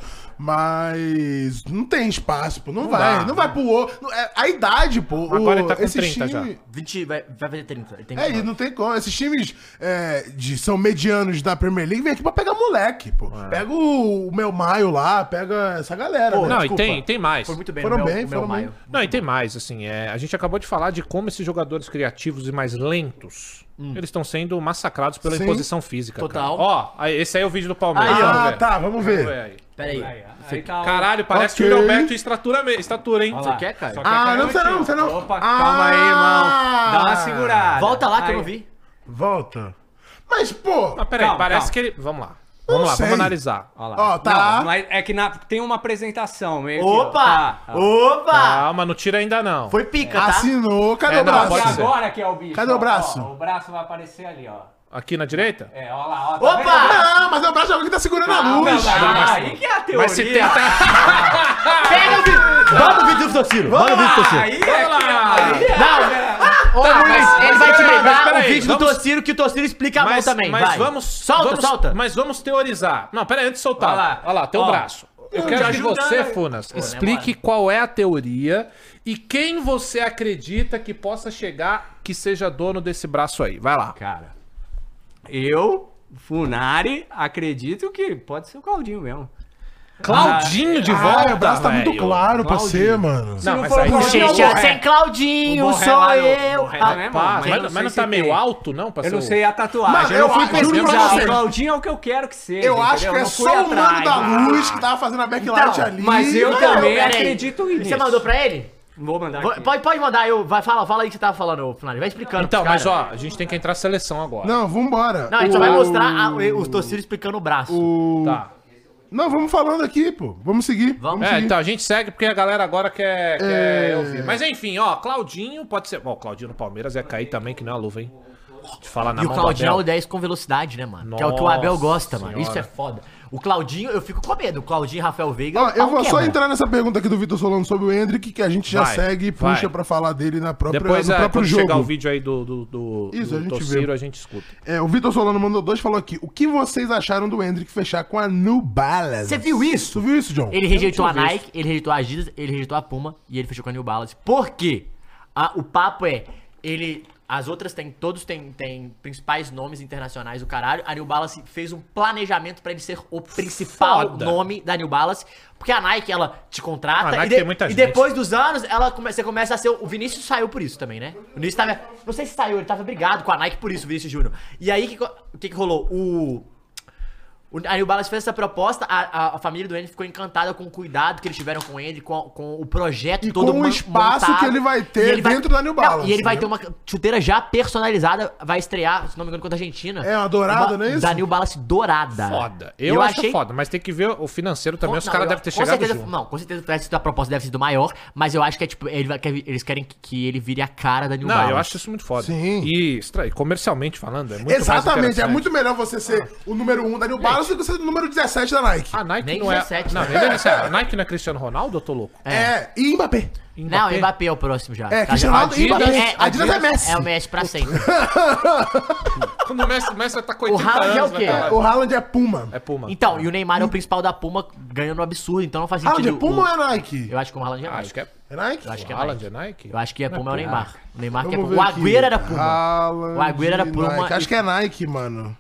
Mas não tem espaço, pô, não, vai,
dá. né?
não vai pro O. não- é, a idade, pô. o-
Agora ele tá com
esses
30 já.
20, vai, vai fazer 30. ele tem
É,
que-
e não tem como. Esses times é, de, são medianos da Premier League, vem aqui pra pegar moleque, pô.
É.
Pega o, meu Maio lá, pega essa galera. né?
Não, e
Desculpa.
tem, tem mais.
Foi muito bem,
Foram
o
bem,
o
foram bem.
Maio.
Não, e tem mais, assim, é, a gente acabou de falar de como esses jogadores criativos e mais lentos, eles estão sendo massacrados pela
Sim.
imposição física. cara.
Hum. Total.
Ó, aí- esse aí é o vídeo do Palmeiras.
Aí, ó.
vamos
Ah,
ver.
tá, vamos ver.
Vamos aí.
Pera aí.
Aí, aí tá o-
Caralho, parece
Ok.
que o Gilberto em estatura, me- estatura, hein?
Olha
Você
lá.
quer, cara?
Só que
Ah,
é
não, você não, você não.
Opa,
Ah!
calma aí, irmão. Dá uma segurada.
Volta lá que eu
Aí.
não vi.
Volta. Mas, pô.
Mas peraí,
Calma,
parece
calma.
que ele... Vamos lá. Vamos lá,
sei.
vamos analisar.
Olha lá.
Ó, tá.
Não, mas é que na- tem uma apresentação meio que, ó,
Opa!
tá.
Opa!
Calma, não tira ainda não.
Foi pica, tá?
Assinou, cadê
É,
o
não,
braço?
E
pode ser.
agora que é o bicho.
Cadê o
ó,
braço?
ó, o braço vai aparecer ali, ó.
Aqui na direita?
É, ó lá, ó.
Opa!
Ah, mas é o braço de alguém que tá segurando a luz.
Ah, aí que é a teoria.
Mas se tenta...
Pega o vídeo!
Bota o vídeo do Tocilo. Bota o vídeo do Tocilo.
Aí é que é- aí é-
Tá, mas ele vai te
peraí, mas
mandar o
peraí,
vídeo do
vamos-
Tociro, que o Tociro explica a mão
Mas,
também.
mas
vai.
vamos...
Solta,
vamos-
solta.
Mas vamos teorizar. Não, peraí, antes de soltar. Olha
Olha
lá,
lá.
tem o
Ó.
braço. Eu quero que
ajudando
você,
aí.
Funas,
né,
explique qual é a teoria e quem você acredita que possa chegar que seja dono desse braço aí. Vai lá.
Cara, eu, Funari, acredito que pode ser o Claudinho mesmo.
Claudinho de volta,
Ah, o braço tá muito
velho.
claro pra ser, mano.
Não,
não
mas
for
aí...
o Claudinho,
Gente,
Bochecha
eu vou- É.
sem Claudinho,
um O Borré
sou
lá no-
eu.
Borré
Ah,
também, mano.
Pá,
Quem
mas,
não
mas
é
não
sei
tá
se
meio
tem.
alto, não? pra
Eu
ser
não
o-
sei a tatuagem.
Mano, eu
não
fui
faço
juro
pra
pesquisa.
você.
O Claudinho é o que eu quero que seja.
Eu acho
entendeu?
que é
não fui
só o mano
atrás, né?
da
mano.
luz que tava fazendo a backlight
Então,
ali.
mas eu
Não,
também-
pera aí.
acredito nisso.
Você mandou pra ele?
Vou mandar
Vou-
aqui.
Pode, pode mandar, eu. Vai, fala, fala aí que você tava falando, ô, Funari. Vai explicando.
Então,
pros
mas
cara.
ó, a gente tem que entrar a seleção agora.
Não, vambora.
Não, a gente só
O-
vai mostrar a, o, o Tociro explicando o braço.
Tá.
Não, vamos falando aqui, pô. Vamos seguir.
Vamos.
É, então a gente segue porque a galera agora quer, quer
É.
ouvir. Mas enfim, ó, Claudinho pode ser. Bom, o Claudinho no Palmeiras ia cair também, que não é a luva, hein? De falar na
E o
mão
Claudinho é
do
o
Abel.
10 com velocidade, né, mano? que é o que o Abel gosta, mano.
Senhora.
Isso é foda. O Claudinho, eu fico com medo. O Claudinho e Rafael Veiga.
Ó,
o
eu
pau
vou só
quebra.
entrar nessa pergunta aqui do Vitor Solano sobre o Hendrick, que a gente já
Vai,
segue e
vai.
puxa pra falar dele na própria,
Depois,
no
é,
próprio
quando
jogo.
chegar o vídeo aí do, do, do,
Isso,
do
a gente
Tociro,
vê.
a gente escuta.
É, o Vitor Solano mandou dois falou aqui. O que vocês acharam do Hendrick fechar com a New Balance?
Você viu isso?
Tu viu isso, John?
Ele rejeitou a Nike, ele rejeitou a Adidas, ele rejeitou a Puma e ele fechou com a New Balance. Por quê? Ah, o papo é, ele. As outras têm, todos têm, têm principais nomes internacionais do caralho. A New Balance fez um planejamento pra ele ser o principal
Foda.
nome da New Balance. Porque a Nike, ela te contrata.
A Nike
e, de-
tem muita
e
gente.
depois dos anos, ela come- você começa a ser. O Vinícius saiu por isso também, né? O Vinícius tava. Não sei se saiu, ele tava brigado com a Nike por isso, o Vinícius Júnior. E aí, o que, co- o que, que rolou? O. O- A New Balance fez essa proposta, a, a- a família do Henry ficou encantada com o cuidado que eles tiveram com ele, com, com o projeto
E
todo
com o
mon-
espaço que ele vai ter
E
dentro da New Balance,
e ele vai
né?
ter uma chuteira já personalizada, vai estrear, se não me engano, contra a Argentina.
É, uma dourada, não é isso?
Da New Balance dourada.
Foda. Eu, acho foda, mas tem que ver o financeiro também. os
Não,
caras
eu-
devem ter
com
chegado
certeza,
junto.
Não, com certeza deve ter sido- a proposta deve ter sido maior, mas eu acho que é tipo, ele vai- que eles querem que- que ele vire a cara da New
Não,
Balance.
eu acho isso muito foda.
Sim.
E extra- e comercialmente falando, é muito mais
Exatamente, é
interessante.
muito melhor você ser o número 1 um
É.
da New Balance do que ser o número 17 da Nike.
A Nike
Nem
não é.
17,
não,
né?
nem 17. A Nike não é Cristiano Ronaldo, eu tô louco.
é. e Mbappé.
Não, o Mbappé é o próximo já.
É,
Tá,
Cristiano Ronaldo e
Adidas-
Mbappé.
É,
Adidas é Messi.
É o Messi pra sempre.
Quando o Messi, o Messi tá com
O
80
Haaland é
anos,
o
né,
quê?
cara?
O Haaland é Puma.
É Puma.
Então, e o Neymar é o principal da Puma, ganhando um absurdo, então não faz
Haaland
sentido.
é Puma
o...
ou é Nike?
Eu acho que o Haaland é
Ah, acho
Nike.
que é.
É Nike?
Eu acho que é
Haaland
Nike.
é Nike?
Eu acho que é Puma é o Neymar. O Neymar que é
Vamos
Puma. O
ver aqui. Ah,
Agüero era Puma.
Haaland
O Agüero era
e
Puma
Nike.
e-
Acho que é Nike, mano.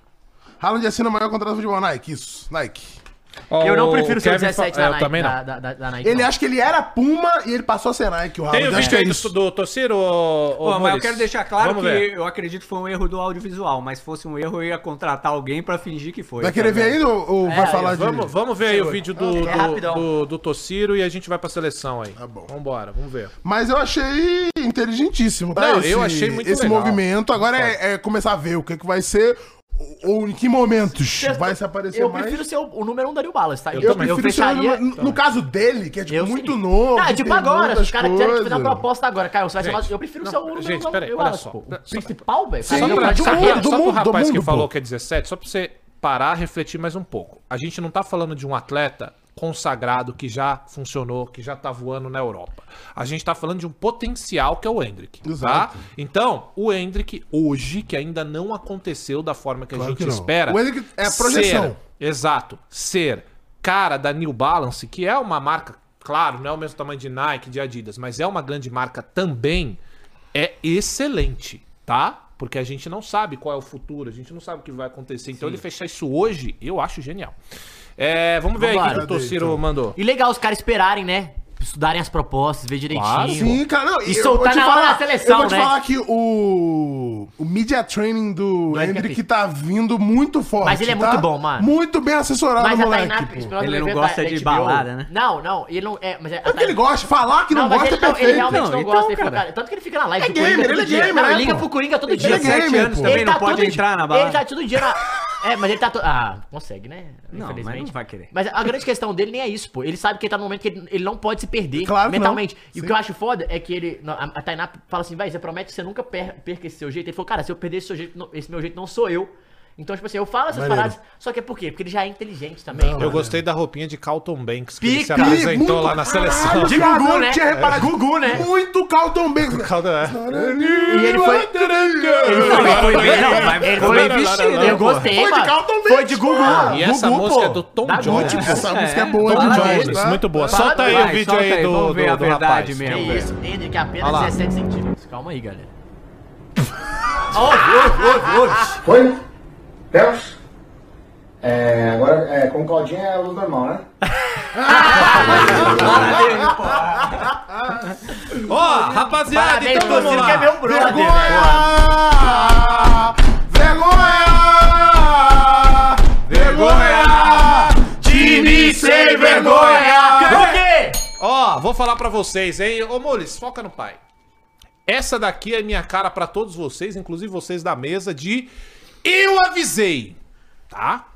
Haaland assina o maior contrato de futebol. Nike, isso. Nike.
Ó,
Eu não
o
prefiro ser o
Kevin fa-
17 da tá?
Eu
Nike.
também não.
da, da, da, da Nike
Ele
é, não.
acha que ele era Puma e ele passou a ser Nike, o
Tem
Haaland.
o
Acho
vídeo
que é
aí do,
isso.
do Tociro, ô, ô,
Pô, mas eu
Maurício?
quero deixar claro
Vamos
que
ver.
eu acredito que foi um erro do audiovisual, mas se fosse um erro eu ia contratar alguém pra fingir que foi. tá
Vai querer ver ainda ou, ou vai
É,
falar
Vamos,
de...
vamos ver aí o vídeo do,
É
do,
rapidão.
do, do Tociro e a gente vai pra seleção aí. Tá
bom.
Vambora, vamos ver.
Mas eu achei inteligentíssimo, tá?
Não, eu achei muito
Esse
legal. Tá.
movimento. Agora é, é começar a ver o que, que vai ser ou- ou em que momentos vai se aparecer
Eu
mais.
prefiro ser o, o número um da New Balance, tá?
Eu
Eu
também.
prefiro ser... No, no caso dele, que é tipo,
eu
muito
seria.
novo.
Ah, tipo
tem
agora, se
muitas
os caras tiveram que fazer uma
coisas.
proposta agora, Caio. Você vai
Gente,
ser, eu prefiro
não,
ser o número
gente,
um da
peraí,
New
olha
Balance,
só.
pô. O
Só-
principal, velho.
Sim,
Só um
Caralho,
pra,
do
sabe,
mundo, do
só pro
mundo, do
rapaz que
mundo,
falou
pô.
que é 17, só pra você parar, refletir mais um pouco. A gente não tá falando de um atleta consagrado que já funcionou, que já tá voando na Europa. A gente tá falando de um potencial que é o Hendrick,
Exato.
tá? Então, o Hendrick hoje que ainda não aconteceu da forma que a
Claro
gente
que não.
espera.
O Hendrick é a projeção.
ser- Exato. Ser cara da New Balance, que é uma marca, claro, não é o mesmo tamanho de Nike, de Adidas, mas é uma grande marca também, é excelente, tá? Porque a gente não sabe qual é o futuro, a gente não sabe o que vai acontecer. Então ele fechar isso hoje, eu acho genial. É, vamos ver aí o
Vambora.
que o Tociro mandou.
E legal os caras esperarem, né? Estudarem as propostas, ver direitinho.
Sim, cara. Não,
E
eu
soltar
vou te
na hora
falar-
da seleção,
Eu vou te
né?
falar que o,
é
o media training do,
Do
Hendrick
FFP.
tá vindo muito forte.
é Mas ele é
tá?
muito bom, mano.
Muito bem assessorado,
Mas a
moleque.
Tainá,
pô.
esperando
Ele
o
não
evento
gosta
da-
de
da HBO.
balada, né?
Não, não, ele não. É, mas é, a
É que ele
Tainá-
gosta, falar que não,
Não, mas ele,
gosta é
não,
perfeito.
ele realmente
Não,
não
então,
gosta. Ele fica,
cara.
cara, tanto que ele fica na live
É
do Coringa
gamer,
todo
ele é
dia.
gamer,
Não,
né,
ele fica
pô?
pro Coringa todo
Ele
dia. tá
é gamer, pô.
também não pode
todo
entrar
dia-
na balada.
Ele tá todo dia na... É, mas ele tá... to- Ah, consegue, né?
Não, mas não vai querer.
Mas a grande questão dele nem é isso, pô. Ele sabe que ele tá no momento que ele, ele não pode se perder
Claro que
mentalmente.
não.
E
Sim.
o que eu acho foda é que ele... não, A, a Tainá fala assim, vai, você promete que você nunca per- perca esse seu jeito. Ele falou, cara, se eu perder esse, seu jeito, não- esse meu jeito, não sou eu. Então, tipo assim, eu falo essas
Maneiro.
paradas, só que é por quê? Porque ele já é inteligente também.
Eu gostei da roupinha de Carlton Banks que ele se
Pica!
apresentou
Muito
lá na seleção.
caralho,
De
cara,
Gugu,
eu
né?
tinha reparado.
É. Gugu, né?
Muito Carlton Banks.
Caldo, é.
E
ele foi-
Ele
Não, ele foi bem,
Não,
não,
mas
ele
foi
foi
bem
vestido.
vestido,
Eu
pô.
gostei,
Foi de
mano.
Carlton
Foi
Banks,
de Gugu.
E essa
Gugu,
música
pô.
é do Tom
Dá
Jones.
Gugu.
Essa
É,
música é boa
fala
demais,
dele.
tá?
Muito boa.
Fala
Solta aí
dele.
o
Vai,
vídeo
solta
aí
aí,
do,
vamos ver
do,
a
do rapaz.
verdade mesmo.
Que
Não, velho.
isso, Hendrick,
Olha
apenas
lá.
17 centímetros. Calma aí, galera. Ouve, ouve, ouve, ouve.
Oi? Deus? É, agora é, com caldinha é luz normal, né?
Ó,
Tá,
rapaziada,
Parabéns,
então vamos
torcida,
lá.
que é meu brother. velho.
Vergonha! Vergonha! Vergonha! Time sem vergonha!
Por quê?
Ó, vou falar pra vocês, hein? Ô, Mules, foca no pai. Essa daqui é minha cara pra todos vocês, inclusive vocês da mesa, de eu avisei, tá?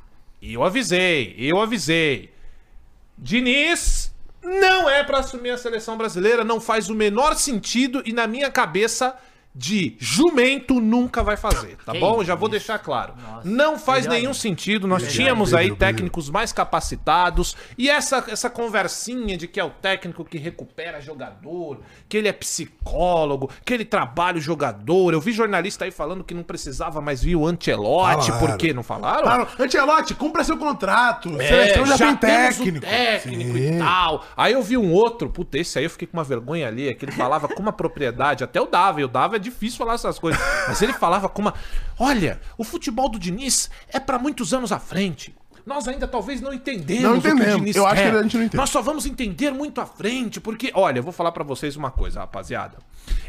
Eu avisei, eu avisei. Diniz não é pra assumir a seleção brasileira, não faz o menor sentido e na minha cabeça de jumento nunca vai fazer, tá
Que
bom? Já vou deixar claro. não faz nenhum sentido. Nós tínhamos aí técnicos mais capacitados e essa, essa conversinha de que é o técnico que recupera jogador, que ele é psicólogo, que ele trabalha o jogador. Eu vi jornalista aí falando que não precisava mais vir o Ancelotti,
Falaram.
por quê? Não falaram?
Claro, Antelote, cumpra seu contrato.
É,
Seleção já, tem
temos
técnico.
Um técnico
Sim.
e tal. Aí eu vi um outro, puta, esse aí eu fiquei com uma vergonha ali, é que ele falava com uma propriedade, até eu dava, eu dava, é difícil falar essas coisas. Mas ele falava com uma. Olha, o futebol do Diniz é pra muitos anos à frente. Nós ainda talvez não entendemos,
Não
o que o
entendemos.
Diniz
Eu acho
quer.
que a gente não entende.
Nós só vamos entender muito à frente, porque, olha, eu vou falar pra vocês uma coisa, rapaziada.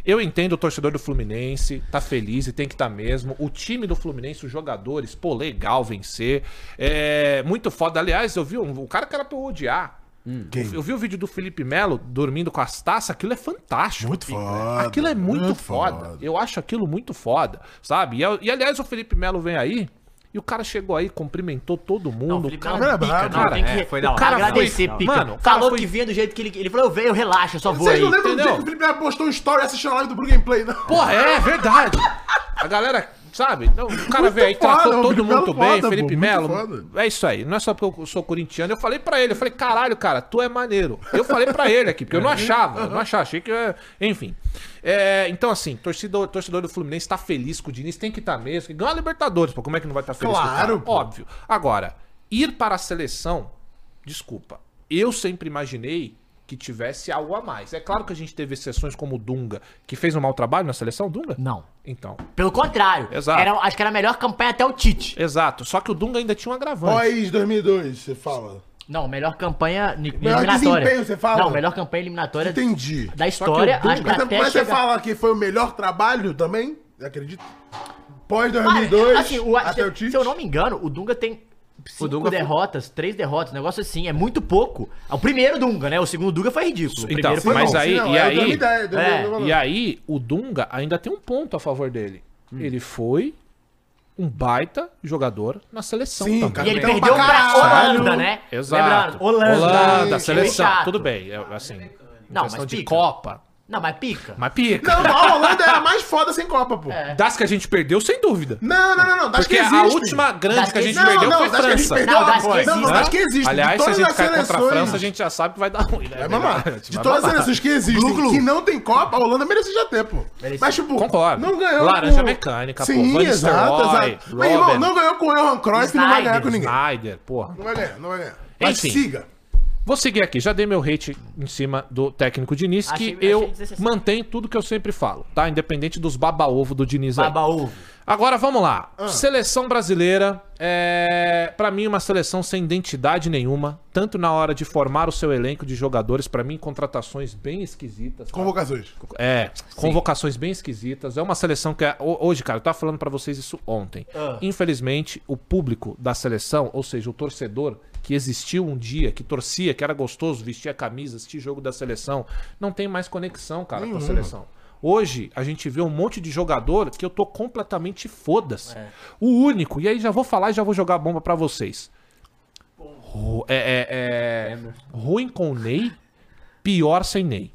Eu entendo o torcedor do Fluminense, tá feliz e tem que tá mesmo. O time do Fluminense, os jogadores, pô, legal vencer. É muito foda. Aliás, eu vi um, um cara que era pra eu odiar. Eu- Eu vi o vídeo do Felipe Melo dormindo com as taças, aquilo é fantástico.
Muito
filho.
foda,
Aquilo é muito,
muito
foda.
foda.
Eu acho aquilo muito foda, sabe? E, é, e, aliás, o Felipe Melo vem aí e o cara chegou aí, cumprimentou todo mundo.
Não, o Felipe
cara,
Melo é
Cara,
pica, não,
cara,
tem
é,
que
foi da
o cara
hora.
agradecer,
Não,
pica.
mano, o cara
Falou
foi-
que vinha do jeito que ele... Ele falou, eu veio, relaxa, só vou
Vocês
aí.
não lembram do dia
entendeu?
que o Felipe Melo postou um story assistindo a live do Burgen Play, não?
Porra, é verdade. A galera, sabe? Então, O cara
Muito
veio aí,
foda,
tratou
o
todo
Felipe
mundo muito
Melo
bem,
foda,
Felipe
pô, muito
Melo. É isso aí. Não é só porque eu sou corintiano. Eu falei pra ele, eu falei, caralho, cara, tu é maneiro. Eu falei pra ele aqui, porque eu não
Uhum.
achava. Eu não achava, achei que. é- Enfim. É, então, assim, torcedor, torcedor do Fluminense tá feliz com o Diniz, tem que estar mesmo. que Ganhar a Libertadores, pô. Como é que não vai estar feliz com o cara?
Claro, pô.
Óbvio. Agora, ir para a seleção, desculpa, eu sempre imaginei que tivesse algo a mais. É claro que a gente teve exceções como o Dunga, que fez um mau trabalho na seleção, Dunga?
Não.
Então,
Pelo contrário.
Exato.
Era- acho que era a melhor campanha até o Tite.
exato. Só que o Dunga ainda tinha um agravante.
Pós 2002, você fala.
Não, melhor campanha ni-
Melhor
eliminatória.
desempenho, você fala?
Não, melhor campanha eliminatória
Entendi.
da história.
Dunga-
acho que
Mas,
até
mas você
chegar-
fala que foi o melhor trabalho também? Acredito. Pós
Ah,
2002,
assim, o-
até
se,
o Tite.
se eu não me engano, o Dunga tem cinco
Dunga foi-
derrotas, três derrotas, um negócio assim, é muito pouco. O primeiro Dunga, né? O segundo Dunga foi ridículo. O
Então,
primeiro foi
mas
bom.
aí- e
é o
aí-
2010,
É,
2010,
E aí, o Dunga ainda tem um ponto a favor dele.
Hum.
Ele foi um baita jogador na seleção
Sim,
também.
cara,
E ele
Capitão
perdeu
Então, pra
pra,
caralho.
Holanda, né?
Exato.
Lembrando, Holanda.
Holanda,
Sim,
seleção.
chato.
Tudo bem, é, assim.
Não,
questão
mas
de
pica.
Copa.
Não, mas pica.
Mas pica.
Não, a Holanda era mais foda sem Copa, pô.
É.
Das que a gente perdeu, sem dúvida.
Não, não, não, não. Das
Porque
que
a
existem.
última grande
Das
que a
que
gente
não,
perdeu
não,
foi
das que a gente
França.
perdeu,
Não,
ela
das que
foi. não, não,
existem.
das que existem. de
Aliás, se a
todas
gente
as
cair contra a
seleções-
França, a gente já sabe que vai dar ruim, né?
Vai mamar.
Vai
De todas as
mamar.
seleções que existem,
Glu, glu.
que não tem Copa, a Holanda merecia já ter, pô. Mas, tipo,
Concordo.
não ganhou
Laranja mecânica, pô.
Sim,
Van
exato,
Nistelrooy,
exato. Mas, irmão,
Robben.
não ganhou com o Johan Cruyff, não vai ganhar com ninguém.
Snyder, porra.
Não vai ganhar, não vai ganhar. Mas
Enfim.
siga.
Vou seguir aqui, já dei meu hate em cima do técnico Diniz,
Achei-
que eu
achei desnecessário.
mantenho tudo que eu sempre falo, tá? Independente dos baba-ovo do Diniz aí.
Babaú.
Agora vamos lá. Seleção brasileira é, para mim, uma seleção sem identidade nenhuma, tanto na hora de formar o seu elenco de jogadores, pra mim, contratações bem esquisitas.
Convocações.
É, convocações bem esquisitas. É uma seleção que. é- ho- Hoje, cara, eu tava falando pra vocês isso ontem. Infelizmente, o público da seleção, ou seja, o torcedor que existiu um dia, que torcia, que era gostoso, vestia camisa, assistia jogo da seleção, não tem mais conexão, cara, com a seleção. Hoje, a gente vê um monte de jogador que eu tô completamente foda-se. O único, e aí já vou falar e já vou jogar a bomba pra vocês. Ru- é- é- é- ruim com o Ney, pior sem Ney.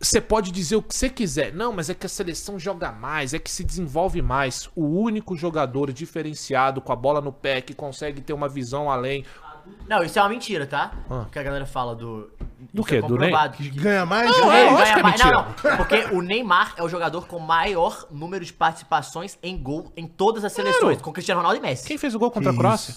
Você pode dizer o que você quiser. Não, mas é que a seleção joga mais, é que se desenvolve mais. O único jogador diferenciado com a bola no pé que consegue ter uma visão além.
Não, isso é uma mentira, tá?
Ah.
O que a galera fala do.
Do
isso
quê?
É
Do
comprovado.
Que
que-
ganha mais?
Não,
Ele
é, lógico
ganha
que é
mais-
mentira.
Não, não. Porque o Neymar é o jogador com maior número de participações em gol em todas as seleções, com Cristiano Ronaldo e Messi.
Quem fez o gol contra a Croácia?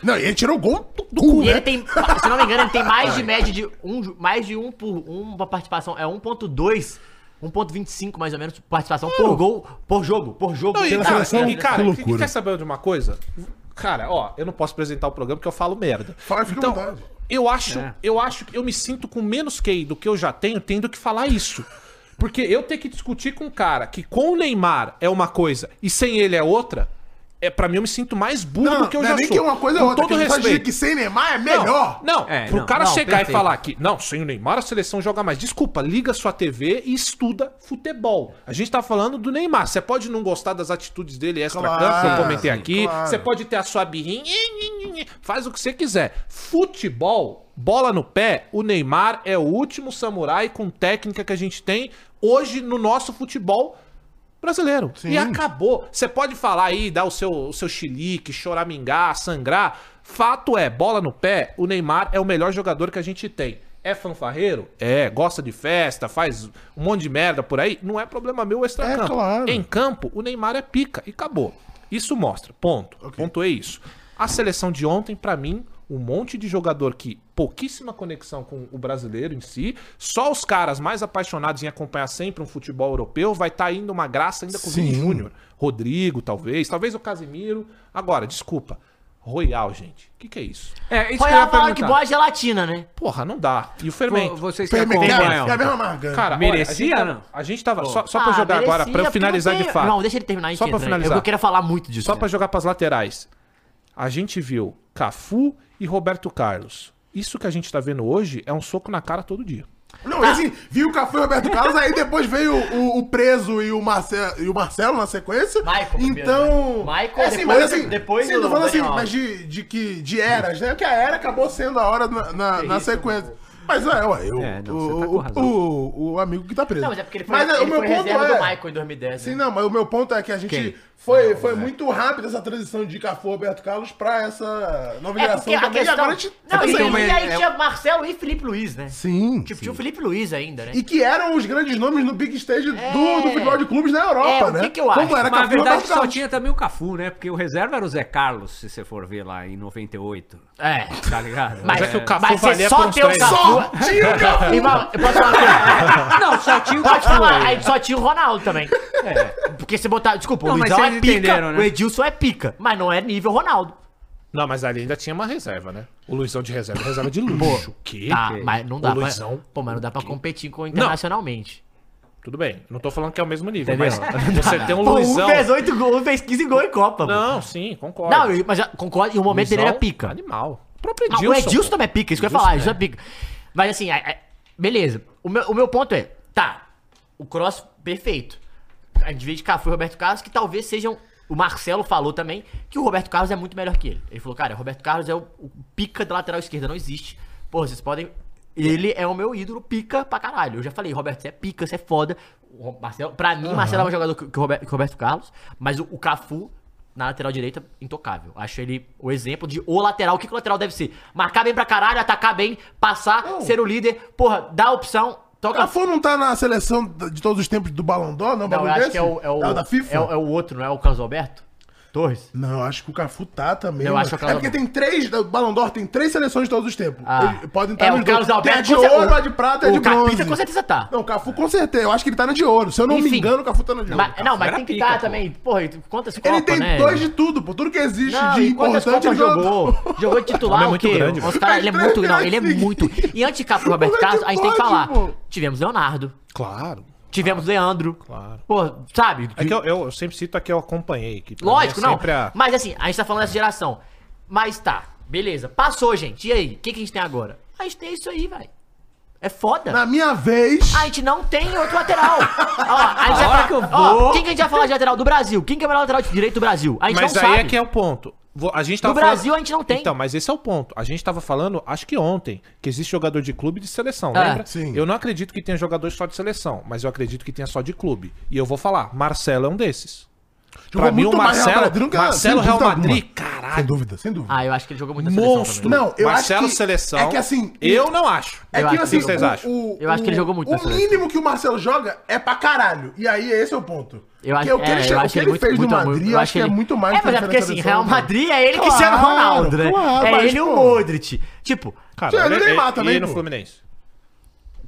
Não, e ele tirou o gol do cu,
E ele
né?
tem, se não me engano, ele tem mais de média de um, ju- mais de um por uma participação, é 1.2, 1.25 mais ou menos participação por gol, por jogo, por jogo.
Não, e,
Pela
cara,
seleção,
e, cara,
assim, que
que
loucura.
quer saber de uma coisa? Cara, ó, eu não posso apresentar o programa porque eu falo merda.
Fala, fica à
Então,
vontade.
eu acho,
É.
eu acho que eu me sinto com menos QI do que eu já tenho, tendo que falar isso. Porque eu ter que discutir com um cara que com o Neymar é uma coisa e sem ele é outra, é para mim eu me sinto mais burro
Não,
do que eu
não é
já
nem
sou.
que uma coisa
com
ou outra.
todo
que a gente tá dizendo
respeito.
que sem Neymar é melhor.
Não, não.
É,
pro
não,
cara
não,
chegar e
perfeito.
falar que, não, sem o Neymar a seleção joga mais. Desculpa, liga sua TV e estuda futebol. A gente tá falando do Neymar. Você pode não gostar das atitudes dele extra-campo, que eu
Claro,
comentei aqui.
claro.
Você pode ter a sua birrinha, faz o que você quiser. Futebol, bola no pé, o Neymar é o último samurai com técnica que a gente tem hoje no nosso futebol brasileiro. E acabou. Você pode falar aí, dar o seu, o seu chilique, choramingar, sangrar. Fato é, bola no pé, o Neymar é o melhor jogador que a gente tem. É fanfarreiro? É. Gosta de festa, faz um monte de merda por aí? Não é problema meu o extra-campo.
É, claro.
Em campo, o Neymar é pica e acabou. Isso mostra. Ponto. Ponto é isso. A seleção de ontem, pra mim, um monte de jogador que pouquíssima conexão com o brasileiro em si. Só os caras mais apaixonados em acompanhar sempre um futebol europeu vai estar indo uma graça ainda com o Vini
Sim.
Júnior. Rodrigo, talvez. Talvez o Casimiro. Agora, desculpa. Royal, gente. O que, que é isso?
É, isso que eu
Olha,
ia
ela fala que boa
perguntar.
é gelatina, né?
Porra, não dá. E o
Vo-
fermento?
Vocês que
Fermento, É,
acompanham.
é a mesma marca.
Cara, olha,
Merecia,
a gente tava-
não?
a gente tava. Só, só pra
Ah,
jogar agora,
merecia,
pra eu
porque não
finalizar
tem-
de fato.
Não, deixa ele terminar, a gente
Só pra
entra, né?
finalizar.
Eu queria falar muito disso.
Só
né?
pra jogar pras laterais. A gente viu Cafu e Roberto Carlos. Isso que a gente tá vendo hoje é um soco na cara todo dia.
Não, e assim, viu o Cafu e o Roberto Carlos, aí depois veio o, o preso e o, Marcelo, e o Marcelo na sequência.
Michael primeiro,
então.
né? Michael,
é assim,
depois-
mas assim,
depois
sim, eu tô
do
falando assim,
Daniel.
mas de, de que. de eras, né? Porque a era acabou sendo a hora na, na, na sequência. Mas ué, ué, eu,
É, não, você tá com
o,
razão.
o, o amigo que tá preso.
Não, mas é porque ele foi,
é,
ele foi reserva do Michael em 2010.
Sim,
né?
não, mas o meu ponto é que a gente foi, foi muito rápido essa transição de Cafu e Roberto Carlos pra essa nova
É
geração
porque a
também. E
questão...
agora a gente.
Não, e,
tem uma-
e aí
é-
tinha Marcelo e Felipe Luiz, né?
Sim.
Tipo, tinha o Felipe Luiz ainda, né?
E que eram os grandes nomes no big stage do, do futebol de clubes na
É,
Europa,
o que
né?
que eu acho?
Como era
Mas a
Cafu e
verdade é que
Roberto
só
Carlos.
tinha também o Cafu, né? Porque o reserva era o Zé Carlos, se você for ver lá em 98.
É.
Tá ligado?
Mas,
é um que o Cafu
mas
valia
você só
por uns
tem o
três.
Cafu...
Tinha o Cafu.
Irmão, eu posso falar uma coisa?
Não, só tinha o
Pode
Cafu.
falar,
aí.
aí só tinha o Ronaldo também.
É.
Porque se botar. Desculpa,
Não,
o
mas
Luizão é
vocês
pica,
entenderam, né?
o Edilson é pica, mas não é nível Ronaldo.
Não, mas ali ainda tinha uma reserva, né? O Luizão de reserva, reserva de luxo. que? é?
Tá, mas não dá
O
pra.
Luizão.
Pô, mas não dá pra competir com internacionalmente.
Tudo bem. Não tô falando que é o mesmo nível,
Entendeu?
mas você tem um
Pô, um
Luizão.
fez 8 gols, um fez 15 gols em Copa, pô.
Não, sim, concordo.
Não, eu- mas já- concordo, e o momento dele
Luizão,
era pica.
Animal. é O próprio
Mas
Edilson.
o Edilson
pô.
também é pica, isso que eu ia
Edilson,
falar, Edilson é pica. Mas assim, é- é- beleza. O meu, o meu ponto é, tá, o cross perfeito. A gente vê de Cafu e Roberto Carlos, que talvez sejam. O Marcelo falou também que o Roberto Carlos é muito melhor que ele. Ele falou, cara, o Roberto Carlos é o, o pica da lateral esquerda, não existe. Porra, vocês podem Ele é o meu ídolo pica pra caralho. Eu já falei, Roberto, você é pica, você é foda. O Ro- Marcelo, pra mim, Marcelo é um jogador que que o Roberto, que o Roberto Carlos, mas o, o Cafu na lateral direita, intocável. Acho ele o exemplo de o lateral. O que, que o lateral deve ser? Marcar bem pra caralho, atacar bem, passar, ser o líder. Porra, dá a opção, toca
Cafu não tá na seleção de todos os tempos do Balão d'Or, não?
um Não, eu
bagulho
acho
desse?
que é o. É o,
Não, da FIFA?
É, o- é o outro, não é o Carlos Alberto? Torres?
Não, eu acho que o Cafu tá também.
Eu
mano.
acho que o
é porque tem três, o Balão d'Or tem três seleções de todos os tempos.
Ah.
Eles podem estar
É,
nos
o Carlos
dois.
Alberto
Tem a de
com cer-
ouro,
o-
a de prata e a
o
de
Capita
bronze.
com certeza tá.
Não, o Cafu com certeza. Eu acho que ele tá na de ouro. Se eu não me
Enfim.
engano, o Cafu tá na de ouro.
Mas- não, mas
era
tem que
pica,
estar
pô.
também. Porra, e quantas
Ele
Copas,
tem
né?
dois de tudo, pô. Tudo que existe
Não,
de
e quantas
importante é
Copas
ele joga.
jogou? Jogou de
Ele é
titular o
muito
quê?
grande,
Os caras, ele é muito. Não, ele é muito. E antes de Cafu e Roberto
Como é que
Carlos, a gente tem que
pode,
falar.
pô?
Tivemos Leonardo.
Claro.
Tivemos Leandro.
Claro.
Pô, sabe?
É que eu, eu sempre cito a que eu acompanhei.
Tá
Que pra mim é
Lógico, não.
sempre a-
Mas assim, a gente tá falando dessa geração. Mas tá, beleza. Passou, gente. E aí? O que, que a gente tem agora? A gente tem isso aí, velho. É foda.
Na minha vez.
A gente não tem outro lateral. Ó, a gente
Agora
vai
que eu
ó,
vou.
quem que a gente vai falar de lateral do Brasil? Quem que é o melhor lateral direito do Brasil? A gente
Mas
não
aí
sabe.
é que
um
é o ponto. Vo- A gente
No
tava
Brasil a gente não tem.
Então, mas esse é o ponto. A gente tava falando, acho que ontem, que existe jogador de clube e de seleção,
Ah.
lembra?
Sim.
Eu não acredito que tenha jogador só de seleção, mas eu acredito que tenha só de clube. E eu vou falar, Marcelo é um desses.
Jogou
pra mim, o
muito mais Real
Marcelo,
Madrid do que-
Marcelo
sem
Real
dúvida alguma.
Madrid,
Sem
caralho,
dúvida, sem dúvida.
Ah, eu acho que ele jogou muita seleção
monstro.
também.
Não, eu acho
Marcelo
que-
seleção.
é que assim,
eu não acho.
É
Eu
que
acho
assim,
que vocês
o-
acham.
o-
Eu acho que ele jogou muito na
O
seleção.
mínimo que o Marcelo joga é pra caralho. E aí, esse é o ponto.
Eu acho,
que o que
é,
ele,
eu
che- o
acho
que ele
muito-
fez no
muito-
Madrid, eu acho que é muito mais
É, mas é
que ele
porque
fez na
assim,
seleção,
Real
né?
Madrid é ele que
Claro,
Cristiano Ronaldo, né?
claro, Tá
é
mas,
ele e o
pô.
Modric. Tipo,
Cara,
Sim,
ele,
o Neymar
ele-
também,
e no
pô.
Fluminense.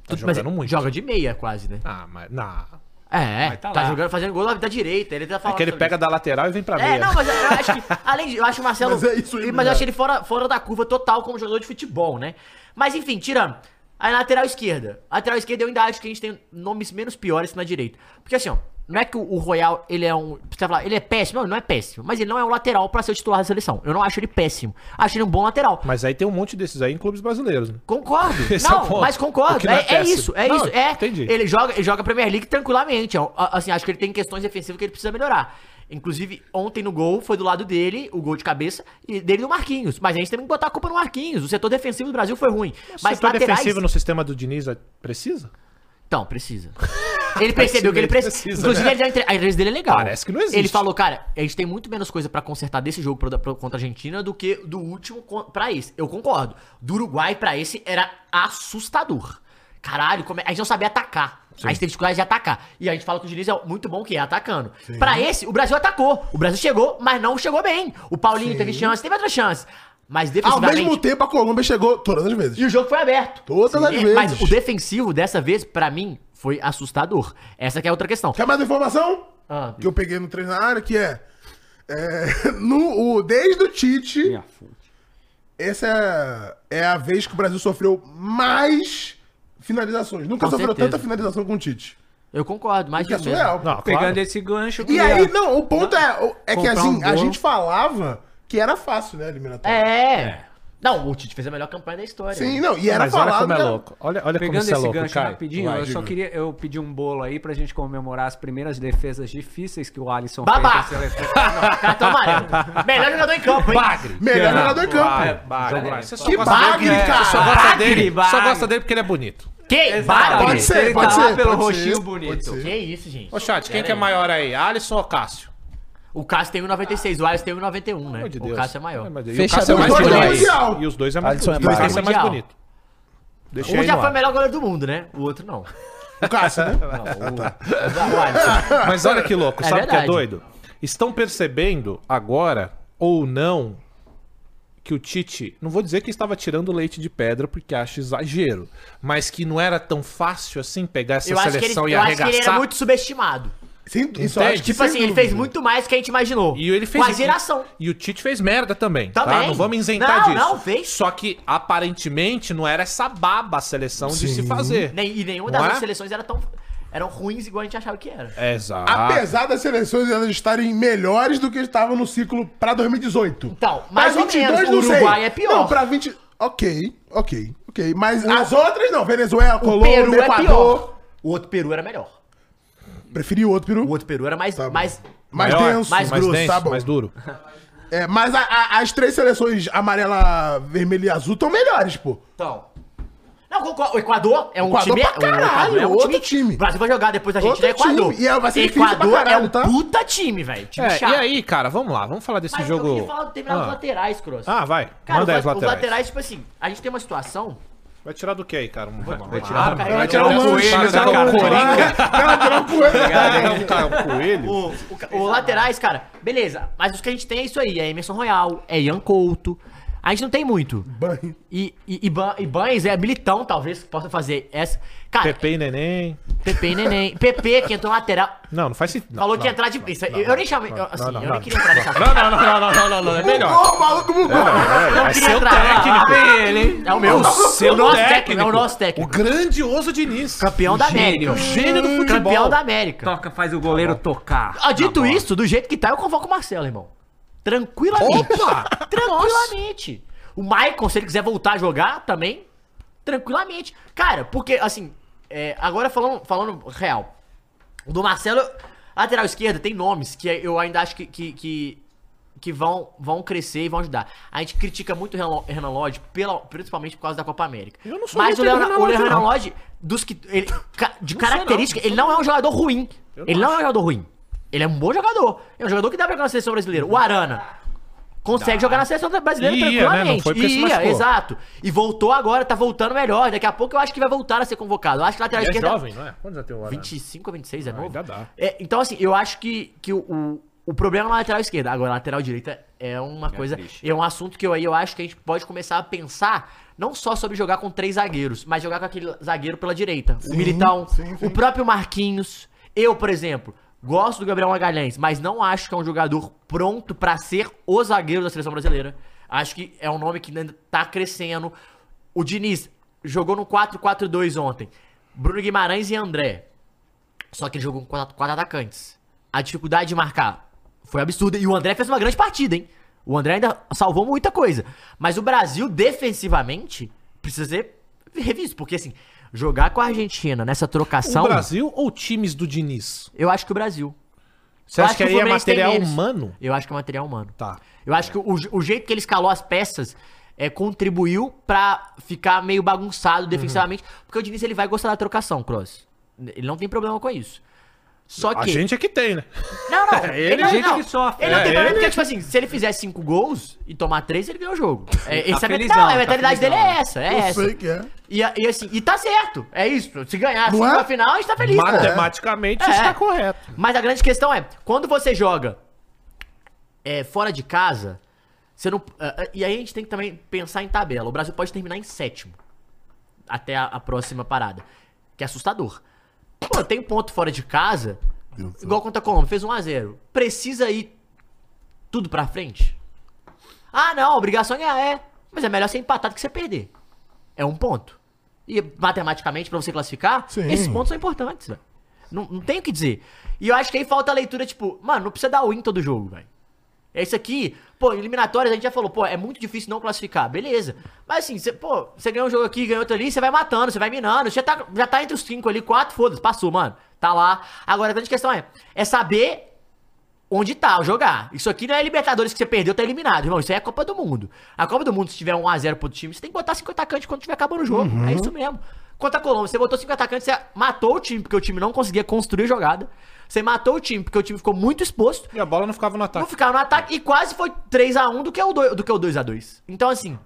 Tá
mas é,
jogando muito.
joga de meia quase, né?
Ah, mas não.
É,
tá
tá,
lá.
jogando, fazendo gol da, da direita. Ele tá
É
falando
que ele
sobre
pega da lateral e vem pra meia.
É, não, mas eu acho que. Além de. Eu acho o Marcelo.
Mas
Mas,
é isso aí,
mas eu
né?
acho ele fora, fora da curva total como jogador de futebol, né? Mas enfim, tirando. Aí na lateral esquerda. A lateral esquerda eu ainda acho que a gente tem nomes menos piores que na direita. Porque assim, ó. Não é que o o Royal, ele é um. Você vai falar, ele é péssimo. Não, ele não é péssimo. Mas ele não é um lateral pra ser o titular da seleção. Eu não acho ele péssimo. Acho ele um bom lateral.
Mas aí tem um monte desses aí em clubes brasileiros. né?
Concordo.
Esse é o
não,
ponto.
mas
O que
concordo.
não é
É, é
péssimo.
isso, é
Não,
isso. É,
entendi.
Ele joga, ele joga Premier League tranquilamente. ó. A- Assim, acho que ele tem questões defensivas que ele precisa melhorar. Inclusive, ontem no gol foi do lado dele, o gol de cabeça, e dele do Marquinhos. Mas a gente tem que botar a culpa no Marquinhos. O setor defensivo do Brasil foi ruim. Mas
Setor
laterais...
defensivo no sistema do Diniz é- precisa?
Então, precisa. Ele percebeu que ele precisa.
Precisa,
Inclusive,
né?
ele deu entre- a entrevista dele é legal.
Parece que não existe.
Ele falou, cara, a gente tem muito menos coisa pra consertar desse jogo pro- pro- contra a Argentina do que do último co- pra esse. Eu concordo. Do Uruguai pra esse era assustador. Caralho, como é- a gente não sabia atacar. A gente teve dificuldade de atacar. E a gente fala que o Diniz é muito bom que é atacando. Pra esse, o Brasil atacou. O Brasil chegou, mas não chegou bem. O Paulinho teve chance, teve outra chance. Mas
Ao
defensivamente.
mesmo tempo, a Colômbia chegou todas as vezes.
E o jogo foi aberto.
Todas as
é, Mas
vezes.
o defensivo dessa vez, pra mim, foi assustador. Essa que é outra questão.
Quer mais informação?
Ah,
Que eu peguei no treino na área, que é... é, no, o, desde o Tite,
Minha fonte.
essa é, é a vez que o Brasil sofreu mais finalizações. Nunca
Com
sofreu
certeza.
tanta finalização com o Tite.
eu concordo, mas
Que é
mesmo.
surreal.
Não,
Pegando
claro.
esse gancho.
E aí, não, o ponto é, o- é que
Comprar
assim,
um
a
gol.
gente falava que era fácil, né, a eliminatória.
É. Não, o Tite fez a melhor campanha da história.
Sim, não, e era
Mas olha
falado.
como é
que era-
louco. Olha, olha como
Pegando
isso é
esse
louco,
gancho
cara.
rapidinho,
Vai,
eu só
Júlio.
queria eu pedir um bolo aí pra gente comemorar as primeiras defesas difíceis que o Alisson
Babá!
fez. na seleção.
Ah, Cartão amarelo. melhor jogador em campo, hein?
Bagre.
Melhor jogador em
Bagre,
campo.
Bagre.
Bagre.
Você só
Que
gosta
bagre,
dele-
cara.
Só gosta
Bagre,
dele, só
bagre.
gosta dele porque ele é bonito.
Que
Exatamente.
bagre.
Pode ser,
Ele
pode
tá lá
ser,
pelo
pode
rostinho
ser, pode
bonito.
ser.
Que isso, gente.
Ô, chat, quem
Pera
que é
aí.
maior aí, É, Alisson ou Cássio?
O Cássio tem 1,96, o Alisson tem 1,91, né?
Pelo amor de
o
Deus.
Cássio é maior.
Ai, meu Deus. E o
Fechador
Cássio é mais
de
bonito.
dois.
E os dois é mais
Alisson é
bonito. Os
bagre.
dois é mais
Mundial.
bonito. Deixa
Um
ele
já
no
foi o
ar.
melhor goleiro do mundo, né? O outro não.
O Cássio, né?
Não, o, o Alisson.
Mas olha que louco,
É
sabe o que é
verdade.
doido? Estão percebendo agora, ou não, que o Tite, não vou dizer que estava tirando leite de pedra, porque acho exagero, mas que não era tão fácil assim pegar essa
Eu acho que ele,
seleção e
eu acho que ele era
arregaçar.
muito subestimado.
Sim, isso
Entende?
eu acho que
Tipo assim,
sem
ele fez
dúvida.
muito mais do que a gente imaginou.
E ele fez.
Com a geração.
E o Tite fez merda também. Tá?
Também.
Não vamos isentar
Não,
disso.
não, fez.
Só que aparentemente não era essa baba a seleção de se fazer.
Nem- e nenhuma
Não
das
é?
outras seleções era tão, eram ruins igual a gente achava que era.
Exato.
Ah.
Apesar das seleções elas estarem melhores do que estavam no ciclo pra 2018.
Então,
Pra
mais ou menos, o Uruguai é pior.
Não, pra 20. Ok, ok, ok. Mas as outras não. Venezuela,
O
Colômbia,
Peru é
Equador.
pior. O outro Peru era melhor.
Preferi o outro Peru.
O outro Peru era mais.
Tá bom.
mais
Mais
Maior,
denso,
mais,
mais
grosso,
grosso,
denso,
tá bom.
mais duro.
É, mas a- a- as três seleções amarela, vermelha e azul estão melhores, pô.
então. Não, Não, o Equador é um
Equador
time.
pra caralho,
é um
outro time.
O Brasil vai jogar depois da gente
Outro
é Equador.
time, e é- vai ser difícil pra
Equador é
caralho,
um
tá?
puta time, velho. Time
É,
chato.
e aí, cara, vamos lá, vamos falar desse
Mas
jogo.
eu queria falar do terminal
Ah.
dos laterais, Cross.
Ah, vai.
Cara,
Manda aí as
os, laterais.
laterais.
os laterais, tipo assim, a gente tem uma situação.
Vai tirar do que aí, cara? Vai,
tirar- vai
vai
tirar
tirar
o
um
coelho
coelho
da
da
cara.
Coringa.
Cara, tirou o coelho.
Cara, um cara, um coelho.
O, o- o laterais, cara, beleza. Mas os que a gente tem é isso aí. É Emerson Royal, é Ian Couto. A gente não tem muito.
Banho.
E, e, e, Ban- e Banes é habilitão, talvez, que possa fazer essa. Cara,
Pepe e Neném.
Pepe e Neném. Pepe, que entrou na lateral.
Não, não faz sentido. não,
falou que
não.
ia entrar de. isso, eu nem chamei. eu- assim,
não, não,
eu nem
não.
queria entrar nessa.
Não, não, não, não, não, não, não, é melhor.
Ô, maluco bugou.
é,
Não
Vai
queria
ser o
entrar, lá,
técnico.
lá.
Ele, hein?
É o meu.
O seu
o nosso técnico.
técnico.
É o nosso
O
técnico.
grandioso Diniz.
Campeão da América.
O gênio do futebol. Tá.
Campeão da América.
Toca, faz o
Tá
goleiro tocar.
Ah, dito isso, do jeito que tá, eu convoco o Marcelo, irmão. Tranquilamente. Tranquilamente. O Maicon, se ele quiser voltar a jogar também, tranquilamente. Cara, porque, assim, é, agora falando, falando real. O do Marcelo, lateral esquerda, tem nomes que eu ainda acho que, que, que, que vão, vão crescer e vão ajudar. A gente critica muito o Renan- Renan Lodge, pela, principalmente por causa da Copa América.
Eu não sou
Mas o
muito
Leon-
Renan
o
Lodge,
Renan
não.
Lodge, dos que, ele, ca- de característica, ele não é um jogador ruim. Ele não é um jogador ruim. Ele é um bom jogador. É um jogador que dá pra jogar na seleção brasileira. O Arana consegue jogar na seleção brasileira
Ia, né? Não
tranquilamente. é,
foi porque se machucou.
exato. E voltou agora, tá voltando melhor. Daqui a pouco eu acho que vai voltar a ser convocado. Eu acho que lateral
Ele é
esquerda.
jovem, não é? Quantos já tem o Arana?
25 ou 26 é novo?
ainda dá.
É, então, assim, eu acho que, que o, o, o problema é na lateral esquerda. Agora, a lateral direita é uma coisa.
triste.
É um assunto que eu, aí eu acho que a gente pode começar a pensar. Não só sobre jogar com três zagueiros, mas jogar com aquele zagueiro pela direita. o Militão,
sim, sim.
o próprio Marquinhos. Eu, por exemplo, gosto do Gabriel Magalhães, mas não acho que é um jogador pronto pra ser o zagueiro da seleção brasileira. Acho que é um nome que ainda tá crescendo. O Diniz jogou no 4-4-2 ontem. Bruno Guimarães e André. Só que ele jogou com quatro, quatro atacantes. A dificuldade de marcar foi absurda. E o André fez uma grande partida, hein? O André ainda salvou muita coisa. Mas o Brasil, defensivamente, precisa ser revisto. Porque, assim, jogar com a Argentina nessa trocação.
um. O Brasil ou times do Diniz?
Eu acho que o Brasil.
Você
Eu
acha
acho
que
que
aí
o
é
Fluminense tem
material
menos.
humano?
Eu acho que é material humano.
Tá.
Eu acho que o, o jeito que ele escalou as peças é, contribuiu pra ficar meio
Uhum.
bagunçado defensivamente. Porque o Diniz ele vai gostar da trocação, Cross. Ele não tem problema com isso. Só
A
que.
gente é que tem, né?
Não, não.
Ele
não,
é gente
não.
que sofre.
Ele não
É,
tem problema,
ele-
porque, tipo assim, se ele fizer cinco gols e tomar três, ele ganhou o jogo. É,
Ele tá
esse é a meta-
felizão,
não, a
tá
mentalidade dele
felizão.
é essa, é
Eu
essa.
sei que é.
E, a- e assim, e tá certo. É isso. Se ganhar
Não
cinco
é?
na final, a gente tá feliz. pô.
Matematicamente,
É.
isso tá correto.
Mas a grande questão é, quando você joga é, fora de casa, você não. ah, ah, E aí a gente tem que também pensar em tabela. O Brasil pode terminar em sétimo. Até a, a próxima parada. Que é assustador. Pô, tem um ponto fora de casa. Igual contra a Colômbia, fez 1x0. Precisa ir tudo pra frente? Ah, não, a obrigação é ganhar, é. Mas é melhor ser empatado que você perder. É um ponto. E matematicamente, pra você classificar,
Sim.
esses pontos são importantes, velho. Não, não tem o que dizer. E eu acho que aí falta a leitura, tipo, mano, não precisa dar win todo jogo, velho. É isso aqui, pô, eliminatórias a gente já falou, pô, é muito difícil não classificar, beleza. Mas assim, você, pô, você ganhou um jogo aqui, ganhou outro ali, você vai matando, você vai minando, você já tá, já tá entre os cinco ali, quatro, foda-se, passou, mano. Tá lá. Agora a grande questão é, é saber onde tá, jogar. Isso aqui não é Libertadores que você perdeu, tá eliminado, irmão. Isso aí é Copa do Mundo. A Copa do Mundo, se tiver 1x0 pro time, você tem que botar 5 atacantes quando tiver acabando o jogo. É isso mesmo. Contra a Colômbia, você botou 5 atacantes, você matou o time, porque o time não conseguia construir jogada. Você matou o time, porque o time ficou muito exposto.
E a bola não ficava no
Não
ataque.
ficaram no ataque e quase foi 3x1 do que é o doi- do que o 2x2. Então, assim,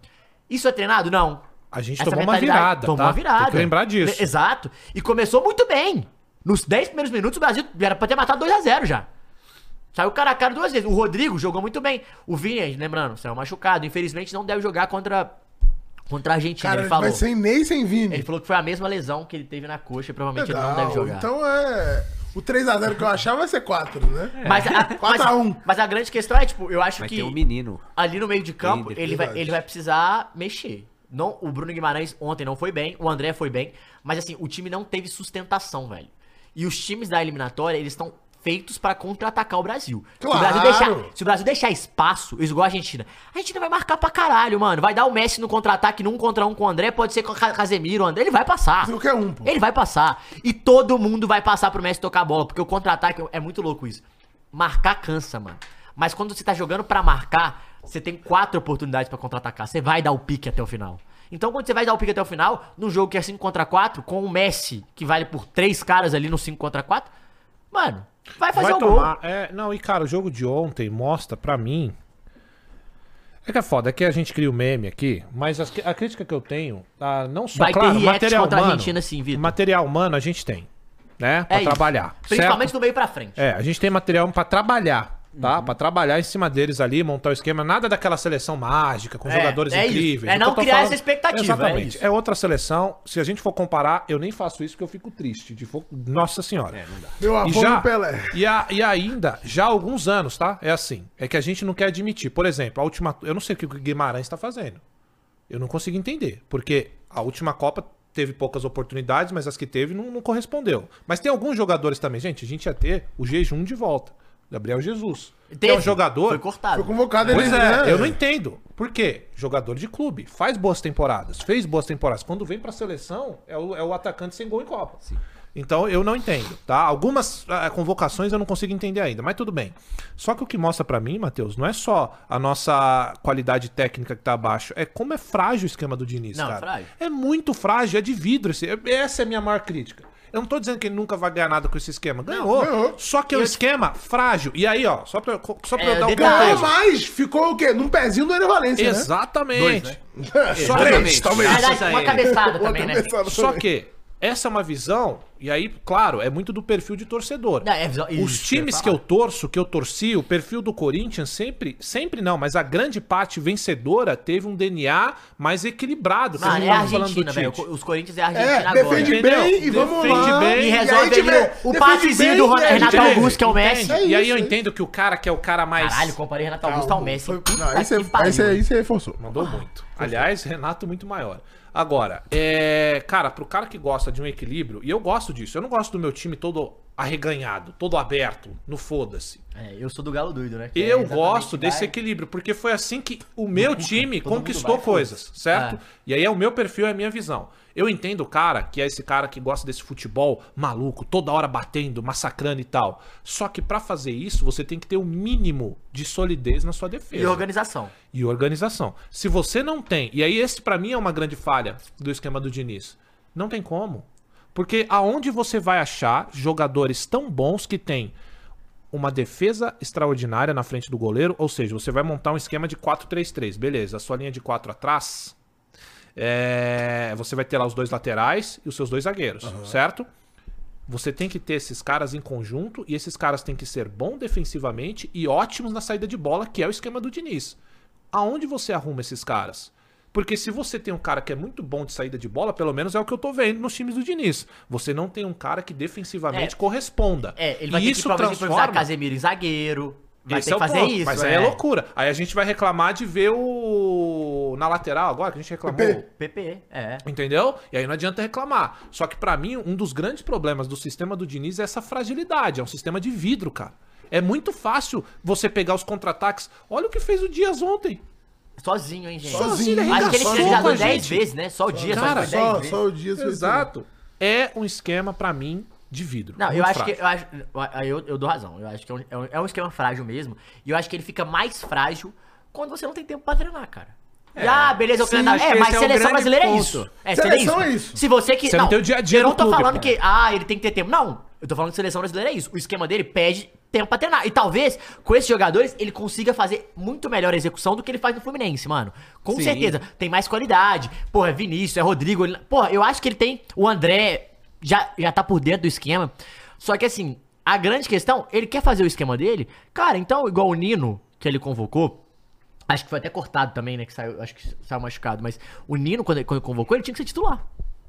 isso é treinado? Não.
A gente
Essa
tomou uma
mentalidade-
virada,
Tomou
tá?
uma virada.
Tem que lembrar disso.
Exato. E começou muito bem. Nos 10 primeiros minutos, o Brasil era pra ter matado 2x0 já. Saiu cara a cara duas vezes. O Rodrigo jogou muito bem. O Vinhas, lembrando, saiu machucado. Infelizmente, não deve jogar contra, contra a Argentina. ele
Cara, ele
falou.
vai sem Ney, sem Vini.
Ele falou que foi a mesma lesão que ele teve na coxa. Provavelmente ele não deve jogar.
Então é... O 3x0 que eu achava vai ser 4, né?
Mas, a, mas,
4x1.
mas a grande questão é, tipo, eu acho
Vai
que.
ter um menino.
ali no meio de campo,
Ender,
ele, vai,
verdade.
ele vai precisar mexer. Não, o Bruno Guimarães ontem não foi bem, o André foi bem, mas assim, o time não teve sustentação, velho. E os times da eliminatória, eles estão feitos pra contra-atacar o Brasil. Se, o Brasil
Claro!
deixar, se o Brasil deixar espaço, isso igual a Argentina, a Argentina vai marcar pra caralho, mano. Vai dar o Messi no contra-ataque num contra um com o André, pode ser com o Ca- Casemiro, o André, ele vai passar.
Qualquer um, pô.
Ele vai passar. E todo mundo vai passar pro Messi tocar a bola, porque o contra-ataque é muito louco isso. Marcar cansa, mano. Mas quando você tá jogando pra marcar, você tem quatro oportunidades pra contra-atacar. Você vai dar o pique até o final. Então, quando você vai dar o pique até o final, num jogo que é 5 contra 4, com o Messi, que vale por três caras ali no 5 contra 4, mano, vai fazer o gol.
É, não, e cara, o jogo de ontem mostra pra mim. É que é foda, é que a gente cria o meme aqui, mas as- a crítica que eu tenho, ah, não só
Vai ter
claro,
react
material
contra a
humano,
Argentina, sim, Vitor.
material humano a gente tem, né, pra
É isso.
trabalhar.
Principalmente
certo?
do meio pra frente.
É, a gente tem material pra trabalhar, tá? Pra
Uhum.
trabalhar em cima deles ali, montar o esquema, nada daquela seleção mágica com
É,
jogadores
é isso.
incríveis.
É
o que eu
não
tô
criar essa expectativa, é
Exatamente.
isso.
É, outra seleção. Se a gente for comparar, eu nem faço isso porque eu fico triste. De fo- Nossa senhora. É, não dá.
Meu
E,
avô
já,
no Pelé.
e, a- e ainda, já há alguns anos, tá? É assim. É que a gente não quer admitir. Por exemplo, a última. Eu não sei o que o Guimarães tá fazendo. Eu não consigo entender. Porque a última Copa teve poucas oportunidades, mas as que teve não, não correspondeu. Mas tem alguns jogadores também. Gente, a gente ia ter o jejum de volta. Gabriel Jesus. Que é um
Teve,
jogador.
Foi cortado.
Foi convocado
Pois
ele.
é,
né?
eu não entendo. Por quê? Jogador de clube, faz boas temporadas, fez boas temporadas. Quando vem pra seleção, é o, é o atacante sem gol em Copa. Então eu não entendo, tá? Algumas ah, convocações eu não consigo entender ainda, mas tudo bem. Só que o que mostra pra mim, Matheus, não é só a nossa qualidade técnica que tá abaixo, é como é frágil o esquema do Diniz,
Não,
cara.
frágil.
É muito frágil, é de vidro. Esse, é- essa é a minha maior crítica. Eu não tô dizendo que ele nunca vai ganhar nada com esse esquema. Ganhou. Só que é um esquema frágil. E aí, ó, só pra, só pra
É,
eu dar o
detalhe.
contexto.
Ganhou mais, ficou o quê? Num pezinho do Ener Valência, né?
Exatamente. Só,
Três,
Na
talvez.
verdade,
Isso
uma
aí.
cabeçada também, né?
Começando
só
também.
que essa é uma visão, e aí, claro, é muito do perfil de torcedor.
Não, é visão-
Os
isso que eu ia
times
falar.
que eu torço, que eu torci, o perfil do Corinthians sempre, sempre não, mas a grande parte vencedora teve um DNA mais equilibrado. que a
Mano,
gente
é a
tava falando do
Argentina, velho.
Tite.
Os Corinthians é a Argentina
É,
agora.
defende bem e
Entendeu?
vamos
Defende
lá.
bem.
E
E aí
resolve
time
ali
é-
o
defende
passezinho
bem,
do
né,
Ron- Renato
Entende?
Augusto, que é o Messi.
Entende? e aí eu
isso, é
entendo que o cara que é o cara mais.
Caralho, comparei Renato é Augusto ao Messi.
Foi-
Puta
Não, aí
que
você-
pariu.
aí você- é aí você forçou.
Ah,
Mandou muito. Aliás, Renato muito maior. Agora, é, cara, pro cara que gosta de um equilíbrio, e eu gosto disso, eu não gosto do meu time todo arreganhado, todo aberto, no foda-se.
É, eu sou do galo doido, né? Que é
Eu
exatamente
gosto desse
vai-
equilíbrio, porque foi assim que o meu time
todo mundo
conquistou
vai,
coisas, certo?
Ah.
E aí é o meu perfil, é a minha visão. Eu entendo o cara que é esse cara que gosta desse futebol maluco, toda hora batendo, massacrando e tal. Só que pra fazer isso, você tem que ter o mínimo de solidez na sua defesa
E organização.
e organização. Se você não tem, e aí esse pra mim é uma grande falha do esquema do Diniz. Não tem como. Porque aonde você vai achar jogadores tão bons que tem uma defesa extraordinária na frente do goleiro, ou seja, você vai montar um esquema de 4-3-3, beleza, a sua linha de 4 atrás, é, você vai ter lá os dois laterais e os seus dois zagueiros, certo? Você tem que ter esses caras em conjunto e esses caras têm que ser bom defensivamente e ótimos na saída de bola, que é o esquema do Diniz. Aonde você arruma esses caras? Porque se você tem um cara que é muito bom de saída de bola, pelo menos é o que eu tô vendo nos times do Diniz. Você não tem um cara que defensivamente
É.
corresponda.
É, ele vai
e
ter que
isso
provavelmente improvisar
transforma.
Casemiro em zagueiro. Vai
Esse
ter
é
que
o
fazer
ponto,
isso.
Mas aí é. loucura. Aí a gente vai reclamar de ver o. Na lateral agora, que a gente reclamou.
PP, é.
Entendeu? E aí não adianta reclamar. Só que pra mim, um dos grandes problemas do sistema do Diniz é essa fragilidade. É um sistema de vidro, cara. É muito fácil você pegar os contra-ataques. Olha o que fez o Dias ontem.
Sozinho, hein, gente.
Sozinho, ele
Acho que ele
arregaçou
tinha
com a
jogado 10
gente.
vezes, né? Só o dia,
Cara,
só,
Só,
só
só o Dias. fez
Exato. É um esquema pra mim de vidro.
Não,
Muito
eu acho
frágil.
que. Eu, acho, aí eu, eu dou razão. Eu acho que é um, é um- é um esquema frágil mesmo. E eu acho que ele fica mais frágil quando você não tem tempo pra treinar, cara. E, ah, beleza, eu
Sim,
treinava.
acho
É,
que
mas
esse é o
seleção
grande
brasileira é
ponto.
isso. É,
Seleção
seria
é isso.
Se você que.
Você não tem o dia a dia
Eu não
no
tô
clube,
falando
cara.
que, ah, ele tem que ter tempo. Não. Eu tô falando que seleção brasileira é isso. O esquema dele pede tempo pra treinar. E talvez, com esses jogadores, ele consiga fazer muito melhor a execução do que ele faz no Fluminense, mano. Com
Sim.
certeza. Tem mais qualidade. Porra, é Vinícius, é Rodrigo. ele- Porra, eu acho que ele tem. O André já, já tá por dentro do esquema. Só que assim, a grande questão, ele quer fazer o esquema dele. Cara, então, igual o Nino, que ele convocou. Acho que foi até cortado também, né? Que saiu, acho que saiu machucado. Mas o Nino, quando ele, quando ele convocou, ele tinha que ser titular.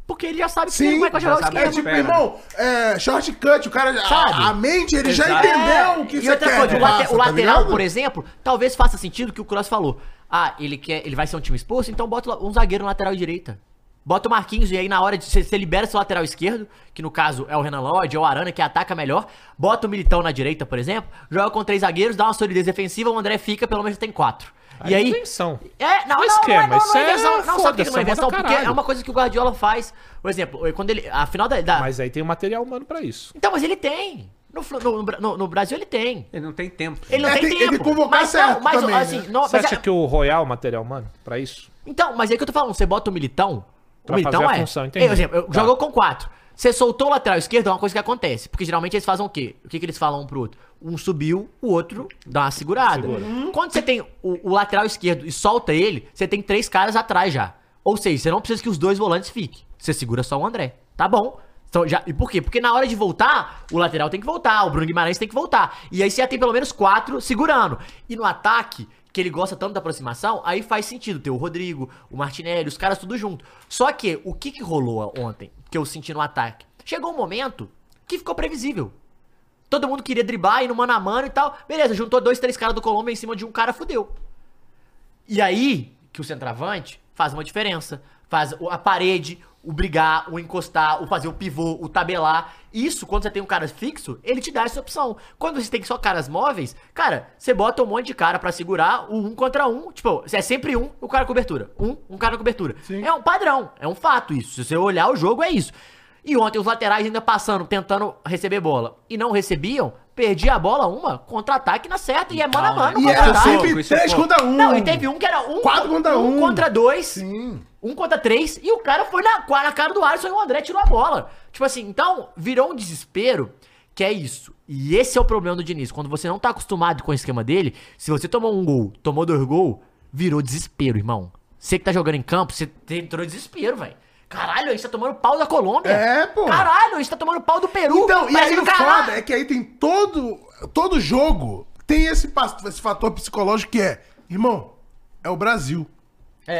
Porque ele já sabe que
Sim,
ele vai
já
jogar o
sabe.
esquema.
É tipo,
Pera.
irmão, é, shortcut, o cara.
Sabe?
A, a mente, ele já
Exato.
entendeu o
É,
que
e
você
outra
quer.
coisa,
que
o, late-
faça,
o
tá
lateral,
ligado?
por exemplo, talvez faça sentido que o Cross falou. Ah, ele quer, ele vai ser um time exposto, então bota um zagueiro na lateral direita. Bota o Marquinhos e aí na hora de você você libera seu lateral esquerdo, que no caso é o Renan Lodge, é o Arana que ataca melhor, bota o Militão na direita, por exemplo, joga com três zagueiros, dá uma solidez defensiva, o André fica, pelo menos tem quatro. e aí
invenção.
é,
Não
não, não,
é
não,
esquema,
não, não,
isso
é
é
invenção. Não, sabe por que
foda-se,
não é invenção?
é moda
Porque é
caralho.
uma coisa que o Guardiola faz. Por exemplo, quando ele. A final da. da-
Mas aí tem o material humano pra isso.
Então, mas ele tem. No, Flu- no- no- no Brasil ele tem.
Ele não tem tempo.
Ele não
É,
tem
tem-
tempo.
tem que convocar
mas
certo
mas
também,
assim,
né?
não,
Você
mas
acha que o Royal é o material humano pra isso?
Então, mas é que eu tô falando, você bota o militão. O
Pra
militão
fazer a
é.
função, entendi.
Por exemplo, eu-
Tá.
jogou com quatro. Você soltou o lateral esquerdo, é uma coisa que acontece. Porque geralmente eles fazem o quê? O que, que eles falam um pro outro? Um subiu, o outro dá uma segurada. Uhum. Quando você tem o, o lateral esquerdo e solta ele, você tem três caras atrás já. Ou seja, você não precisa que os dois volantes fiquem. Você segura só o André. Tá bom. Então, já, e por quê? Porque na hora de voltar, o lateral tem que voltar, o Bruno Guimarães tem que voltar. E aí você já tem pelo menos quatro segurando. E no ataque, que ele gosta tanto da aproximação, aí faz sentido ter o Rodrigo, o Martinelli, os caras tudo junto. Só que o que, que rolou ontem, que eu senti no ataque? Chegou um momento que ficou previsível. Todo mundo queria driblar, ir no mano a mano e tal. Beleza, juntou dois, três caras do Colômbia em cima de um cara, fudeu. E aí que o centroavante faz uma diferença. Faz o- a parede, o brigar, o encostar, o fazer o pivô, o tabelar. Isso, quando você tem um cara fixo, ele te dá essa opção. Quando você tem só caras móveis, cara, você bota um monte de cara pra segurar o um contra um. Tipo, é sempre um, o cara cobertura. Um, um cara cobertura. É um padrão, é um fato isso. Se você olhar o jogo, é isso. E ontem os laterais ainda passando, tentando receber bola. E não recebiam, perdia a bola uma, contra-ataque na certa. E é mano a mano,
E era
contra-ataque.
sempre
isso é
3
pouco.
contra 1.
Não, e teve um que era um,
Quatro contra um.
contra dois,
Sim.
um contra três, e o cara foi na, na cara do Alisson e o André tirou a bola. Tipo assim, então virou um desespero que é isso. E esse é o problema do Diniz. Quando você não tá acostumado com o esquema dele, se você tomou um gol, tomou dois gols, virou desespero, irmão. Você que tá jogando em campo, você entrou em desespero, velho. Caralho, a gente tá tomando pau da Colômbia.
É, pô.
Caralho, a gente tá tomando pau do Peru.
Então, e
Parece
aí
que
o
caralho-
foda é que aí tem todo. Todo jogo tem esse, pas- esse fator psicológico que é, irmão, é o Brasil.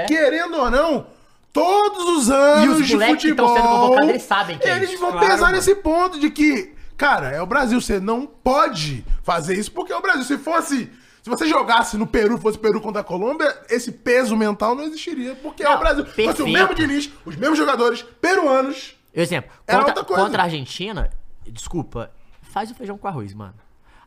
Querendo ou não, todos os
É.
anos
E os
de
moleques que
futebol.
tão sendo convocados, eles sabem que é
Eles
isso.
vão
Claro,
pesar
mano.
nesse ponto de que, cara, é o Brasil, você não pode fazer isso porque é o Brasil. Se fosse. Se você jogasse no Peru, fosse Peru contra a Colômbia, esse peso mental não existiria, porque é
Não,
o Brasil. Fosse o
perfeito.
mesmo Diniz, os mesmos jogadores, peruanos.
Exemplo,
Era
contra,
outra coisa.
contra a Argentina, desculpa, faz o feijão com arroz, mano.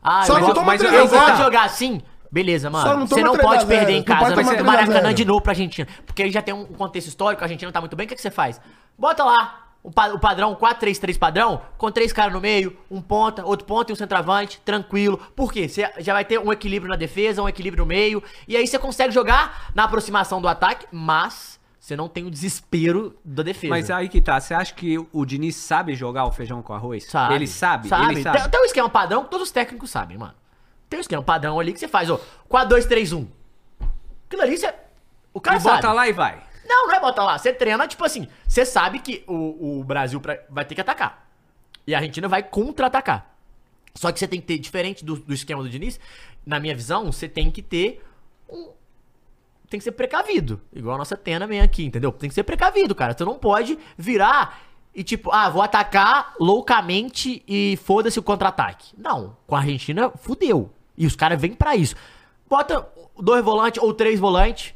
Ah,
Só
eu
que
gosto-
toma
mas eu
3 a
gosto de
0.
jogar assim. Beleza,
Só
mano.
não
Você
toma
não
3 a
pode
0,
perder em
não pode
casa, mas
tomar
você
3 a 0.
Maracanã de novo pra Argentina. Porque aí já tem um contexto histórico, a Argentina tá muito bem, o que, que você faz? Bota lá o, pa- o padrão, 4-3-3 padrão, com três caras no meio, um ponta, outro ponta e um centroavante, tranquilo. Por quê? Você já vai ter um equilíbrio na defesa, um equilíbrio no meio, e aí você consegue jogar na aproximação do ataque, mas você não tem o desespero da defesa.
Mas aí que tá, você acha que o Diniz sabe jogar o feijão com arroz?
Sabe.
Ele sabe,
sabe.
ele sabe.
Tá,
Tem, tem um esquema padrão que todos os técnicos sabem, mano. Tem um esquema padrão ali que você faz, ó. 4, 2, 3, 1. Aquilo ali você. O
tá,
cara
E bota
sabe.
lá e vai.
Não, não é bota lá. Você treina, tipo assim, você sabe que o, o Brasil pra- vai ter que atacar. E a Argentina vai contra-atacar. Só que você tem que ter, diferente do, do esquema do Diniz, na minha visão, você tem que ter um. Tem que ser precavido. Igual a nossa Tena vem aqui, entendeu? Tem que ser precavido, cara. Você não pode virar e tipo, ah, vou atacar loucamente e foda-se o contra-ataque. Não. Com a Argentina, fudeu. E os caras vêm pra isso. Bota dois volantes ou três volantes.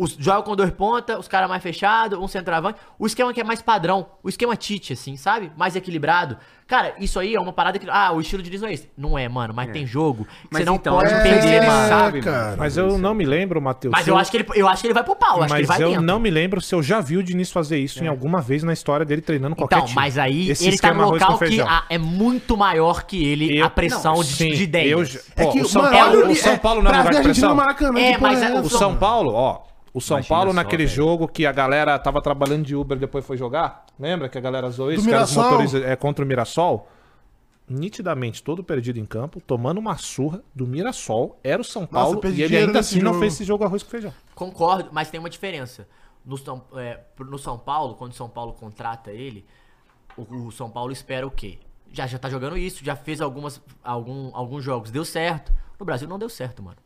Os, joga com dois pontas, os caras mais fechados, um centroavante. O esquema que é mais padrão, o esquema Tite, assim, sabe? Mais equilibrado. Cara, isso aí é uma parada que. Ah, o estilo de Diniz não é esse. Não é, mano, mas tem jogo. que
Mas
você não
então,
pode
é,
perder,
ele
mano.
sabe, mano.
cara.
Mas eu não me lembro, Matheus.
Mas
se
eu acho que ele, eu acho que ele vai pro pau, eu acho que ele
Mas
vai
eu
dentro. É.
não me lembro se eu já vi o Diniz fazer isso em alguma vez na história dele treinando qualquer
Então,
time.
mas aí
Esse
ele tá
esquema
num
arroz com
local que
feijão.
a- é muito maior que ele
Eu-
a pressão
Não,
de,
sim,
de ideias.
eu já-
É
Ó,
que
o São
mano,
Paulo,
olha
o São Paulo não é lugar
Brasil
de
e Argentina
pressão.
no Maracanã, tipo,
É,
que porra
mas é- o
O
essa,
São
mano?
Paulo, ó. O São
Imagina
Paulo
só,
naquele
velho.
jogo que a galera tava trabalhando de Uber e depois foi jogar. Lembra que a galera zoou isso?
Do
Que era os
Mirassol.
motoristas é, contra o Mirassol. Nitidamente, todo perdido em campo, tomando uma surra do Mirassol. Era o São Paulo
perdi
e ele
dinheiro
ainda
nesse
assim não
jogo.
fez esse jogo arroz com feijão.
Concordo, mas tem uma diferença. No São, é, pro- no São Paulo, quando o São Paulo contrata ele, o, o São Paulo espera o quê? Já, já tá jogando isso, já fez algumas, algum, alguns jogos, deu certo. No Brasil não deu certo, mano.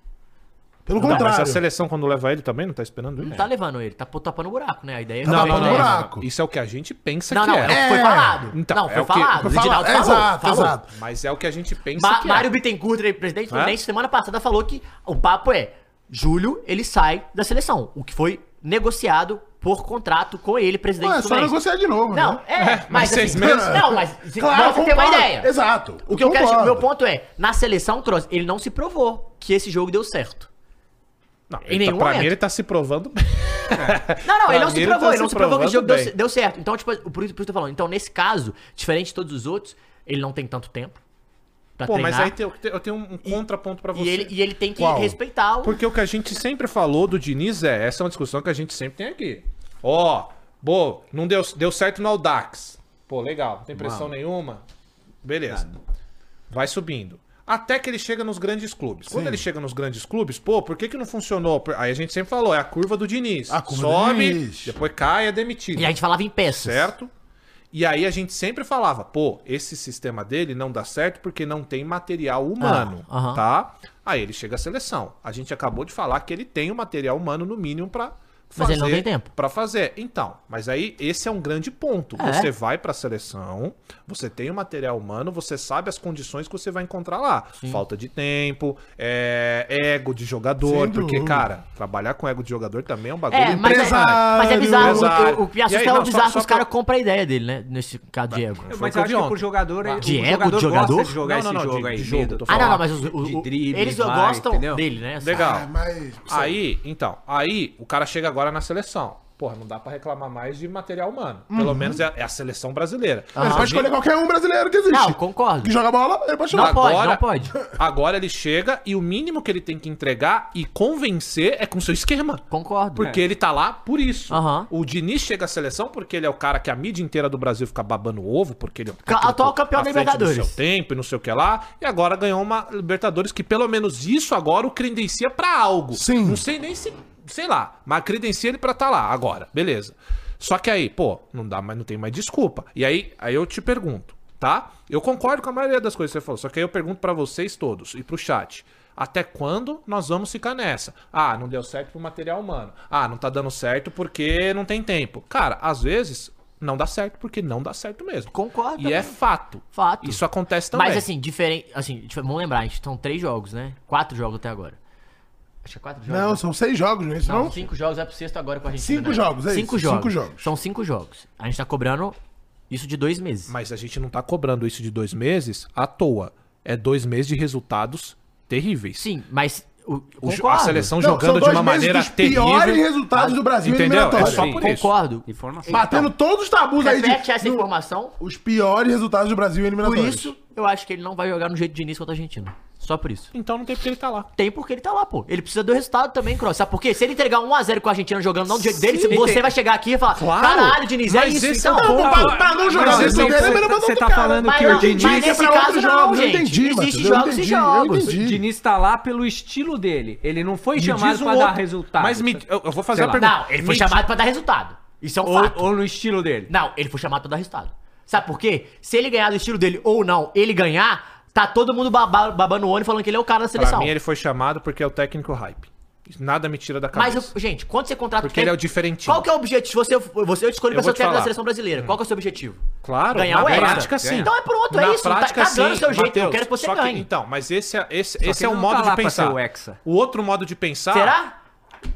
Pelo
Não, mas a
contrário.
seleção, quando leva ele, também não tá esperando
Não
ele.
tá levando ele, tá pô- tapando o buraco, né? A ideia é
Não,
também
não,
não,
não,
é.
não.
Isso é o que a gente pensa
Não,
que
não,
é.
é o que foi
É.
falado.
Então,
não,
é
foi
o que-
falado.
Foi
O Edinaldo
falado,
falou,
exato,
falou.
exato.
Mas é o que a gente pensa
Ma
que
Mário
é.
Bittencourt, tre- presidente do
Hã?
Fluminense, semana passada falou que o papo é julho ele sai da seleção, o que foi negociado por contrato com ele, presidente
Ué,
do
é só
Fluminense.
negociar de novo,
Não,
né?
é, mas
seis
assim,
meses.
Não, mas se- mas você tem uma
concordo.
ideia.
Exato.
O que eu quero,
Concordo.
meu ponto é, na seleção Cross, ele não se provou que esse jogo deu certo.
Não,
Em
ele tá-
nenhum
pra
momento.
mim, ele tá se provando
Não, não,
Pra
ele não
mim,
se
ele
provou,
tá
ele não
se
se provou que
provando
o jogo deu,
bem.
deu certo. Então, tipo, por isso, por isso que eu tô falando. Então, nesse caso, diferente de todos os outros, ele não tem tanto tempo. pra
Pô,
treinar.
mas aí tem- eu te- eu tenho um contraponto pra você.
E ele, e ele tem que
Qual?
respeitar o...
Porque o que a gente sempre falou do Diniz é, essa é uma discussão que a gente sempre tem aqui. Ó, pô, não deu, deu certo no Aldax. Pô, legal, não tem pressão nenhuma. Beleza. Vai subindo. Até que ele chega nos grandes clubes. Quando ele chega nos grandes clubes, pô, por que que não funcionou? Por- Aí a gente sempre falou, é a curva do Diniz.
A curva do
Sobe,
Diniz.
depois cai, é demitido
E a gente falava em peças.
certo? E aí a gente sempre falava, pô, esse sistema dele não dá certo porque não tem material humano,
Ah, aham.
tá? Aí ele chega à seleção. A gente acabou de falar que ele tem o material humano no mínimo pra
Mas
fazer.
ele não tem tempo.
Pra fazer. Então, mas aí esse é um grande ponto.
É.
Você vai pra seleção, você tem o material humano, você sabe as condições que você vai encontrar lá. Falta de tempo, é, ego de jogador,
Sem
porque,
dúvida.
cara, trabalhar com ego de jogador também é um bagulho
É, mas, é-
Empresário,
mas é bizarro.
empresário.
O, o, o que
E aí,
assusta é
não,
o
só-
bizarro
só
que os caras
pra-
compram a ideia dele, né? Nesse caso do Diego.
Foi
Mas
o que eu
eu
vi
acho que
ontem.
pro jogador, ele-
Diego,
o jogador,
jogador?
gosta de jogar
Não, não,
esse
não,
jogo
de-
aí.
de jogo,
medo.
tô
Ah, não, não, mas os,
De
o- o-
drible,
eles
vai,
gostam
entendeu?
dele, né? Sabe?
Legal.
Ah, mas...
Aí, então, aí o cara chega agora na seleção. Porra, não dá pra reclamar mais de material humano.
Uhum.
Pelo menos é, é a seleção brasileira.
Mas
A
pode
gente-
escolher qualquer um brasileiro que existe.
Não, concordo.
Que joga bola, ele pode
Não
chamar.
pode, não pode.
Agora ele chega e o mínimo que ele tem que entregar e convencer é com seu esquema.
Concordo. É,
Porque ele tá lá por isso.
Aham.
O Diniz chega à seleção porque ele é o cara que a mídia inteira do Brasil fica babando o ovo, porque ele é o técnico
atual campeão
à
da
frente do
Libertadores.
seu tempo e não sei o que lá. E agora ganhou uma Libertadores que pelo menos isso agora o credencia pra algo.
Sim.
Não sei nem se, sei lá, mas credencia ele pra tá lá agora. Beleza. Só que aí, pô, não dá, mas não tem mais desculpa. E aí, aí eu te pergunto, tá? Eu concordo com a maioria das coisas que você falou, só que aí eu pergunto pra vocês todos e pro chat. Até quando nós vamos ficar nessa? Ah, não deu certo pro material humano. Ah, não tá dando certo porque não tem tempo. Cara, às vezes não dá certo porque não dá certo mesmo.
Concordo
E
também.
é fato.
Fato.
Isso acontece também.
Mas assim, diferente. Assim, tipo, vamos lembrar, a gente são três jogos, né? Quatro jogos até agora. Acho que é quatro jogos.
Não,
né?
são seis jogos, não é isso
Não,
não?
cinco jogos é pro sexto agora com a gente.
né?
Cinco jogos, é isso,
cinco
cinco
Jogos.
jogos.
São cinco jogos. A gente tá cobrando isso de dois meses.
Mas a gente não tá cobrando isso de dois meses à toa. É dois meses de resultados terríveis.
Sim, mas. O,
O jo- a
concordo.
seleção
Não,
jogando
são
de
dois
uma
meses
maneira
dos
terrível.
piores resultados do Brasil em
Entendeu? É
eliminatórias.
só
Sim,
por isso.
Ah,
concordo.
Informação.
Batendo todos os tabus aí de...
Repete essa informação.
Os piores resultados do Brasil em
Por
eliminatórias.
isso, eu acho que ele não vai jogar no jeito de início contra a Argentina. Só por isso.
Então não tem porque ele tá lá.
Tem porque ele tá lá, pô. Ele precisa do resultado também, Cross. Sabe por quê? Se ele entregar 1x0 com a Argentina jogando não do jeito dele,
Sim.
você vai chegar aqui e falar: Caralho, Diniz, é
Mas
isso.
esse é
Então,
o ponto.
pra- pra não jogar
tá Mas
no
esse
jogo
é o
dele,
que
é melhor
você tá-
botar
você
outro
tá
cara.
falando
Mas
que o
não,
Diniz...
mas
é
nesse
pra
caso
outros
não,
jogos, eu
gente.
entendi, Matheus,
Existe
eu
jogos e
entendi, eu
jogos.
entendi.
O Diniz tá lá pelo estilo dele. Ele não foi chamado
é um
pra dar resultado.
Mas me- eu, eu vou fazer
Sei
uma
lá.
pergunta.
Não, ele foi
Me-
chamado pra dar resultado. Isso é um fato.
Ou, ou no estilo dele.
Não, ele foi chamado pra dar resultado. Sabe por quê? Se ele ganhar do estilo dele ou não, ele ganhar, tá todo mundo baba- babando o olho falando que ele é o cara da
Pra
seleção.
mim ele foi chamado porque é o técnico hype. Nada me tira da
Mas,
cabeça.
eu- gente, quando você contrata
Porque ele é o diferentinho.
Qual que é o objetivo? Você, você
Eu
escolhe pra
vou
ser o
te
técnico da
falar. Hum.
seleção brasileira. Qual que é o seu objetivo?
Claro,
Ganhar
na
o extra.
prática sim.
Então é pronto, é
Na
isso, não tá-
prática,
tá dando
sim,
seu jeito, eu
Mateus,
quero que você
só
ganhe.
então, mas esse é, esse, esse
que
é o
ele não tá
modo de
lá pra ser
pensar.
o hexa.
O outro modo de pensar.
Será?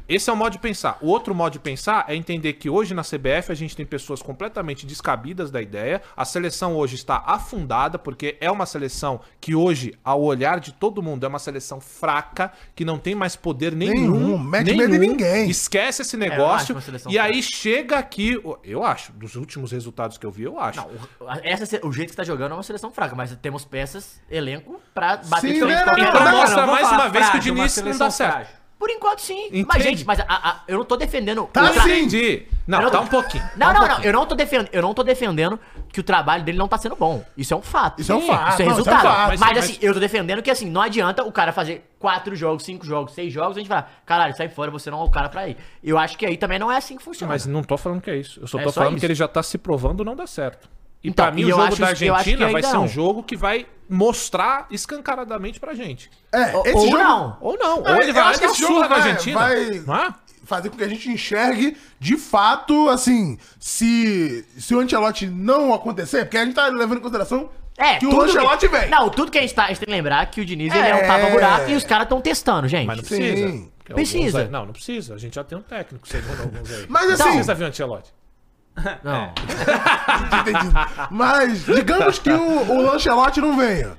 Esse é o modo de pensar. O outro modo de pensar é entender que hoje na CBF a gente tem pessoas completamente descabidas da ideia. A seleção hoje está afundada, porque é uma seleção que hoje, ao olhar de todo mundo, é uma seleção fraca, que não tem mais poder nenhum.
Nenhum, mete medo em ninguém.
Esquece esse
eu acho
negócio.
uma seleção
e aí chega aqui. Eu acho, dos últimos resultados que eu vi, eu acho.
Não, Tá, o- a- essa, se- o jeito que tá jogando é uma seleção fraca, mas temos peças, elenco, pra bater
Sim,
de frente
né,
com qualquer
né,
um.
Então
Não, não,
mostra
vou
mais
falar
uma vez que o
frágil, uma
Diniz não
seleção
dá certo.
frágil.
Por enquanto sim. Mas,
Entende?
gente, mas a- a- eu não tô defendendo.
Tá
o tra-
sim.
Entendi. Não,
Eu não
tá
tô-
um pouquinho. tá
Não,
um
não, não.
pouquinho.
Eu não, tô defendendo, eu não tô defendendo que o trabalho dele não tá sendo bom. Isso é um fato.
Isso é um
Sim,
fato,
Isso é
não,
resultado.
isso é um fato.
mas,
Mas-
assim, eu tô defendendo que assim, não adianta o cara fazer quatro jogos, cinco jogos, seis jogos, a gente falar, caralho, sai fora, você não é o cara pra ir. Eu acho que aí também não é assim que funciona.
Mas não tô falando que é isso. Eu só
É
tô
só
falando
isso.
que ele já tá se provando não dá certo. E
Então,
pra mim
e
o
eu
jogo
acho
da
que- eu acho que
Argentina vai
ainda
ser um
não.
jogo que vai mostrar escancaradamente pra gente.
É,
Ou-
esse
ou
jogo
não.
Ou não.
É,
Ou ele
eu
vai lá
acho que
dar
esse jogo
né?
surra na
vai-
Argentina.
vai-
Não é?
fazer com que a gente enxergue de fato, assim, se, se o Ancelotti não acontecer, porque a gente tá levando em consideração
É,
que o
tudo
Ancelotti vem.
Não, tudo que a gente, tá, a gente tem que lembrar que o Diniz ele é um
É.
tapa-buraco e os caras estão testando, gente.
Mas não
Sim.
precisa. Porque alguns
Precisa.
aí- Não, não precisa. A gente já tem um técnico, segundo alguns aí.
Mas
não
assim,
precisa vir o Ancelotti.
Não.
entendi. mas digamos que o, o Ancelotti não venha.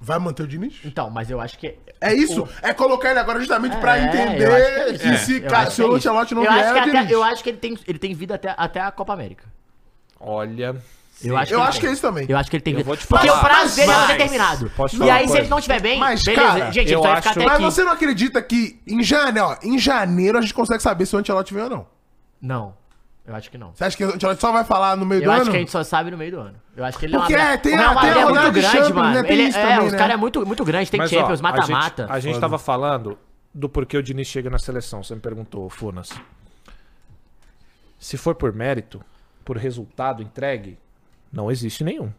Vai manter o Diniz?
Então, mas eu acho que.
É isso? É colocar ele agora justamente pra
É,
entender
eu acho que é isso.
que se,
Eu
ca-
acho
se
que é
o
isso.
Ancelotti não
eu
vier,
acho que
é o
até-
Diniz.
Eu acho que ele tem, ele tem vida até, até a Copa América.
Olha.
Eu acho,
Eu
ele
acho que
tem.
eles também.
Eu acho que ele tem
Eu vou te
Porque
falar,
o prazo dele é
mas-
determinado.
Posso te
E
falar uma
aí, se
coisa?
ele não estiver bem,
Mas,
beleza.
cara,
gente,
eu
ele só vai ficar
acho-
até
Mas
aqui.
você não acredita que em janeiro, ó, em janeiro a gente consegue saber se o Antelote vem ou não?
Não, eu acho que não.
Você acha que o Antelote só vai falar no meio
Eu
do
acho
ano?
que a gente só sabe no meio do ano. Eu acho que ele
Porque
é uma...
é, tem
o
a-
Real Madrid
tem a
é muito
rodada de
grande,
Champions,
mano.
né? Tem
Ele,
isso
é,
também,
os
né?
caras é muito, muito grande, tem
Mas, ó,
Champions, mata-mata.
A gente, a gente tava falando do porquê o Diniz chega na seleção. Você me perguntou, Funas. Se for por mérito, por resultado entregue, não existe nenhum.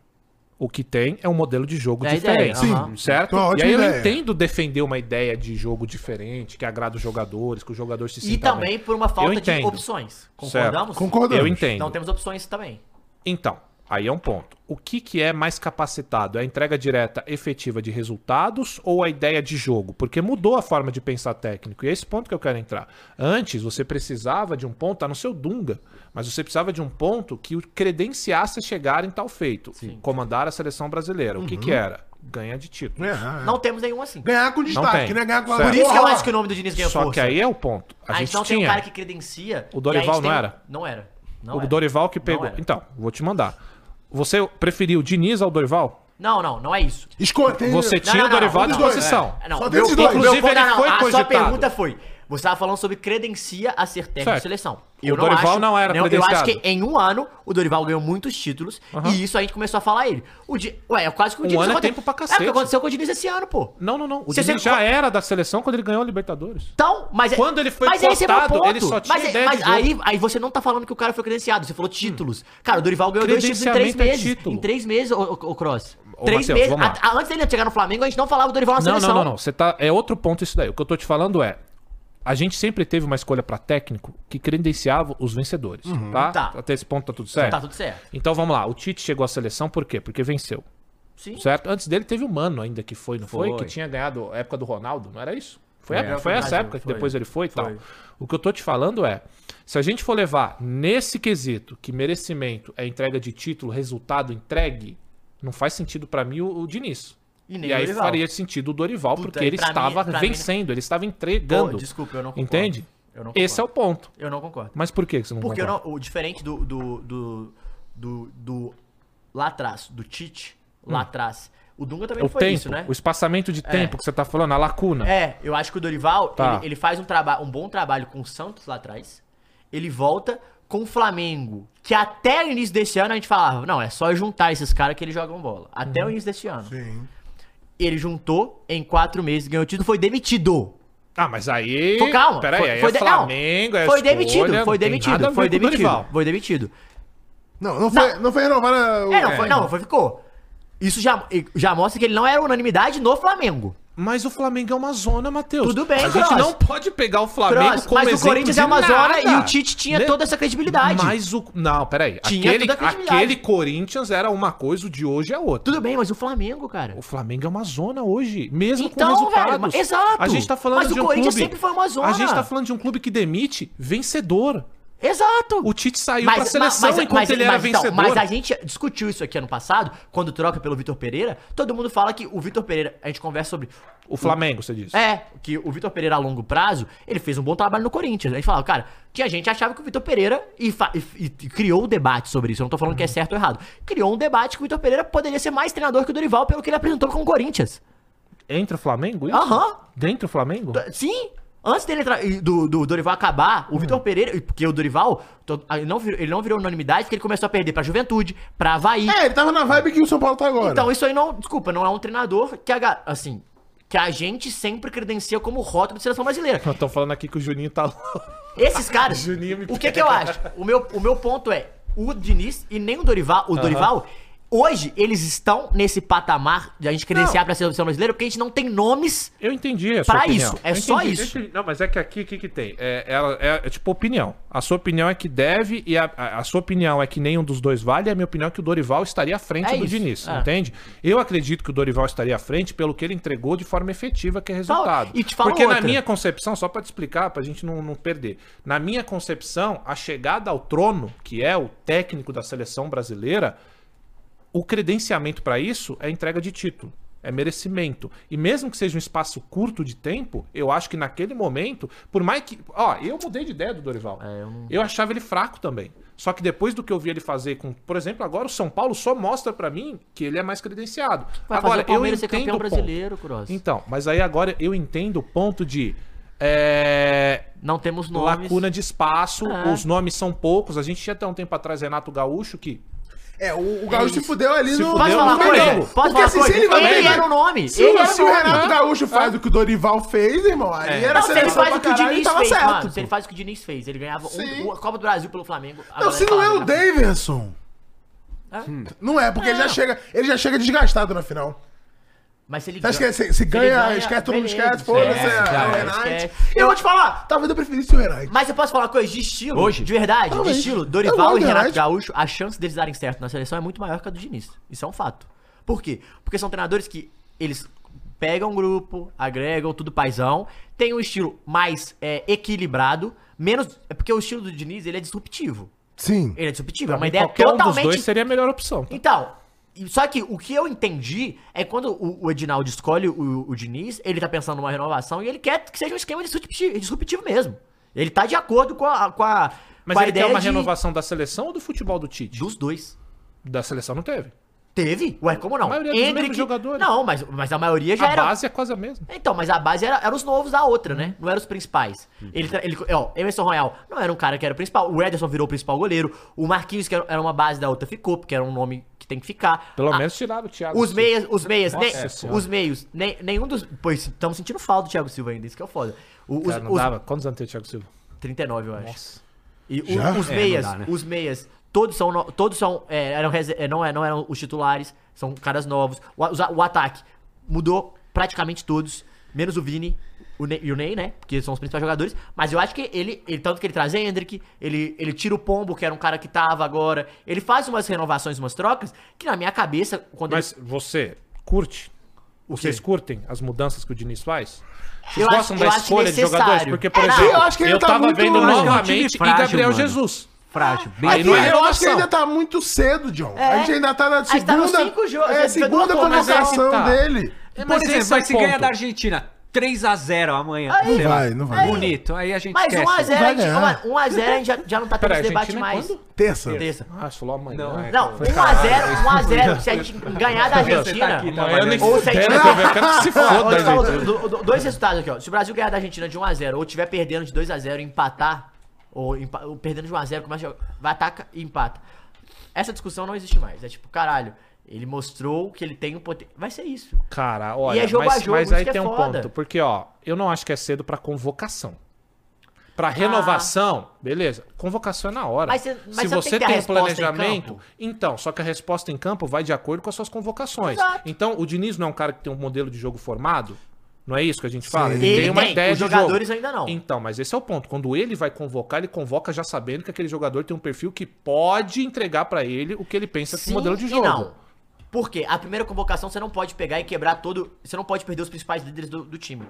O que tem é um modelo de jogo
É a
diferente.
ideia,
Sim.
aham.
Certo?
Uma
E
ótima
aí eu
ideia.
entendo defender uma ideia de jogo diferente, que agrada os jogadores, que o jogador se sinta
E também
tá bem.
por uma falta
Eu
de
entendo.
opções. Concordamos?
Concordamos.
Eu entendo.
Não temos opções também.
Então, aí é um ponto. O que, que é mais capacitado? É a entrega direta efetiva de resultados ou a ideia de jogo? Porque mudou a forma de pensar técnico. E é esse ponto que eu quero entrar. Antes, você precisava de um ponto, tá no seu Dunga, mas você precisava de um ponto que o credenciasse chegar em tal feito. Comandar a seleção brasileira. O que, que era? Ganha de título.
É, é.
Uhum. Não temos nenhum assim.
Ganhar com destaque,
tem.
né? Ganhar com
Certo.
Por isso que eu
Porra!
acho que o nome do Diniz ganhou
Só
força.
que aí é o ponto. A,
a,
gente,
gente não tem um
tinha.
cara que credencia.
O Dorival
e a gente tem
não
um-
era?
Não era. Não é.
O
era.
Dorival que pegou.
era.
Então, vou te mandar. Você preferiu o Diniz ao Dorival?
Não, não, não é isso.
Escolha, tem-
Você
Não,
tinha
não,
o
não,
Dorival à
um dos dois,
disposição.
Não,
Só
meu,
desses dois.
inclusive,
Inclusive,
não,
ele foi
a sua
cogitado.
pergunta foi: você estava falando sobre credencia a ser técnico de
Certo.
seleção.
O Dorival não era
Eu acho
credenciado.
que em um ano o Dorival ganhou muitos títulos e isso a gente começou a falar ele. O Di... Ué, é quase que o
Um
Diniz
ano é
aconteceu-
tempo pra
É o
cacete.
que aconteceu com o Diniz esse ano, pô.
Não, não, não. O
Você
Diniz
sempre-
já era da seleção quando ele ganhou a Libertadores.
Então, mas é-
Quando ele foi
mas esse é meu
cotado,
ponto.
ele só tinha
mas, é-
ideia de
mas
jogo.
aí, aí você não tá falando que o cara foi credenciado, você falou títulos. Cara, o Dorival ganhou dois títulos em três
Credenciamento é
meses.
título.
Em três meses, o, Cross.
Ô,
três
Matheus,
meses.
vamos lá.
A- a- antes dele chegar no Flamengo, a gente não falava do Dorival na
Não,
seleção.
não, não, não. Você tá... É outro ponto isso daí. O que eu tô te falando é. A gente sempre teve uma escolha pra técnico que credenciava os vencedores, tá?
Tá.
Até esse ponto tá tudo certo?
Tá tudo certo.
Então vamos lá. O Tite chegou à seleção por quê? Porque venceu,
Sim.
certo? Antes dele teve o Mano ainda que foi, não foi?
Foi.
Que tinha ganhado a época do Ronaldo, não era isso? Foi, a-
É,
foi essa
Brasil,
época que
foi.
depois ele foi e tal. O que eu tô te falando é, se a gente for levar nesse quesito que merecimento é entrega de título, resultado entregue, não faz sentido pra mim o, o Diniz.
E
E,
nem o
aí
Dorival.
faria sentido o Dorival,
Puta,
porque
e
ele
pra mim-
estava
pra mim-
vencendo, ele estava entregando.
Pô, desculpa, eu não concordo.
Entende?
Eu não
Esse é o ponto.
Eu não concordo.
Mas por que você não
Porque eu
concorda?
não, o diferente do do, do do do- lá atrás, do Tite, lá atrás, o Dunga também
Hum. O
foi
tempo,
isso, né?
o espaçamento de tempo que você tá falando, a lacuna.
É, eu acho que o Dorival,
Tá.
ele, ele faz um, traba um bom trabalho com o Santos lá atrás. Ele volta com o Flamengo, que até o início desse ano a gente falava, não, é só juntar esses caras que eles jogam bola. Até
Uhum.
o início desse ano.
Sim.
Ele juntou, em quatro meses ganhou o título, foi demitido.
Ah, mas aí.
Foi, calma.
Peraí,
foi,
aí
foi
é
de- não,
Flamengo, é
Foi
escolha,
demitido,
não
foi
tem nada a
demitido,
ver
foi
com o Dorival.
demitido, foi demitido.
Não, não foi,
Não.
não. foi renovar a-
É, não, foi, não, foi, ficou. Isso já, já mostra que ele não era unanimidade no Flamengo.
Mas o Flamengo é uma zona, Matheus.
Tudo bem,
A
Cross.
gente não pode pegar o Flamengo
Cross,
Ah, como
mas o
exemplo
Corinthians
de
é uma zona
nada.
e o Tite tinha
Né?
toda essa credibilidade.
Mas o... Não, peraí.
Tinha
aquele,
toda a credibilidade.
aquele Corinthians era uma coisa, o de hoje é outra.
Tudo bem, mas o Flamengo, cara.
O Flamengo é uma zona hoje, mesmo
Então,
com
velho,
resultados.
mas- exato.
A gente tá falando
Mas o
de um
Corinthians
clube...
sempre foi uma zona.
A gente tá falando de um clube que demite vencedor.
Exato.
O Tite saiu pra seleção enquanto ele era
então,
vencedor.
mas a gente discutiu isso aqui ano passado, quando troca pelo Vitor Pereira, todo mundo fala que o Vitor Pereira, a gente conversa sobre
O Flamengo, você disse.
É, que o Vitor Pereira a longo prazo, ele fez um bom trabalho no Corinthians. A gente falava, cara, tinha gente que achava que o Vitor Pereira e, fa- e- e- e criou o debate sobre isso. Eu não tô falando
Uhum.
que é certo ou errado. Criou um debate que o Vitor Pereira poderia ser mais treinador que o Dorival pelo que ele apresentou com o Corinthians.
Entre o Flamengo, isso?
Aham.
Dentro do Flamengo?
T- Sim, antes dele entrar- e do, do Dorival acabar,
Hum.
o Vitor Pereira, e porque o Dorival, to- ele não, virou, ele não virou unanimidade porque ele começou a perder pra Juventude, pra Havaí.
É, ele tava na vibe que o São Paulo tá agora.
Então, isso aí não. Desculpa, não é um treinador que a, ga- assim, que a gente sempre credencia como rótulo de seleção brasileira.
Estão falando aqui que o Juninho tá louco.
Esses caras,
Juninho me
o que que eu acho? O meu, o meu ponto é, o Diniz e nem o Dorival, o Dorival, hoje eles estão nesse patamar de a gente credenciar pra seleção brasileira, porque a gente não tem nomes
Eu entendi a
Pra
sua opinião.
isso, é
Eu
só
entendi, eu
isso.
entendi. Não, mas é que aqui, o que que tem? É, ela, é, é tipo opinião. A sua opinião é que deve e a, a- a sua opinião é que nenhum dos dois vale e a minha opinião é que o Dorival estaria à frente
É
do
isso,
Diniz,
é.
entende? Eu acredito que o Dorival estaria à frente pelo que ele entregou de forma efetiva, que é resultado.
e te falo
Porque na
outra.
minha concepção, só pra te explicar, pra gente não, não perder. Na minha concepção, a chegada ao trono, que é o técnico da seleção brasileira, o credenciamento para isso é entrega de título. É merecimento. E mesmo que seja um espaço curto de tempo, eu acho que
É,
naquele momento, por mais que. Ó, eu mudei de ideia do Dorival. eu, achava ele fraco também. Só que depois do que eu vi ele fazer com, por exemplo, agora o São Paulo só mostra pra mim que ele é mais credenciado.
Vai fazer
agora
o Palmeiras ser
entendo
campeão
o ponto.
brasileiro, Cross.
Então, mas aí agora eu entendo o ponto de é,
Não temos nomes.
lacuna de espaço,
É.
os nomes são poucos. A gente tinha até um tempo atrás Renato Gaúcho que
É, o, o Gaúcho se fudeu ali
Se
no.
fudeu.
Pode
no
falar uma
Não,
coisa?
não.
Pode
Porque
falar uma
assim,
coisa?
se ele vai
Ele
bem-
era o nome.
Se,
ele
o,
era
se o Renato
nome.
Gaúcho faz o que o Dorival fez, irmão, aí era
É. Não, se ele
seleção
faz o
pra
que o
caralho,
Diniz
tava
fez,
certo.
mano. Se ele faz o que o Diniz fez, ele ganhava
Sim.
um, a Copa do Brasil pelo Flamengo. a
Não,
galera
se não é
falava,
o
né?
Davidson.
Ah.
Não é, porque ele já
Não.
chega, ele já chega desgastado na final.
Mas se ele
Você acha que
ganha-
se, se
ele
ganha,
ganha,
esquece, todo mundo
beleza,
esquece, foda-se,
esquece,
é
já
o
era,
Renate.
esquece.
Eu vou te falar, talvez eu preferisse o Renate.
Mas eu posso falar uma coisa de estilo?
Hoje?
De verdade,
Talvez.
de estilo.
Eu
Dorival
gosto
e
do
Renato
Renato.
Gaúcho, a chance deles darem certo na seleção é muito maior que a do Diniz. Isso é um fato. Por quê? Porque são treinadores que eles pegam um grupo, agregam, tudo paizão, tem um estilo mais é, equilibrado, menos... É porque o estilo do Diniz, ele é disruptivo.
Sim.
Ele é disruptivo, é uma
pra mim,
ideia
qualquer um dos
totalmente
dois seria a melhor opção.
então, e- só que o que eu entendi é quando o, o Edinaldo escolhe o, o Diniz, ele tá pensando numa renovação e ele quer que seja um esquema disruptivo, disruptivo mesmo. Ele tá de acordo com a, com a,
Mas
com a
ele quer uma
de-
renovação da seleção ou do futebol do Tite?
dos dois.
Da seleção não teve.
Teve? Ué, como não?
A maioria dos
Hendrick-
mesmos jogadores.
Não, mas, mas a maioria já
A
era.
base é quase a mesma.
Então, mas a base era, era os novos da outra, né? Não eram os principais. Ele, tra- ele, ó, Emerson Royal não era um cara que era o principal. O Ederson virou o principal goleiro. O Marquinhos, que era- era uma base da outra, ficou, porque era um nome que tem que ficar.
Pelo
A-
menos tiraram o Thiago.
Ah, Os
Silva.
meias, os meias,
Nossa
nem-
Senhora.
os meios, nem- nenhum dos. Pois, estamos sentindo falta do Thiago Silva ainda, isso que é o foda. O- os,
Cara, não
os-
dava. Quantos anos tem o Thiago Silva?
39, eu acho.
Nossa.
E o-
Já?
os
É,
meias,
não dá, né?
os meias, todos são, no- todos são, é, eram, rese- é, não, é, não eram os titulares, são caras novos. O, a- os a- o ataque mudou praticamente todos, menos o Vini o Ney, e o Ney, né? Porque são os principais jogadores. Mas eu acho que ele, ele tanto que ele traz Hendrick, ele, ele tira o Pombo, que era um cara que tava agora. Ele faz umas renovações, umas trocas, que na minha cabeça, quando ele
Mas você curte? Vocês
quê?
curtem as mudanças que o Diniz faz? Vocês
Eu acho-
gostam
eu
da
acho
escolha de
necessário.
jogadores? Porque, por
É, não,
exemplo, eu,
eu acho que ele tá
tava
muito
vendo
longe, é um time
novamente e
frágil,
Gabriel
mano.
Jesus.
Frágil.
Ah,
Bem,
Aí
Aqui,
não é
eu acho que
renovação.
ainda tá muito cedo, John.
É.
A gente ainda tá na
A gente tá nos
segunda.
cinco jogos,
é,
a gente tá
segunda
no- mas
é que
convocação
tá.
dele.
Por
Mas esse
exemplo,
é o
vai se ganhar
ponto.
da Argentina 3x0 amanhã.
Aí,
sei lá.
vai, não vai.
Bonito, aí a gente
Mas
esquece.
1x0 a,
Vai
gente-
ganhar.
mano, 1 a 0 a gente já, já não tá tendo
Peraí,
esse debate
Argentina é
mais.
quando?
Terça.
Terça.
Ah, você falou amanhã.
Não.
É,
Não, 1x0, 1x0. Se a gente ganhar da
Você tá
Argentina.
aqui,
Amanhã eu nem
Ou se a
fudendo,
gente-
eu quero que se
Ó,
foda,
olha só,
gente.
do- do- dois resultados aqui, ó. Se o Brasil ganhar da Argentina de 1x0 ou tiver perdendo de 2x0 e empatar, ou, empa- ou perdendo de 1x0, começa a jogar- vai ataca e empata. Essa discussão não existe mais. É tipo, caralho, ele mostrou que ele tem um poder. Vai ser isso.
Cara, olha,
E é jogo
mas,
a jogo,
mas
isso
aí
que é
tem um
foda.
ponto, porque ó, eu não acho que é cedo pra convocação. Pra renovação, beleza. Convocação é na hora.
Ah. Mas cê- mas
Se
você não tem
você
que ter
tem, um
a resposta em
planejamento,
campo?
então, só que a resposta em campo vai de acordo com as suas convocações.
Exato.
Então, o Diniz não é um cara que tem um modelo de jogo formado? Não é isso que a gente fala?
Ele tem, os jogadores ainda não.
Então, mas esse é o ponto. Quando ele vai convocar, ele convoca já sabendo que aquele jogador tem um perfil que pode entregar pra ele o que ele pensa que é
Sim
o modelo de
e
jogo.
não. Por quê? A primeira convocação você não pode pegar e quebrar todo. Você não pode perder os principais líderes do, do time.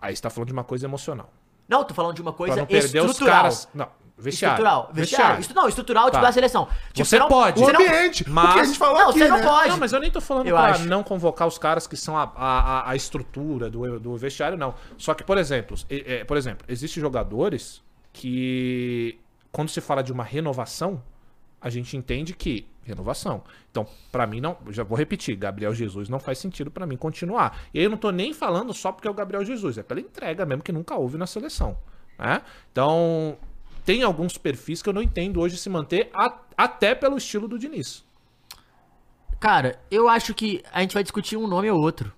Aí você tá falando de uma coisa emocional.
Não, tô falando de uma coisa
Pra não perder os
estrutural.
caras. Não, vestiário.
Estrutural. Vestiário. Estu- Não, estrutural, tipo,
Tá.
da seleção. Tipo,
Você
não-
pode.
O
Você não,
ambiente.
mas-
O que a gente falou
não,
aqui,
você não
né?
pode.
Não, mas eu nem tô falando
Eu
pra
acho.
não convocar os caras que são a, a, a- a estrutura do, do vestiário, não. Só que, por exemplo, é, é, por exemplo, existem jogadores que, quando se fala de uma renovação, a gente entende que renovação. Então, pra mim não, já vou repetir, Gabriel Jesus não faz sentido pra mim continuar. E aí eu não tô nem falando só porque é o Gabriel Jesus, é pela entrega mesmo que nunca houve na seleção, né? Então, tem alguns perfis que eu não entendo hoje se manter a- até pelo estilo do Diniz.
Cara, eu acho que a gente vai discutir um nome ou outro.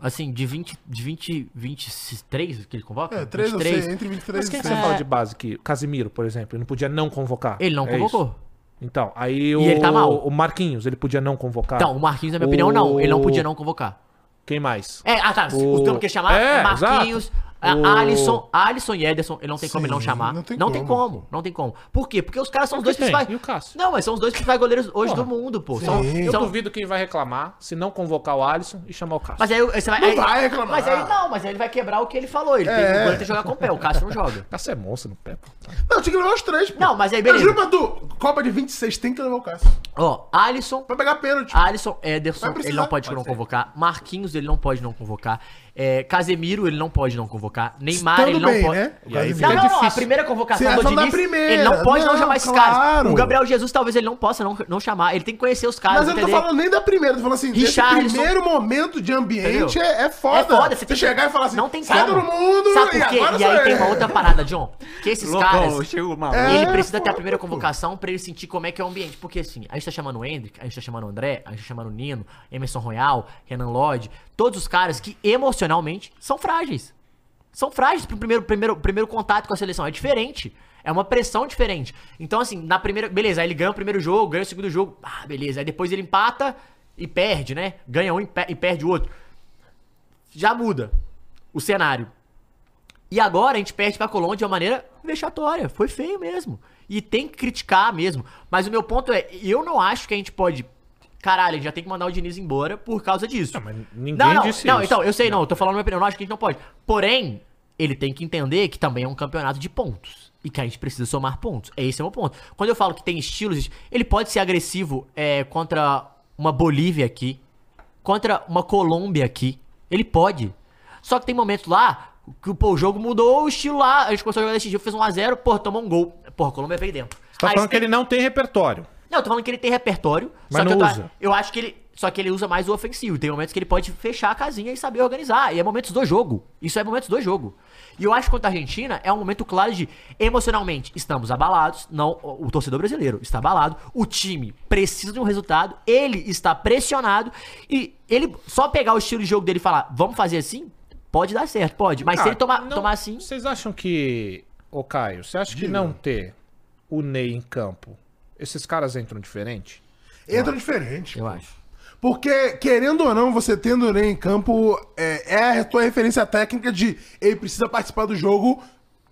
Assim, de 20, de 20, 23 que ele convoca?
É, 3 ou 6, entre 23
Mas
e
quem
6.
que você fala de base que Casimiro, por exemplo, ele não podia não convocar.
É. Ele não
É
convocou.
isso. Então, aí o,
ele tá mal.
o Marquinhos, ele podia não convocar.
Então, o Marquinhos, na minha opinião, não. Ele não podia não convocar.
Quem mais?
É, ah, tá.
O-
O termo que chamar
É,
é Marquinhos, a-
exato. O-
Alisson, Alisson e Ederson, ele não tem como ele não
Sim,
chamar. Não
não
tem,
tem
como.
como,
não tem como. Por quê? Porque os caras são os
Por
dois
que tem?
principais.
E o Cássio?
Não, mas são os dois principais goleiros hoje
Porra.
do mundo, pô. São,
Eu
são-
duvido quem vai reclamar se não convocar o Alisson e chamar o Cássio.
Mas aí você vai.
Não
aí-
vai reclamar. É.
Mas aí não, mas aí ele vai quebrar o que ele falou. Ele tem, o goleiro tem que jogar com o pé, o Cássio não joga.
Cássio é monstro no pé. pô. Tá
Não, tinha que levar os três. pô.
Não, mas aí,
Eu
beleza.
juro pra tu, Copa de 26 tem que levar o Cássio.
Ó, Alisson,
Pra pegar pênalti.
Alisson, Ederson,
Vai precisar,
ele não pode,
pode
não
ser.
convocar. Marquinhos, ele não pode não convocar. É, Casemiro, ele não pode não convocar. Neymar,
Estando
ele não
bem,
pode.
né? O
E aí fica
Brasil fica
não, não, a
difícil.
primeira convocação
Você
do
tá falando
Diniz,
da primeira.
ele não pode não,
Não,
chamar esses caras.
claro.
O Gabriel Jesus talvez ele não possa não, não chamar, ele tem que conhecer os caras,
Mas eu não tô
entendeu?
falando nem da primeira, tô falando assim, desse
Richarlison.
primeiro momento de ambiente
Entendeu?
é, é foda.
É foda, você tem que-
chegar e falar assim,
não tem
sai
como.
do mundo
Sabe por quê? E,
agora
aí
sou
tem
eu.
uma outra parada, John, que esses
Loucão,
caras...
chegou mal.
É.
Ele precisa ter a
foda,
primeira
pô.
convocação pra ele sentir como é que é o ambiente. Porque assim, a gente tá chamando o Hendrick, a gente tá chamando o André, a gente tá chamando o Nino, Emerson Royal, Renan Lodge, todos os caras que emocionalmente são frágeis. São frágeis pro primeiro, primeiro, primeiro contato com a seleção. É diferente. É uma pressão diferente. Então, assim, na primeira. Beleza, aí ele ganha o primeiro jogo, ganha o segundo jogo. Ah, beleza. Aí depois ele empata e perde, né? Ganha um e pe- e perde o outro. Já muda o cenário. E agora a gente perde pra Colômbia de uma maneira vexatória. Foi feio mesmo. E tem que criticar mesmo. Mas o meu ponto é, eu não acho que a gente pode. Caralho, a gente já tem que mandar o Diniz embora por causa disso. Não,
mas ninguém
não,
disse
não,
isso.
então, eu sei, não, eu tô falando minha opinião, eu não acho que a gente não pode. Porém, ele tem que entender que também é um campeonato de pontos. E que a gente precisa somar pontos. Esse é o meu ponto. Quando eu falo que tem estilos, ele pode ser agressivo é, contra uma Bolívia aqui, contra uma Colômbia aqui. Ele pode. Só que tem momentos lá que pô, o jogo mudou o estilo lá. A gente começou a jogar desse jeito, fez um a 0 pô, tomou um gol. Porra, a Colômbia veio dentro.
Tá
Aí
falando
você
que ele não tem repertório.
não, eu tô falando que ele tem repertório,
Mas
só que
não
eu, tô-
usa.
eu acho que ele. Só que ele usa mais o ofensivo. Tem momentos que ele pode fechar a casinha e saber organizar. E é momentos do jogo. Isso é momentos do jogo. E eu acho que contra a Argentina é um momento claro de emocionalmente estamos abalados. Não, o o torcedor brasileiro está abalado. O time precisa de um resultado. Ele está pressionado. E ele só pegar o estilo de jogo dele e falar, vamos fazer assim, pode dar certo, pode. Mas se
Ah,
ele tomar,
não-
tomar assim.
Vocês acham que. Ô, Caio, você acha que não ter o Ney em campo, esses caras entram diferente?
Entra diferente.
Eu acho.
Porque, querendo ou não, você tendo o Ney em campo é, é a tua referência técnica de ele precisa participar do jogo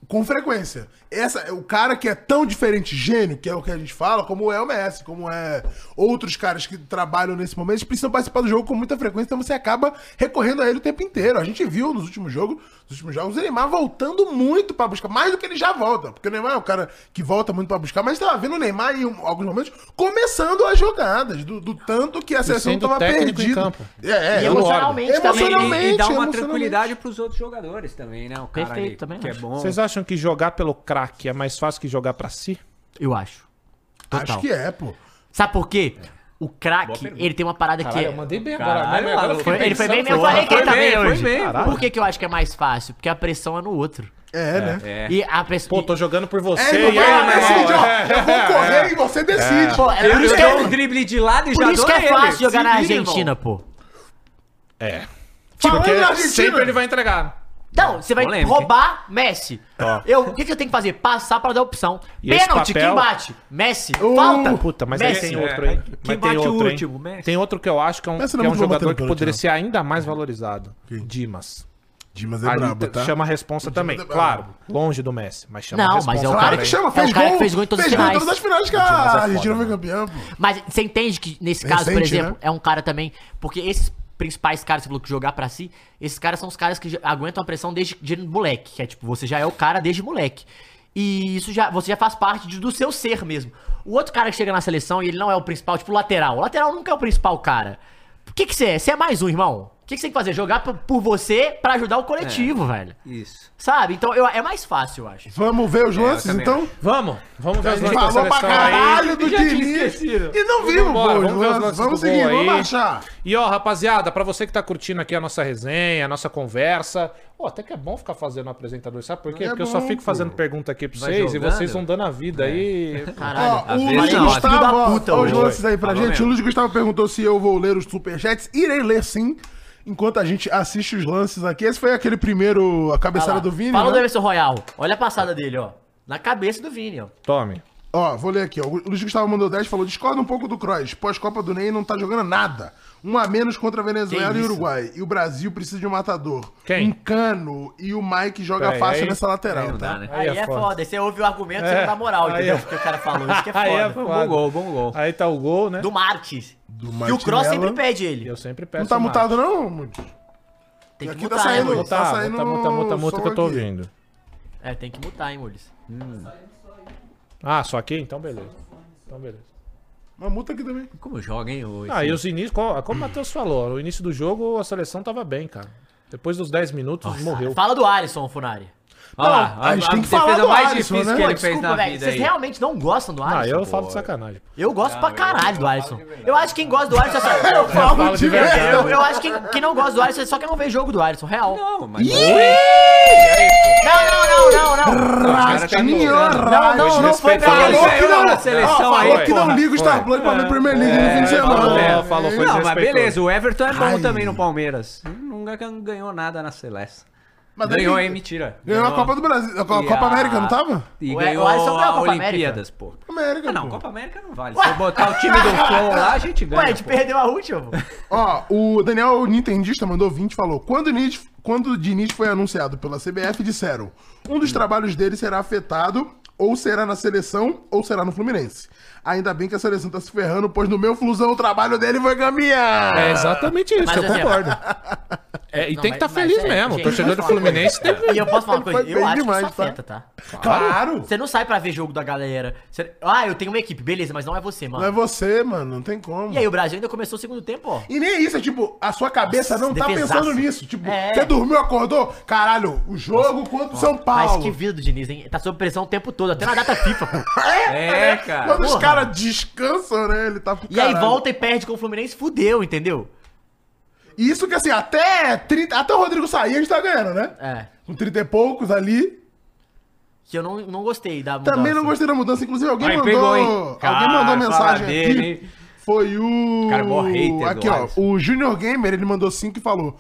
com frequência. Essa, o cara que é tão diferente, gênio, que é o que a gente fala, como é o Messi, como é outros caras que trabalham nesse momento, eles precisam participar do jogo com muita frequência, então você acaba recorrendo a ele o tempo inteiro. A gente viu nos últimos jogos, nos últimos jogos, o Neymar voltando muito pra buscar, mais do que ele já volta, porque o Neymar é um cara que volta muito pra buscar, mas tava vendo o Neymar em um- alguns momentos começando as jogadas, do, do tanto que a seleção
sendo
tava
técnico em
perdida.
campo.
É,
E
é,
emocionalmente também.
Emocionalmente,
e, e dá uma
emocionalmente.
tranquilidade pros outros jogadores também, né? O cara
Perfeito,
aí,
também
que é
acho.
bom.
Vocês acham que jogar pelo craque é mais fácil que jogar pra si?
Eu acho. Total.
Acho que é, pô.
Sabe por quê? O craque, ele tem uma parada que. é-
bem
Caralho, maluco.
Foi- ele foi bem mesmo, eu
porra,
falei que ele
foi
tá
bem,
bem
foi
hoje.
bem, pô.
Por que, que eu acho que é mais fácil? Porque a pressão é no outro.
É, né?
É.
E a
Pô,
pressão.
tô jogando por
É,
você
irmão,
e aí, meu irmão,
decide, ó.
é.
Eu vou correr e você decide.
Pô, é por
Eu
isso que
dou um
é,
drible de lado e já
por isso
dou
que é
nele.
fácil
Se
jogar na
vira, irmão.
Argentina, pô.
é.
Tipo, Falando
Porque
na Argentina,
sempre ele vai entregar.
Não, você vai
Polêmica,
roubar Messi.
Ó.
Eu, o que, que eu tenho que fazer? Passar pra dar opção.
E esse
Pênalti,
papel-
quem bate? Messi.
Uh,
Falta.
Puta, mas aí
Messi.
tem outro, hein? Mas tem
é. bate o
outro,
último,
hein?
Messi?
Tem outro que eu acho que é um,
Messi
que
não
é um
vou bater no
jogador que
pênalti,
poderia
não.
ser ainda mais valorizado. Dimas.
Dimas é
Ali
brabo,
t-
tá?
chama a responsa também.
é brabo.
claro, longe do Messi, mas chama a
Não, mas
responsa
é o
Claro
também.
que chama,
É
fez
o cara que
gol.
fez gol em todas as finais.
todas as finais que
Dimas é
a
foda,
Argentina foi
né?
campeã, pô.
Mas você entende que nesse caso, por
Recente,
exemplo,
né?
é um cara também. Porque esses principais caras que você falou que jogar pra si, esses caras são os caras que já aguentam a pressão desde de moleque. Que é tipo, você já é o cara desde moleque. E isso já, você já faz parte de- do seu ser mesmo. O outro cara que chega na seleção e ele não é o principal, tipo o lateral. O lateral nunca é o principal cara. O que que você é? Você é mais um, irmão. O que que você tem que fazer? Jogar por, por você pra ajudar o coletivo, velho.
Isso.
Sabe? Então eu- é mais fácil, eu acho.
Vamos ver os lances,
também
então?
Vamos, vamos ver
A
os
gente
lances da
falou pra
seleção aí.
caralho do
Já tinha
Diniz.
esquecido.
E não vimos,
embora,
pô. os
vamos ver os
lances.
lances
Vamos
do gol
seguir, vamos
aí.
marchar.
E ó, rapaziada, pra você que tá curtindo aqui a nossa resenha, a nossa conversa, ó, até que é bom ficar fazendo apresentador, sabe por quê?
É
Porque eu só
bom,
fico
pô.
fazendo pergunta aqui pra
Vai
vocês e
jogando. É.
vocês vão dando a vida aí.
Caralho.
Ó, o Luiz
vezes não, ó,
filho da
Gustavo, ó,
puta,
ó, os
hoje.
lances aí pra
Falou
gente.
mesmo.
O Luiz Gustavo perguntou se eu vou ler os superchats. Irei ler sim, enquanto a gente assiste os lances aqui. Esse foi aquele primeiro, a
Olha
cabeçada
lá.
do Vini,
Fala do
né?
Emerson Royal. Olha a passada dele, ó. Na cabeça do Vini, ó.
Tome.
Ó, vou ler aqui. Ó. O Luiz Gustavo mandou 10 falou: discorda um pouco do Kroos. Pós-Copa do Ney não tá jogando nada. Um a menos contra a Venezuela
Que
e
isso?
Uruguai. E o Brasil precisa de um matador.
Quem?
Um cano e o Mike joga
Peraí,
fácil
aí-
nessa lateral,
Não
tá?
dá, né?
Aí, é foda. Aí você ouve o argumento, você
É,
não dá moral,
aí
entendeu?
é-
Porque o cara falou isso que é foda.
Aí é
Foi um
foda.
bom gol, bom gol.
Aí tá o gol, né?
Do Marques. e o
Martinello.
Cross sempre pede
E
ele.
eu sempre peço.
Não tá
mais.
mutado, não, Mude?
Tem que
Aqui tá
mutar, hein,
saindo.
Mules?
Muta,
Tá saindo
muta, muta, muta, muta
som
que eu tô
aqui.
ouvindo.
É, tem que mutar, hein, Mules.
Ah, só aqui? Então beleza. Então beleza.
Uma multa aqui também.
Como joga, hein? o-
Ah, e os inícios, como como o Matheus falou, no início do jogo a seleção tava bem, cara. Depois dos 10 minutos, morreu.
Fala do Alisson, Funari.
Olha
Não,
lá,
a gente tem que
defesa
falar do
mais
Alisson,
difícil
né?
que
Pô,
ele fez na
velho,
vida
Vocês
aí.
realmente não gostam do
Ah,
Alisson?
eu falo de sacanagem.
Eu gosto pra caralho do Alisson. Eu acho que quem gosta do Alisson é só. Eu,
Fala
falo
de
de verdade.
verdade.
eu- eu acho que quem, quem não gosta do Alisson é só quem não vê jogo do Alisson, real. Não,
Não, mas
não, não, não, não.
Rascaninha,
Não, não, não foi pra
Desrespeitando.
isso.
Falou que
Ganhou
não,
na seleção
ó, falou
aí,
é que não
porra.
liga o Star Blood pra ver Premier League no fim de
falou,
semana.
é, falou, foi
Não, mas
desrespeitoso.
beleza, o Everton é bom também no Palmeiras. Nunca gan- ganhou nada na Seleção.
Mas daí-
ganhou, hein? Mentira.
Ganhou a Copa do Brasil. A Co- Copa América, não tava?
E
O-
ganhou
o Alisson ganhou a
a
Copa
Olimpíadas, pô.
América,
Ah, não,
pô.
Copa América não vale. Se eu botar o time do Flow lá, a gente ganha.
Ué, a gente
pô.
perdeu a última. pô.
Ó, o Daniel o Nintendista mandou 20 e falou: quando o, Diniz, quando o Diniz foi anunciado pela CBF, disseram: um dos trabalhos dele será afetado, ou será na seleção, ou será no Fluminense. Ainda bem que a seleção tá se ferrando, pois no meu flusão o trabalho dele foi caminhar.
É exatamente isso,
Mas,
eu
assim,
concordo. É, e
Não,
tem que estar
mas-
feliz
mas é,
mesmo.
gente,
O torcedor
mas
do
fala-
Fluminense teve.
E eu posso falar uma
Ele
coisa?
foi
Eu
bem
acho que
demais,
isso afeta, tá?
claro!
Você não sai pra ver jogo da galera. Você- Ah, eu tenho uma equipe, beleza, mas não é você, mano.
Não é você, mano, não tem como.
E aí, o Brasil ainda começou o segundo tempo, ó.
E nem isso, é tipo, a sua cabeça
Nossa,
não tá
defesaço.
pensando nisso. Tipo,
É.
você dormiu, acordou? Caralho, o jogo contra o São Paulo.
Mas que vida do Tá Diniz, hein? Tá sob pressão o tempo todo, até na data FIFA, pô.
É,
né? Quando
cara.
os
porra.
caras descansam, né? Ele tá pro
E aí
caralho.
volta e perde com o Fluminense, fudeu, entendeu?
E Isso que assim, até 30, até o Rodrigo sair, a gente tá ganhando, né?
É.
Com 30 e poucos ali.
Que eu não, não gostei da mudança.
Também não gostei da mudança. Inclusive, alguém
Aí
mandou.
pegou, hein?
alguém
Cara,
mandou
fala
mensagem
dele,
aqui.
hein?
Foi o.
Cara, mó hater do
Aqui, ó.
Alisson.
O Junior Gamer, ele mandou 5 e falou.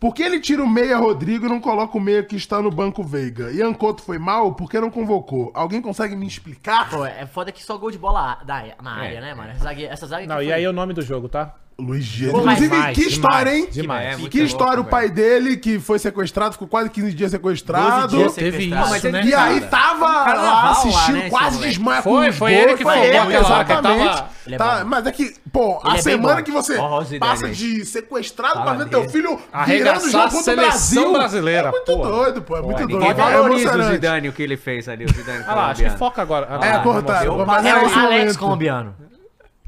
Por que ele tira o meia Rodrigo e não coloca o meia que está no banco Veiga? E Ancoto foi mal? Por que não convocou? Alguém consegue me explicar?
Pô, é foda que só gol de bola a- da, na área, né, mano? Essa zaga, essa zaga
É. Não, e aí é o nome do jogo, tá?
Luiz Dias.
Pô, mas
Inclusive,
demais,
que história,
demais,
hein?
Demais.
É,
Que,
muito
que história
louco,
o pai dele, que foi sequestrado, ficou quase 15 dias sequestrado.
dias
Teve
sequestrado.
isso,
Mas
ele-
né?
E aí tava
carnaval
lá
lá,
assistindo,
né, esse
quase
moleque.
desmaia
Foi,
os
foi
gols,
ele que
foi
fogou
ele,
aquela hora que ele tava-
exatamente.
Ele é
Tá,
bom.
mas é que, pô,
é
a
bem
semana
bom.
que você
Ó, a Rosidade
passa
aí.
de sequestrado pra
Fala
ver teu
dele.
filho virando o
Arregaçar
jogo
a
contra o
seleção
Brasil.
brasileira,
É muito
porra.
doido, pô, é muito doido.
Ninguém valoriza o
emocionante.
Zidane, o que ele fez ali, o Zidane
Ah lá, acho que
colombiano.
foca agora. Ah,
É,
lá,
cortaram.
emoção.
mas
É
era
o
esse
Alex
momento.
colombiano.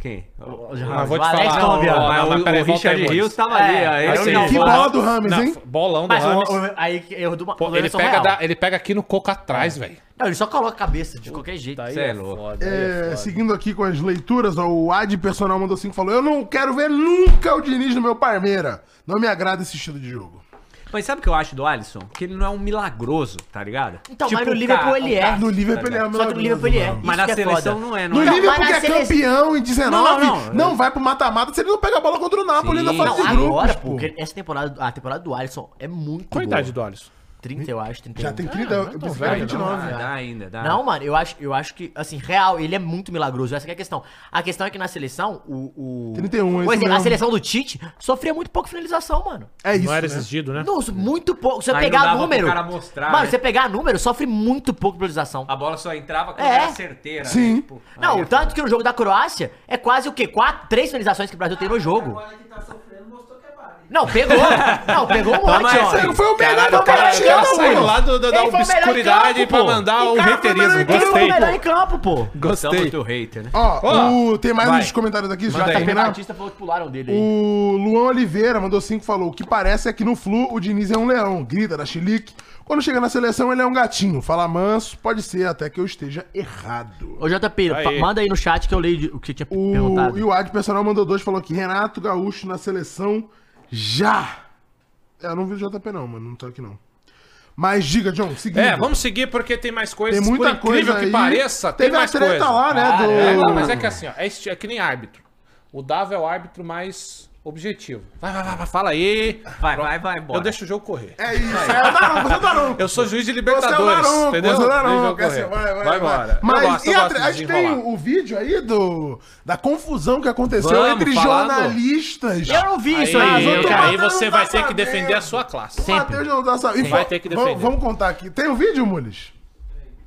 Quem?
Mas vou te
Alex
falar,
colombiano.
não,
mas
não,
o,
mas peraí,
o
volta aí,
Richard Rios
Moisés.
tava ali.
É,
aí
aí
eu
sim.
não
Que
Não,
bola do Rames,
Não,
hein?
Bolão do
Mas o,
Rames.
o- aí que erro do
Pô, ele,
Anderson
pega
Real.
da- ele pega aqui no coco atrás, velho.
Não, ele só coloca a cabeça de qualquer jeito.
Cê é louco.
É, seguindo aqui com as leituras, ó, o Ad Personal mandou 5 falou: Eu não quero ver nunca o Diniz no meu Parmeira. Não me agrada esse estilo de jogo.
Mas sabe o que eu acho do Alisson? Que ele não é um milagroso, tá ligado?
Então,
Tipo
mas no
o
Liverpool
Ca-
ele
o
é.
Ca-
No Liverpool ele é
Só que no Liverpool ele é.
Mas
Isso
na
que é
seleção
foda.
não é,
No
não é.
Não,
livro
mas
porque
na
é
sele-
campeão em 19, não,
Não, não, não.
vai pro mata-mata se ele não pega a bola contra o Napoli
Sim.
na fase
Não,
de tipo.
agora,
grupos,
pô, porque essa temporada, a temporada do Alisson é muito
Qual a
boa.
idade do Alisson?
30, eu acho, 31.
Já tem é, 30, eu pensei que era
velho,
29.
Dá, dá ainda, dá.
Não, mano, eu acho, eu acho que, assim, real, ele é muito milagroso. Essa que é a questão. A questão é que na seleção, o. o...
31, é
Por
isso
exemplo, a
mesmo.
seleção do Tite sofria muito pouco finalização, mano.
É isso,
não era
né?
exigido, né?
Não, muito pouco. Se você
Aí não
pegar
dava pro
número.
cara mostrar,
mano,
né?
você pegar número, sofre muito pouco finalização.
A bola só entrava quando
É.
era certeira. né?
Sim.
Tipo,
Não,
aí é
o tanto que no jogo da Croácia é quase o quê? Quatro, três finalizações que o Brasil tem no jogo. Não, pegou. Não, pegou um monte,
essa
ó.
Ele foi o melhor
Caralho,
do
o cara, o cara saiu lá do- da, da
Ele foi o melhor em
obscuridade
campo,
pra
pô.
mandar o,
O cara foi o melhor
reiterismo.
em campo,
Ele foi o
Gostei.
melhor em campo, pô.
São
Gostei.
muito hater, né?
Ó,
Ó,
o- tem mais
vai.
uns comentários aqui, já
Manda
tá
aí.
pena.
Batista falou que pularam dele aí.
O Luan Oliveira mandou 5 falou: O que parece é que no Flu o Diniz é um leão, grita da chilique. Quando chega na seleção, ele é um gatinho. Fala manso, pode ser, até que eu esteja errado.
Ô, JP,
Aí.
fa- manda aí no chat que eu leio de- o que você tinha
O,
perguntado.
e o Ad Personal mandou dois, falou aqui, Renato Gaúcho na seleção já. É, eu não vi o JP não, mano, não tá aqui não. Mas diga, John, seguinte.
É, vamos seguir porque tem mais coisas.
Tem muita
Por incrível
coisa
que
aí.
pareça, tem
Teve a
mais
treta
coisa.
lá, né, do-
é, não, mas é que assim, ó, é, esti- é que nem árbitro. O Dava é o árbitro mais objetivo. Vai, vai, vai, vai, fala aí.
Vai, vai, vai, bora.
Eu deixo o jogo correr.
É isso, é o Daronco, você é o Daronco.
Eu sou juiz de
Você é o
Libertadores,
Daronco,
entendeu?
você é o
Deixa o
Daronco.
jogo
é assim,
correr.
vai,
vai
vai, vai.
embora.
Mas
eu gosto,
e
eu
a,
gosto
tre-
de
a gente tem
desenrolar.
o, o vídeo aí do, da confusão que aconteceu
Vamos,
entre
falando.
jornalistas.
Eu não vi isso aí,
Aí,
eu
eu,
tô
cara, aí
matando
você
um
vai ter que
passadeiro.
defender a sua classe.
O Matheus não tá sabendo.
Vai ter que defender.
Vamos, vamos contar aqui. Tem o vídeo, Mules?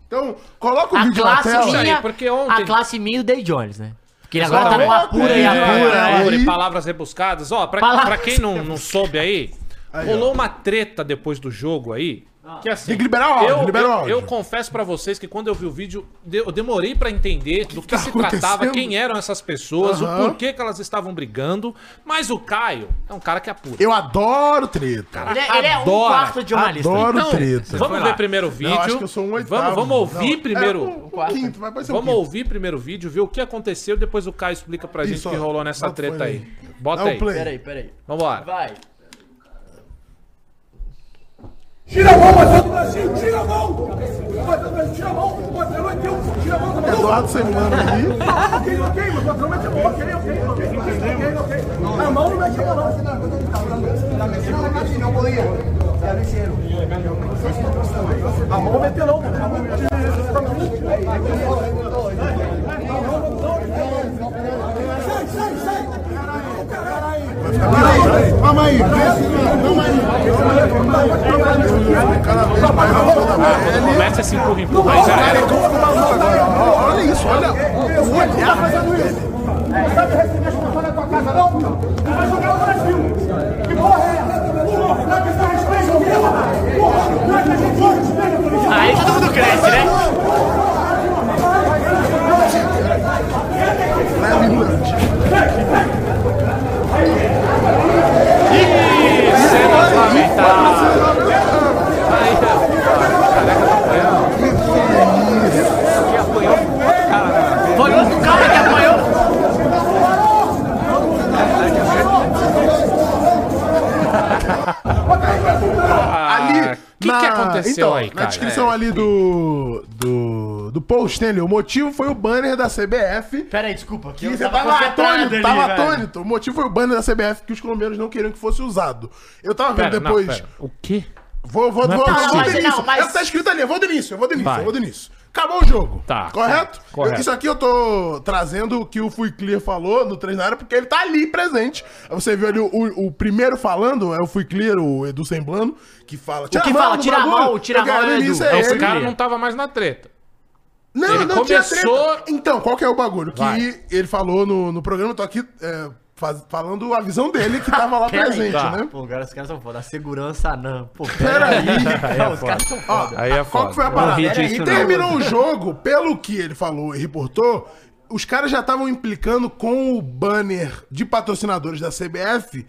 Então, coloca o
A
vídeo na
classe
tela.
Isso
minha,
aí, porque ontem-
a classe minha e o Day Jones, né? Porque ele agora tá
Exatamente.
numa pura né? e
É,
apura.
aí.
e palavras rebuscadas. Ó, pra,
Palavras
pra quem não, não soube aí,
Aí, ó.
Rolou uma treta depois do jogo aí. Que assim,
Tem que liberar o áudio,
eu,
libera o
eu-
áudio.
eu confesso pra vocês que quando eu vi o vídeo, de- eu demorei pra entender do que,
tá
se tratava,
acontecendo?
quem eram essas pessoas,
Aham.
o porquê que elas estavam brigando. Mas o Caio é um cara que apura.
Eu adoro treta.
Ele é, ele é um
Adora,
quarto de jornalista. aí.
adoro.
Então,
treta.
vamos
lá.
ver primeiro o vídeo.
Não, acho que eu sou um oitavo.
vamos, vamos ouvir
Não,
primeiro.
É, um, um quinto, vai vai ser um
Vamos
quinto.
ouvir primeiro o vídeo, ver o que aconteceu, depois o Caio explica pra gente
Isso,
o que
ó.
rolou nessa
Bota o
treta
play
aí.
aí.
Bota
Dá É o
aí.
play.
Peraí, peraí.
Vambora.
Vai.
Tira a mão, Matheus do Brasil, tira a mão! Matheus do Brasil, tira a mão! Matheus não é teu, tira a mão, tá maluco?
Eduardo Semana ali.
Ok, ok, mas patrão mete a mão, ok, ok, ok, ok, ok. A mão não mete a mão, não. La vecina la casi no podía. Ya lo hicieron. A mão meteu não, cara. Sai, sai, sai! Caralho!
Calma aí, vê se não. Calma aí. O cara vem, vai lá, toda vez.
Começa a se empurra, empurra. Aí já era.
Olha isso, olha o olhar dele.
Não sabe receber as pessoas na tua casa, não? Não vai jogar no Brasil! Que porra é essa? Porra, não é que você respeita o meu? Porra, não é que a gente respeita o meu?
Aí todo mundo cresce, né?
tá.
Foi outro cara que apanhou.
Ali. O Ah, que, que
Na-
aconteceu
então,
aí, cara? É.
Na descrição ali do, do, do post, né, Lê? o motivo foi o banner
Tá
da CBF.
Peraí, desculpa. Que
Que
eu
você tava atônito,
ali,
tava
velho.
atônito. O motivo foi o banner da CBF que os colombianos não queriam que fosse usado. Eu tava
Pera,
vendo
não,
depois.
pera. O quê?
Vou, vou,
Não é
vou,
possível.
vou
Não,
do
mas-
início.
não, mas-
É o que tá escrito ali, eu vou do início, eu vou do início,
Vai.
eu vou do início. Acabou o jogo.
Tá,
Correto?
tá, correto.
Eu- Isso aqui eu tô trazendo o que o Fui Clear falou do Três na área, porque ele tá ali presente. Você viu ali o, o- o primeiro falando, é o Fui Clear, o Edu Semblano, que fala.
que
a
fala,
do
tira a
bagulho."
mão, tira a
Porque
mão,
no
é o Edu.
início
É o
É
Esse
ele.
cara não tava mais na treta.
Não,
Ele
não tinha
começou-
treta. Então, qual que é o bagulho? Que
Vai.
ele falou no, no programa, eu tô aqui é, faz- falando a visão dele que tava lá
Pera aí,
presente,
tá.
né?
Pô, cara, os caras são foda. A segurança não. Pô, É,
Peraí,
Não, os caras são
Ó,
foda.
Aí é
qual que foi a
foda.
parada?
ri disso,
e
não.
terminou o jogo, pelo que ele falou e reportou, os caras já estavam implicando com o banner de patrocinadores da CBF.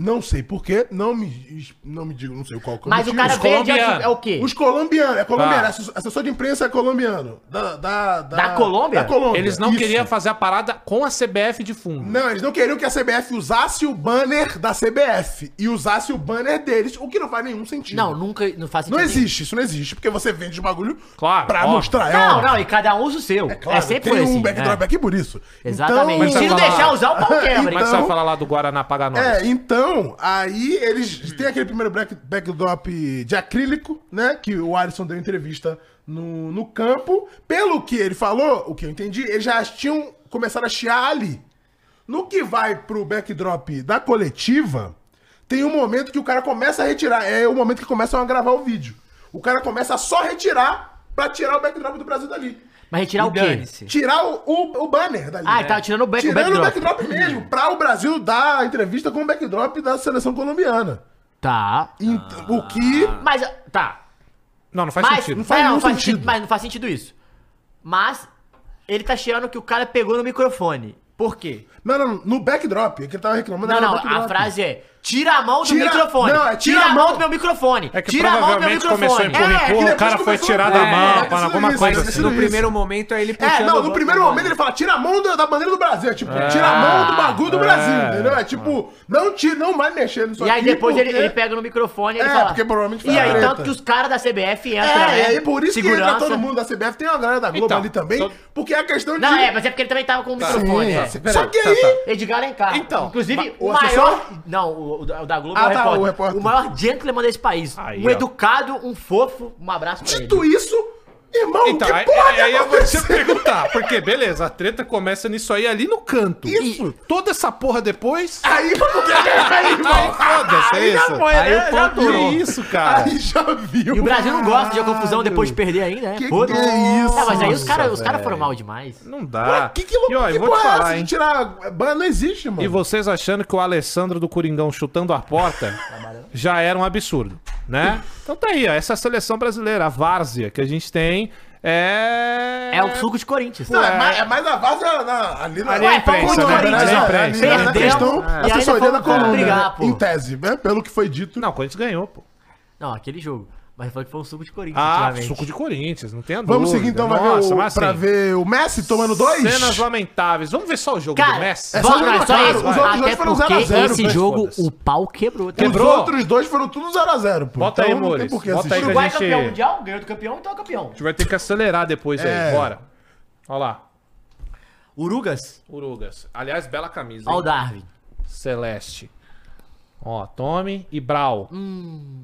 Não sei porquê, não me, não me digo, não sei qual que é
Mas o
motivo.
cara
Os
verde
colombianos.
é o quê?
Os colombianos, é colombiano,
Tá.
assessor- assessor de imprensa é colombiano. Da, da, da,
Da Colômbia?
Colômbia.
Eles não
isso.
queriam fazer a parada com a CBF de fundo. é
Não, eles não queriam que a CBF usasse o banner da CBF e usasse o banner deles, o que não faz nenhum sentido.
Não, nunca. Não faz
Não
nenhum.
existe, isso não existe, porque você vende o bagulho
Claro,
pra
óbvio.
mostrar. é
Não,
óbvio.
não, e cada um usa o seu. É,
Claro,
sempre
tem
foi assim.
um backdrop
é.
aqui por isso.
Exatamente.
Mas
Se não
tá falando-
deixar usar, o pau
Como
quebra.
é que você
Então-
vai falar lá do Guaraná Paga Nós?
É, então, aí eles tem aquele primeiro black- backdrop de acrílico, né? Que o Alisson deu entrevista no, no campo. Pelo que ele falou, o que eu entendi, eles já tinham começado a chiar ali. No que vai pro backdrop da coletiva, tem um momento que o cara começa a retirar. É o momento que começam a gravar o vídeo. O cara começa a só retirar pra tirar o backdrop do Brasil dali.
Mas retirar o quê?
dane-se.
Tirar o, o, o banner dali. né?
Ah, ele tava tirando o back- o
Tirando o
backdrop.
backdrop mesmo, pra o Brasil dar a entrevista com o backdrop da seleção colombiana.
Tá.
Ent- O que...
Mas. Tá.
Não, não faz
Mas é,
sentido.
não
faz
faz,
nenhum
faz
sentido.
sentido. Mas não faz sentido isso. Mas ele tá cheirando que o cara pegou no microfone. Por quê?
Não, não, no backdrop, é que ele tava reclamando.
Não,
era no
não,
backdrop.
a frase é tira a mão do
Tira-
microfone.
não, é
tira, a mão do meu microfone.
É que
tira a mão do meu
provavelmente começou a
microfone.
empurrar,
É,
que
empurrar, o
depois
cara foi
começou-
tirar da
É,
mão,
é,
para
isso,
alguma
isso,
coisa
isso.
assim.
No primeiro momento é ele
É, não,
a
no
mão-
primeiro momento ele fala, tira a mão da, da bandeira do Brasil. É tipo, tira a mão do bagulho do Brasil, entendeu? É tipo, não tira, não vai mexer nisso
E aí
aqui,
depois ele,
porque-
ele pega no microfone e ele
É,
fala.
porque provavelmente foi
E aí,
treta.
tanto que os caras da CBF entram,
É,
né?
e aí por isso que entra
Segurança.
todo mundo da CBF. Tem uma galera da Globo
Então,
ali também,
só-
porque é a questão
Não,
de...
é, mas é porque ele também tava com o microfone. é.
Sim, Só que aí... tá.
Edgar Alencar.
Então,
Inclusive,
o
o,
assessor?
maior. Não, o, o da o da Globo é
Ah,
o,
tá,
repórter,
o
o
repórter.
maior gentleman desse país.
Aí,
um
ó.
educado, um fofo. Um abraço pra ele.
Dito isso, Irmão,
Então,
que
aí,
porra é que
aí eu vou te
aconteceu?
perguntar, porque beleza, a treta começa nisso aí, ali no canto.
Isso.
E toda essa porra depois...
Aí, aí,
Aí
irmão,
foda-se, é isso.
foi,
Aí
né?
o
Já
ponto é isso, cara.
aí já viu.
E o Brasil não gosta de confusão depois de perder ainda, né?
Que
Foda-se.
que é isso,
É, mas aí os caras os cara foram mal demais.
Não dá.
Que, que
Ah.
louco,
e ó,
que
eu vou te
porra é essa
falar,
de
hein.
tirar... Ban não existe, mano.
E vocês achando que o Alessandro do Coringão chutando a porta já era um absurdo, né? Então tá aí, ó, essa é a seleção brasileira, a várzea que a gente tem é...
É o suco de Corinthians.
Não, é, mais, é mais na vaza na, ali na...
Ali é
Ué,
imprensa,
pra
né?
Corinthians,
Ali é
não,
imprensa,
ali
né?
na
Perdeu,
questão,
e ainda
assessoria da
fomos
coluna,
brigar, pô.
em tese, né? pelo que foi dito.
Não, o Corinthians ganhou, pô.
Não, aquele jogo. Mas falou que foi um suco de Corinthians,
Ah,
ultimamente.
suco de Corinthians, não tem a
Vamos
dúvida.
seguir então pra,
Nossa,
ver o,
mas assim,
pra ver o Messi tomando dois?
Cenas lamentáveis. Vamos ver só o jogo do
Cara,
Messi?
É só
vamos lá,
jogo
só
claro,
esse.
os outros dois
Até
foram
porque
0 a 0,
esse
mas
jogo,
fodas.
o pau quebrou. tá?
Os
Quebrou?
outros dois foram tudo 0x0, pô. Então,
Bota aí,
não tem
Mores.
por que
Bota aí
assistir.
que
Uruguai é
a gente-
campeão mundial, ganhou do campeão, então é campeão.
A gente vai ter que acelerar depois
É.
aí, bora. Olha lá,
Urugas,
Urugas. Aliás, bela camisa, hein?
olha o Darwin.
Celeste. Ó, Tommy e Brau.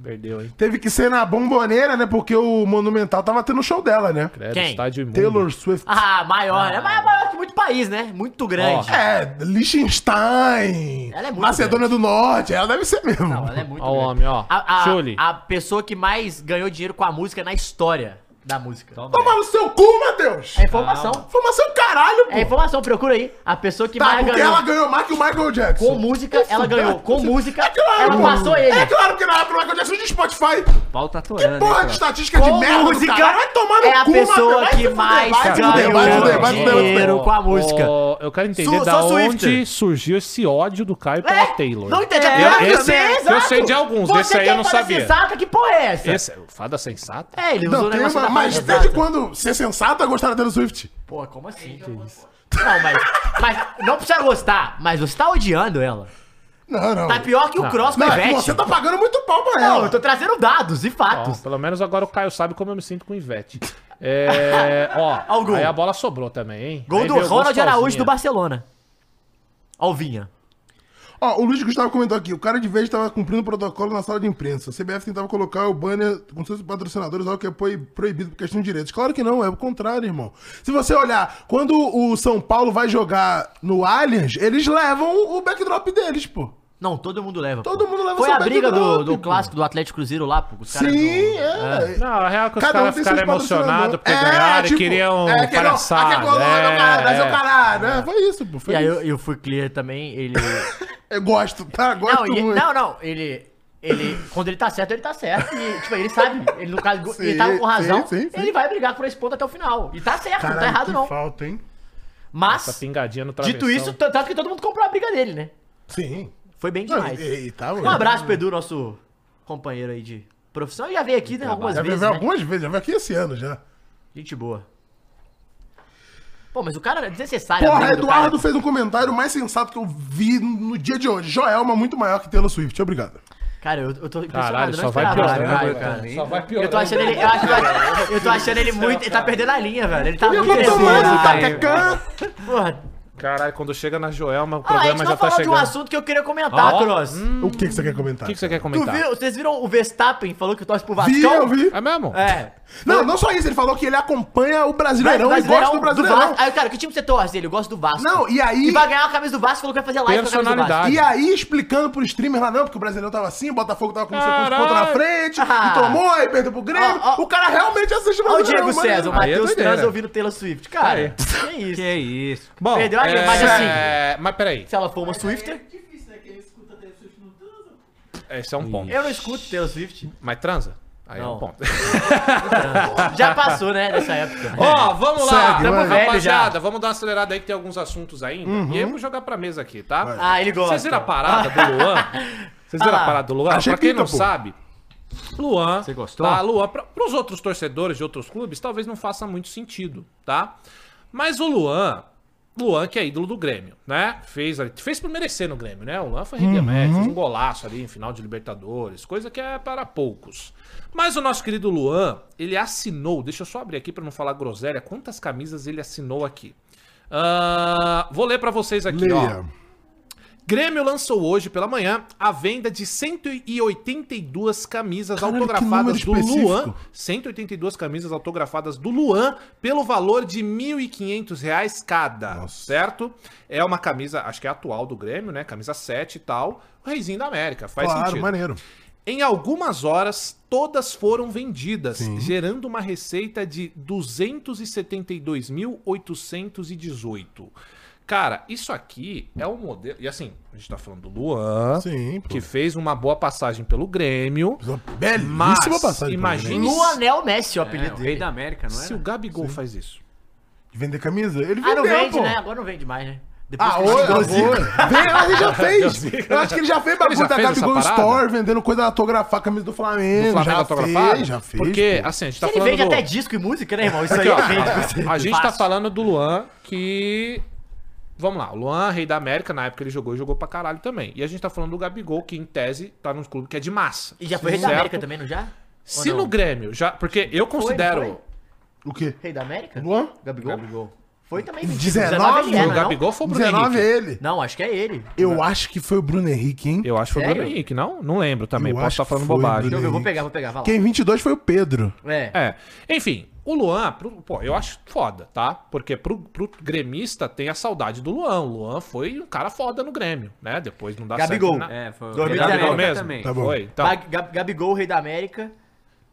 Perdeu, hein?
Teve que ser na bomboneira, né? Porque o Monumental tava tendo show dela, né?
Credo,
Quem?
estádio imundo.
Taylor Swift.
Ah, maior. É maior, maior que muito país, né? Muito grande.
É, Liechtenstein.
Ela é muito
Macedônia do Norte. Ela deve ser mesmo.
Não, ela é muito
Ó o
grande.
homem, ó.
A, a-
Chuli.
a pessoa que mais ganhou dinheiro com a música na história da música.
Então,
Toma no seu cu, Matheus!
É informação.
Informação caralho, pô!
É informação, procura aí. A pessoa que
tá,
mais
porque
ganhou
ela ganhou mais que o Michael Jackson.
com música, ela ganhou com música,
É claro,
ela
pô.
passou ele.
É claro que na época o Michael Jackson de Spotify.
O pau tá atorando.
Que
hein,
porra
cara?
de estatística de merda do cara. Vai tomar no
é a
cu,
pessoa
Matheus. Vai
que
se fuder,
mais
vai se fuder,
ganhou
vai se fuder, vai se fuder, vai se fuder.
dinheiro com a música.
Ó, eu quero entender
Su-
da
só
onde
Swifter.
surgiu esse ódio do Caio pela Taylor.
É. Não entende a
Eu-
piada,
esse-
né?
eu
Exato.
sei de alguns,
Você
desse aí
que é
eu não
fada
sabia.
Sensata, que porra é essa?
Esse é o Fada Sensata?
É, ele usou
Não,
o
tem
negócio
uma,
da
mas
fada
desde
sensata.
quando ser sensato é gostar da Taylor Swift?
Pô, como assim? Não, mas, mas não precisa gostar, mas você tá odiando ela.
Não, não.
Tá pior que o Cross com
não,
a
é que
Ivete.
você tá pagando muito pau pra ela.
Não, eu tô trazendo dados e
Ó,
fatos.
pelo menos agora o Caio sabe como eu me sinto com o Ivete. É, ó,
Ó o gol.
aí a bola sobrou também, hein?
Gol
Aí
do
veio
Ronald
gostosinha.
Araújo do Barcelona. Alvinha.
Ó, o Luiz Gustavo comentou aqui, o cara de vez tava cumprindo o protocolo na sala de imprensa. A CBF tentava colocar o banner com seus patrocinadores, algo que é poi- proibido por questão de direitos. Claro que não, é o contrário, irmão. Se você olhar, quando o São Paulo vai jogar no Allianz, eles levam o backdrop deles, pô.
Não, todo mundo leva. pô.
Todo mundo leva
Foi
seu
a briga do,
backdrop,
do
pô.
clássico do Atlético Cruzeiro lá, pô. Os caras
Sim,
do-
é.
Não, a real é que os
Cada um
caras
tem
ficaram
seus
emocionados
patrocinadores.
porque
É,
ganharam e
tipo,
queriam
é, que não,
palhaçada.
aquele gol não é meu cara, mas é o caralho, né? Foi isso, pô. Foi
E aí
isso.
eu, eu fui clear também, ele.
Eu gosto, tá?
não,
Gosto
e- é-
muito.
não, não, ele. Ele. Quando ele tá certo, ele tá certo. E, tipo, ele sabe. Ele, no caso,
Sim,
ele tava com razão.
sim, sim, sim.
Ele vai brigar por esse ponto até o final. E tá certo, não tá errado,
que
não.
falta, hein?
Essa
Mas,
tá pingadinha no travessão.
dito isso, t- tanto que todo mundo comprou a briga dele, né?
Sim.
Foi bem
Não,
demais.
e, e tá,
Um abraço pro Edu, nosso companheiro aí de profissão. Ele já veio aqui né, algumas
Já veio
vezes. né?
algumas vezes, já veio aqui esse ano, já.
Gente boa. Pô, mas o cara é desnecessário. a
Porra,
briga do
Eduardo
cara.
fez um comentário mais sensato que eu vi no dia de hoje. Joelma muito maior que Taylor Swift. Obrigado.
Cara, eu, eu tô impressionado.
Caralho,
não
só vai
esperava,
piorando,
cara,
né,
cara.
Só vai
Eu tô achando ele. Eu, acho, eu tô achando ele muito. Ele tá perdendo a linha, velho. Ele tá
Eu
muito
vou tomando
nervoso,
um
cara.
tacacã.
Porra.
Caralho, quando chega na Joelma, o
Ah, a gente
programa
não
já tá
falou de um
chegando.
assunto que eu queria comentar,
Ó,
Cross.
O que, que você quer comentar?
O que, que você quer
tu
comentar?
viu? Vocês viram o Verstappen falou que torce pro Vascão?
Vi, eu vi.
É mesmo?
É.
Não, não só isso, ele falou que ele acompanha o Brasileirão, e gosta do Brasileirão.
Vasco. Aí, cara, que time você torce? Ele, eu gosto do Vasco.
Não, e aí-
E vai ganhar a camisa do Vasco, falou que vai fazer live com a camisa do Vasco.
Personalidade.
E aí, explicando pro streamer lá, não, porque o Brasileirão tava assim, o Botafogo tava com não sei quantos pontos na
Caralho.
frente,
Ah.
e tomou, aí perdeu pro Grêmio.
Ó, ó.
o cara realmente assiste o
Olha o
Brasileirão.
Diego
maneiro.
César, o
Aí é
Matheus
doideira.
Trans ouvindo Taylor Swift. Cara, que isso.
Que isso.
Bom,
Perdeu a linha,
é...
mas
mas
assim-
Mas peraí,
Se ela for uma Swifter,
esse é um ponto.
eu não escuto Taylor Swift.
Mas transa? Aí é
Não.
um ponto.
Já passou, né, nessa época.
Ó, vamos lá,
Segue, vai.
rapaziada.
Velho já.
Vamos dar uma acelerada aí que tem alguns assuntos ainda.
Uhum.
E aí eu vou jogar pra mesa aqui, tá?
Ah, ele gosta.
Vocês viram a parada do Luan? Vocês viram
Ah
a
lá.
parada do Luan?
Achei
pra quem
pinta,
não
pô.
sabe, Luan.
Você gostou?
Tá, Luan, pra, pros outros torcedores de outros clubes, talvez não faça muito sentido, tá? Mas o Luan. Luan, que é ídolo do Grêmio, né? Fez, ali- fez por merecer no Grêmio, né? O Luan foi render médio, fez um golaço ali em final de Libertadores, coisa que é para poucos. Mas o nosso querido Luan, ele assinou, deixa eu só abrir aqui para não falar groselha, quantas camisas ele assinou aqui. Ah, vou ler para vocês aqui, ó.
Leia.
Grêmio lançou hoje pela manhã a venda de 182 camisas
Caralho, que
autografadas
um número
do
específico.
Luan. 182 camisas autografadas do Luan pelo valor de R$ 1.500 reais cada, certo? É uma camisa, acho que é atual do Grêmio, né? Camisa 7 e tal. O Reizinho da América, faz
claro,
sentido.
maneiro.
Em algumas horas, todas foram vendidas, gerando uma receita de 272.818. Cara, isso aqui é um modelo. E assim, a gente tá falando do Luan,
Sim, pô.
que fez uma boa passagem pelo Grêmio.
Uma
Mas,
belíssima passagem. pra
imagine-
ele.
Luanel Messi, o
É,
apelido
o rei
dele.
da América, não
Se o
era?
Gabigol faz isso.
Vender camisa? Ele
Ah,
vendeu,
não vende,
pô.
né? Agora não vende mais, né? Depois
Ah,
que ele
hoje,
chegou-
hoje. Vem, ele já fez. Eu acho que ele já fez
Ele já
bagulho da
fez essa
Gabigol
parada?
Store, vendendo coisa autografar, camisa do Flamengo.
O Flamengo
já
autografado?
fez, já fez.
Porque,
pô.
assim, a gente tá
Ele
falando.
vende
do-
até disco e música, né, irmão? Isso
Aqui,
aí
ó,
ele vende.
a gente tá
Fácil.
falando do Luan que. Vamos lá, o Luan, rei da América, na época ele jogou e jogou pra caralho também. E a gente tá falando do Gabigol, que em tese tá num clube que é de massa.
E já foi rei da
Certo?
América também, não já?
Se
Ou não?
no Grêmio, já. Porque eu considero.
foi?
O quê?
Rei da América?
Luan?
Gabigol? Foi também.
19?
ele era,
O
não?
Gabigol foi o Bruno
19
Henrique.
é ele.
né? Não, acho que é ele.
Eu acho que foi o Bruno Henrique, hein?
Eu acho que foi o Bruno
Sério?
Henrique, não? Não lembro também.
Eu
Posso
acho
estar falando
que foi
bobagem.
Bruno
Deixa eu ver, eu vou
Henrique.
pegar, vou pegar, vai lá.
Quem é 22 foi o Pedro.
É.
É. Enfim, o Luan, pro- pô, eu acho foda, tá? Porque pro, pro gremista tem a saudade do Luan. O Luan foi um cara foda no Grêmio, né? Depois não dá
Gabigol.
certo. na-
É, foi o rei da
2019
Gabigol
América
mesmo?
também.
Tá bom.
Foi, então.
Ba- Gab- Gabigol, rei da América.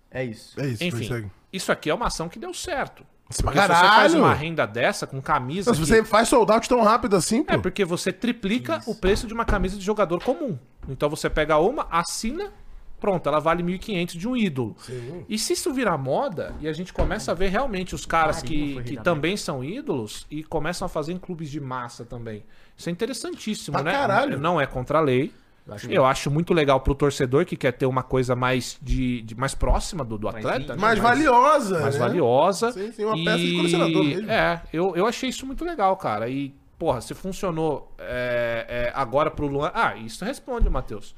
É isso.
É isso,
Enfim,
consegue.
isso aqui é uma ação que deu certo.
Isso pra
Porque se você faz
caralho.
uma renda dessa com camisa.
Mas
que-
você faz sold out tão rápido assim, pô.
É porque você triplica o preço de uma camisa de jogador comum. Então você pega uma, assina, pronto, ela vale 1.500 de um ídolo. E se isso virar moda e a gente começa a ver realmente os caras
Marinho
que,
foi
que
ridículo.
também são ídolos e começam a fazer em clubes de massa também. Isso é interessantíssimo,
Pra
né?
caralho.
Não é contra a lei. Eu acho, muito legal pro torcedor que quer ter uma coisa mais de, de- mais próxima do, do atleta. né?
Mais valiosa.
mais
né?
valiosa.
Sim, sim, uma peça de colecionador mesmo.
É, eu, eu achei isso muito legal, cara. E, porra, se funcionou é, é, agora pro Luan. Ah, isso responde, Matheus.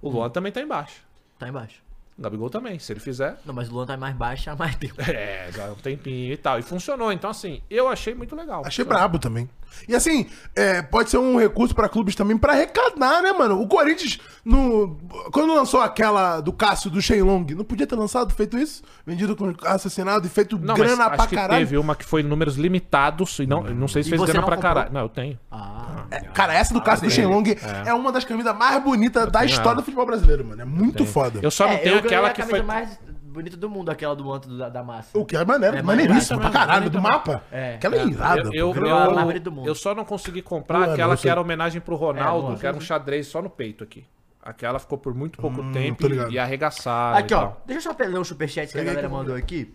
O
Hum.
Luan também tá embaixo.
Tá embaixo.
O Gabigol também, se ele fizer.
Não, mas o Luan tá mais baixo há mais tempo.
É, já é um tempinho e tal. E funcionou. Então, assim, eu achei muito legal.
Achei brabo também. E assim, é, pode ser um recurso pra clubes também pra arrecadar, né, mano? O Corinthians, no, quando lançou aquela do Cássio do Shenlong, não podia ter lançado, feito isso? Vendido com assassinado e feito
Não, mas
grana
acho
pra
que
caralho.
teve uma que foi em números limitados. E não, não sei se
E
fez
você
grana
não
pra
comprou?
caralho. Não, eu tenho.
Ah.
É, cara, essa do Cássio do Shenlong é. uma das camisas mais bonitas da história do futebol brasileiro, mano. É muito foda.
Eu só não tenho aquela
É, a
que
camisa
foi.
mais bonita do mundo, aquela do manto do- da, da massa.
O que é maneiro,
É
maneiríssimo pra
maneiro
caralho,
também.
do mapa.
É.
Aquela é irada.
Eu, eu,
pô.
Virou a
eu-
árvore do mundo.
eu só não consegui comprar
Luan,
aquela
eu
que
sei.
era homenagem pro
É,
Ronaldo,
Luan.
que era um xadrez só no peito aqui. Aquela ficou por muito pouco
Hum, tô
tempo
ligado.
e arregaçaram.
Aqui,
e
ó.
tal.
Deixa eu só ler um superchat que a
Peguei
galera
aqui.
mandou aqui.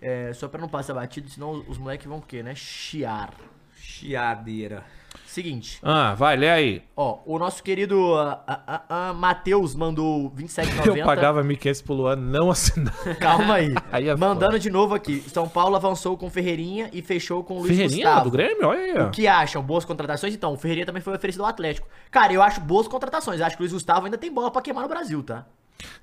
É, só pra não passar batido, senão os moleques vão o quê, né? Chiar.
Chiadeira.
Seguinte.
Ah, vai, lê aí.
Ó, o nosso querido ah, ah, ah, ah, Matheus mandou
Eu
27,90.
pagava 1.500 pro Luan não assinar.
Calma aí.
Aí é
Mandando de novo aqui. São Paulo avançou com Ferreirinha e fechou com o Luiz
Ferreirinha
Gustavo.
do Grêmio? Olha aí. ó.
O que acham? Boas contratações? Então, o Ferreirinha também foi oferecido ao Atlético. Cara, eu acho boas contratações. Acho que o Luiz Gustavo ainda tem bola pra queimar no Brasil, tá?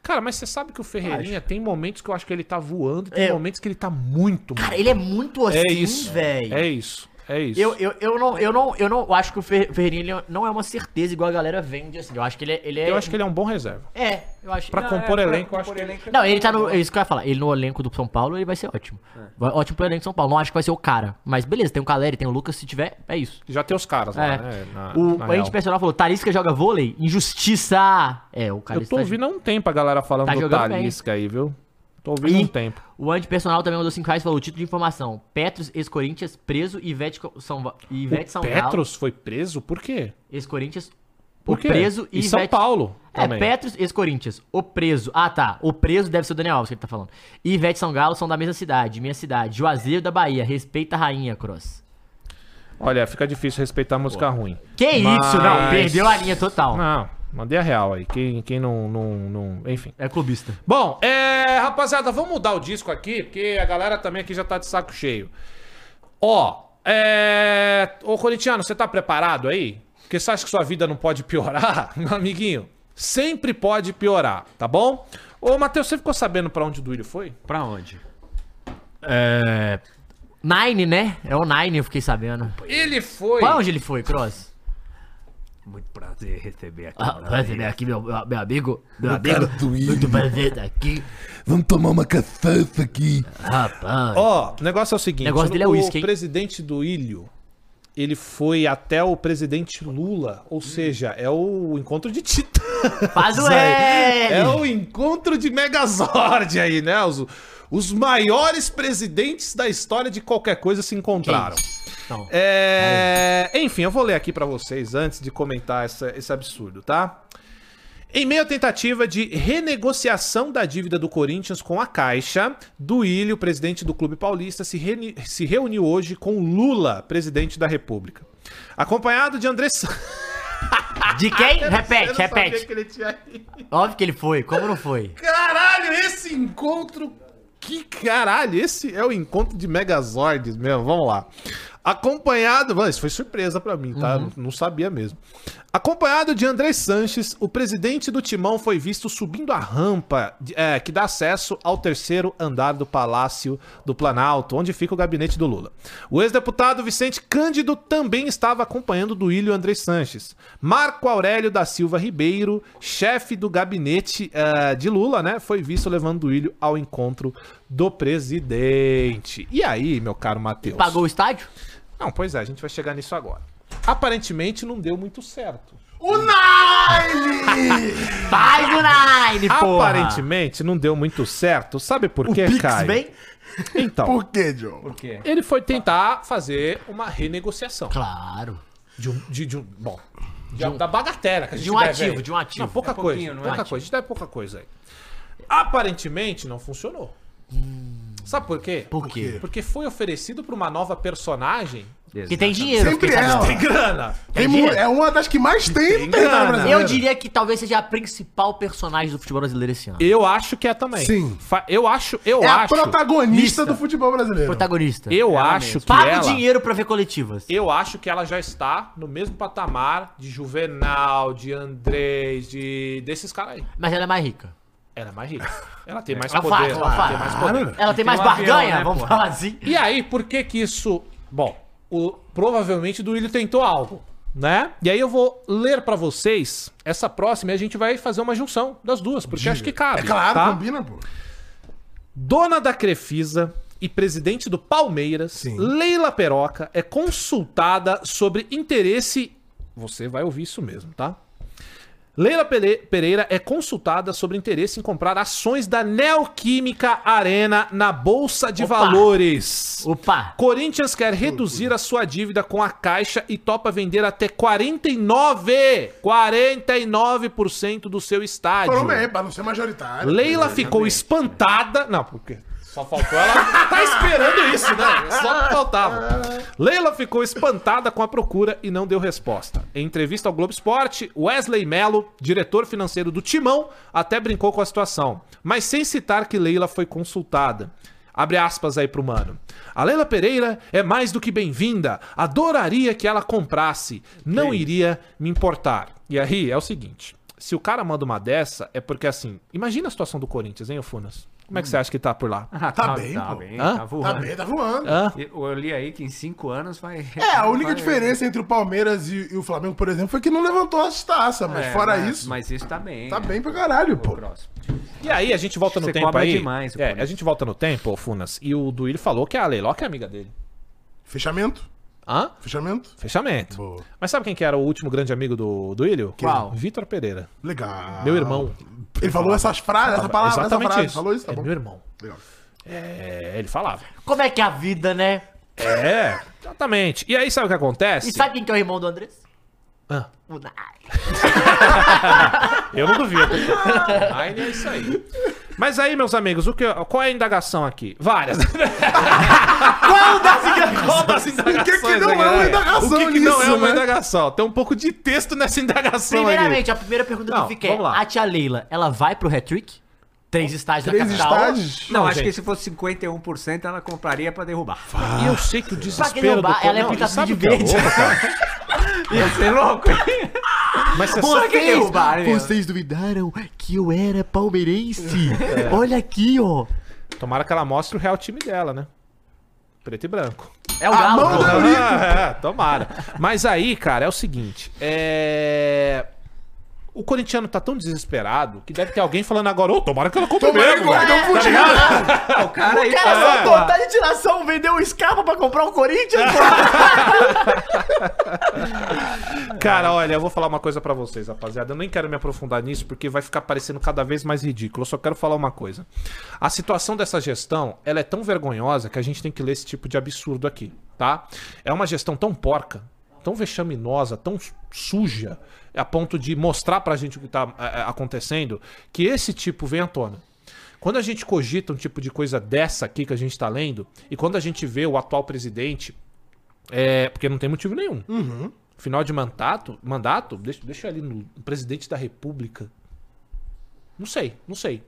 Cara, mas você sabe que o Ferreirinha tem momentos que eu acho que ele tá voando, tem
É.
momentos que ele tá muito.
Cara, ele é muito assim,
é isso,
velho.
É isso. É isso.
Eu, eu, eu, não, eu, não, eu não acho que o Fer- Ferreirinha ele não é uma certeza igual a galera vende, assim. Eu acho que ele é. Ele é
Eu acho que ele é um bom reserva.
É, eu acho
Pra
não,
compor
É,
elenco,
pra
eu acho
compor
que ele-
elenco é
Não, ele tá no.
bom.
É isso que eu ia falar. Ele no elenco do São Paulo, ele vai ser ótimo.
É.
Vai- Ótimo pro elenco do São Paulo. Não acho que vai ser o cara. Mas beleza, tem o Caleri, tem o Lucas, se tiver, é isso.
já tem os caras lá,
É.
né? na-
o
na
a gente
real.
personal falou, Tarisca joga vôlei? Injustiça! É, o cara
Eu tô ouvindo há um tempo a galera falando
Tá
do
jogando bem.
Talisca aí, viu? Tô ouvindo há um
Ih.
tempo.
O antipersonal também mandou 5 reais e falou, título de informação. Petros, ex-Corinthians, preso e Ivete Co- São, e Ivete São Paulo.
Petros foi preso? Por quê?
Ex-Corinthians, o
Por quê?
preso e
e São
Ivete-
Paulo
É,
também.
Petros, ex-Corinthians, o preso. Ah, tá. O preso deve ser o Daniel Alves que ele tá falando. E Ivete São Galo são da mesma cidade, minha cidade. Juazeiro da Bahia, respeita a rainha, Cross.
Olha, fica difícil respeitar a música ruim.
Que
Mas-
isso, não. Perdeu a linha total.
Não, mandei a real aí. Quem, quem não, não, não- Enfim.
É clubista.
Bom, é, rapaziada, vamos mudar o disco aqui, porque a galera também aqui já tá de saco cheio. Ó, é... Ô, Corintiano, você tá preparado aí? Porque você acha que sua vida não pode piorar? Meu amiguinho, sempre pode piorar, tá bom? Ô, Matheus, você ficou sabendo pra onde o Duílio foi?
Pra onde?
É... Nine, né? É o Nine, eu fiquei sabendo.
Ele foi...
Pra onde ele foi, Cross?
Muito prazer receber aqui. né?
Ah, vai receber aqui meu, meu meu amigo. Meu amigo. Muito prazer estar aqui.
Vamos tomar uma cachaça aqui.
Rapaz.
Ó, o negócio é o seguinte:
O negócio dele é uísque,
o
hein?
presidente do Ilho, ele foi até o presidente Lula, ou seja, é o encontro de titãs.
Faz o
aí.
L.
É o encontro de Megazord aí, né? Os, os maiores presidentes da história de qualquer coisa se encontraram.
Então,
É, Enfim, eu vou ler aqui pra vocês antes de comentar essa- esse absurdo, tá? Em meio à tentativa de renegociação da dívida do Corinthians com a Caixa, Duílio, presidente do Clube Paulista, se, reuni- se reuniu hoje com Lula, presidente da República. Acompanhado de André Santos.
De quem?
Eu não
repete,
sabia
repete.
que ele tinha ido.
Óbvio que ele foi. Como não foi?
Caralho, esse encontro. Que caralho, esse é o encontro de Megazords mesmo. Vamos lá. Acompanhado. Mano, isso foi surpresa pra mim, tá? Não- Não sabia mesmo. Acompanhado de André Sanches, o presidente do Timão foi visto subindo a rampa de- é, que dá acesso ao terceiro andar do Palácio do Planalto, onde fica o gabinete do Lula. O ex-deputado Vicente Cândido também estava acompanhando do Ilho André Sanches. Marco Aurélio da Silva Ribeiro, chefe do gabinete eh, de Lula, né, foi visto levando do Ilho ao encontro do presidente. E aí, meu caro Matheus?
Pagou o estádio?
Não, pois é, a gente vai chegar nisso agora. Aparentemente não deu muito certo.
O Nile!
Faz o Nine, pô.
Aparentemente não deu muito certo. Sabe por quê,
Pix
Caio?
vem?
Então,
Por quê, John?
ele foi tentar fazer uma renegociação
Claro.
de um, de, de um bom, de um- da bagatela que a gente
De um
deve
ativo,
aí.
de um ativo.
Não, pouca
É pouquinho,
coisa,
não é?
pouca coisa. A gente deve pouca coisa aí. Aparentemente não funcionou. Sabe por quê?
Hum. Por quê?
Porque foi oferecido pra uma nova personagem
Que tem dinheiro.
Sempre
porque-
ela.
tem grana.
Tem mu- é uma das que mais tem
Engana.
no
né?
território brasileiro.
Eu diria que talvez seja a principal personagem do futebol brasileiro esse ano.
Eu acho que é também.
Sim.
Fa- Eu acho, eu
É a
acho.
protagonista do futebol brasileiro.
Protagonista.
Eu acho que
Paga
ela.
o dinheiro pra ver coletivas.
Eu acho que ela já está no mesmo patamar de Juvenal, de Andrés, de desses caras aí.
Mas ela é mais rica.
Ela é mais rica. Ela tem mais
É um
poder.
fato, é um
ela tem
fato.
mais poder.
Ela tem mais
um avião,
barganha,
né,
vamos
porra?
falar assim.
E aí, por que que isso... Bom, o... provavelmente o Duílio tentou algo, né? E aí eu vou ler pra vocês essa próxima e a gente vai fazer uma junção das duas, porque acho que cabe.
É claro,
tá?
combina, pô.
Dona da Crefisa e presidente do Palmeiras, Leila Peroca, é consultada sobre interesse. Você vai ouvir isso mesmo, tá? Leila Pere- Pereira é consultada sobre interesse em comprar ações da Neoquímica Arena na Bolsa de
Opa!
Valores.
Opa,
Corinthians quer reduzir a sua dívida com a Caixa e topa vender até 49, 49% do seu estádio.
Pelo menos, pra não ser majoritário.
Leila ficou espantada. Não, porque só faltou ela. tá esperando isso, né? Só faltava. Leila ficou espantada com a procura e não deu resposta. Em entrevista ao Globo Esporte, Wesley Mello, diretor financeiro do Timão, até brincou com a situação, mas sem citar que Leila foi consultada. Abre aspas aí pro mano. A Leila Pereira é mais do que bem-vinda. Adoraria que ela comprasse. Não iria me importar. E aí é o seguinte. Se o cara manda uma dessa, é porque assim. Imagina a situação do Corinthians, hein, ô Funas? Como é que você acha que tá por lá?
Ah,
Tá bem,
tá
pô.
bem,
Hã?
tá
Tá
voando.
bem, tá voando.
Eu li aí que em cinco anos vai.
É, a única diferença entre o Palmeiras e, e o Flamengo, por exemplo, foi que não levantou as taças, mas
É,
fora isso,
É, Mas isso tá bem.
tá
né?
bem pra caralho,
Pô,
pô.
próximo.
E aí a gente volta no
Você
tempo
cobra
aí.
demais, ô
é, a
Corinthians.
gente volta no tempo, ô Funas, e o Duílio falou que a Leiloca é amiga dele.
Fechamento?
Hã?
Fechamento?
Fechamento.
Boa.
Mas sabe quem que era o último grande amigo do Duílio?
Qual?
Vitor Pereira.
Legal.
Meu irmão.
Ele falou essas frases, essa palavra,
Exatamente
essa frase.
isso.
Falou isso, tá
é
bom?
meu irmão.
Legal.
É, ele falava.
como é que é a vida, né?
É, exatamente. E aí sabe o que acontece?
E sabe quem que é o irmão do Andrés?
Ah.
O Nai.
Eu não duvido. Aí é isso aí. Mas aí, meus amigos, o que, qual é a indagação aqui? Várias.
É
Qual das igrejas?
Qual das
O que que não é
né,
uma
galera? O
indagação
que, que não é
nisso,
uma
né?
indagação? Tem um pouco de texto nessa indagação aí.
Primeiramente, a primeira pergunta que
Não,
eu fiquei
vamos lá.
a tia Leila, ela vai pro hat-trick? Três estágios na
Três
capital.
estágios.
Não,
Não,
acho
gente.
que se fosse 51%, ela compraria pra derrubar.
E eu sei que o
Pra quem
desespero
não
do
ba-
povo-
ela é
Não,
pintada
sabe
de
o que é
verde.
louco, cara?
Ia ser louco, hein?
Mas você
Pô,
sabe
é
que derrubar, né?
Vocês duvidaram que eu era
É.
palmeirense? Olha aqui, ó.
Tomara que ela mostre o real time dela, né? Preto e branco.
É o Galo.
mão
pô.
da- Eurico.
Ah, é, tomara. Mas aí, cara, é o seguinte. É... O corintiano tá tão desesperado que deve ter alguém falando agora, ô, tomara que ela compre
Tomara
mesmo.
É,
que ela
velho."
compre
Tá ligado?
O cara aí.
Cara, "Ah, só
fala,
botar de tiração, vendeu o Scarpa pra comprar o Corinthians, pô.
Cara, olha, eu vou falar uma coisa pra vocês, rapaziada. Eu nem quero me aprofundar nisso porque vai ficar parecendo cada vez mais ridículo. Eu só quero falar uma coisa. A situação dessa gestão, ela é tão vergonhosa que a gente tem que ler esse tipo de absurdo aqui, tá? É uma gestão tão porca, tão vexaminosa, tão suja, a ponto de mostrar pra gente o que tá é, é, acontecendo, que esse tipo vem à tona. Quando a gente cogita um tipo de coisa dessa aqui que a gente tá lendo, e quando a gente vê o atual presidente, é, porque não tem motivo nenhum. Final de mandato, mandato deixa, deixa ali no presidente da república. Não sei, não sei.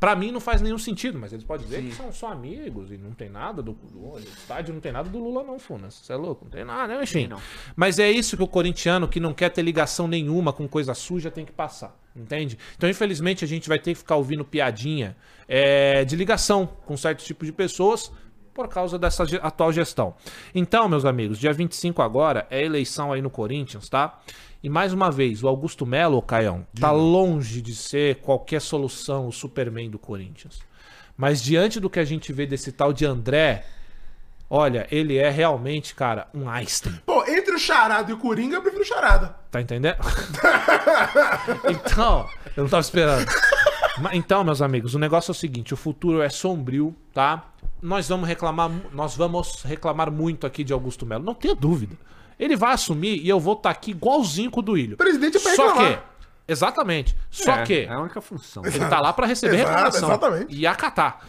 Pra mim não faz nenhum sentido, mas eles podem dizer que são só amigos e não tem nada do, do estádio, não tem nada do Lula não, Funas. Você é louco, não tem nada, né, enfim. Mas é isso que o corintiano que não quer ter ligação nenhuma com coisa suja tem que passar, entende? Então, infelizmente, a gente vai ter que ficar ouvindo piadinha é, de ligação com certos tipos de pessoas por causa dessa ge- atual gestão. Então, meus amigos, dia 25 agora é eleição aí no Corinthians, tá? E mais uma vez, o Augusto Melo, ô Caião, tá longe de ser qualquer solução o Superman do Corinthians. Mas diante do que a gente vê desse tal de André, olha, ele é realmente, cara, um Einstein.
Pô, entre o Charada e o Coringa, eu prefiro o Charada.
Tá entendendo? então, eu não tava esperando. Ma- Então, meus amigos, o negócio é o seguinte: o futuro é sombrio, tá? Nós vamos reclamar, mu- nós vamos reclamar muito aqui de Augusto Melo, não tenha dúvida. Ele vai assumir e eu vou estar aqui igualzinho com o Duílio.
Presidente é pra
Só que,
reclamar.
exatamente. Só
é,
que
É a única função.
ele tá lá pra receber
Exato,
reclamação
exatamente.
e acatar.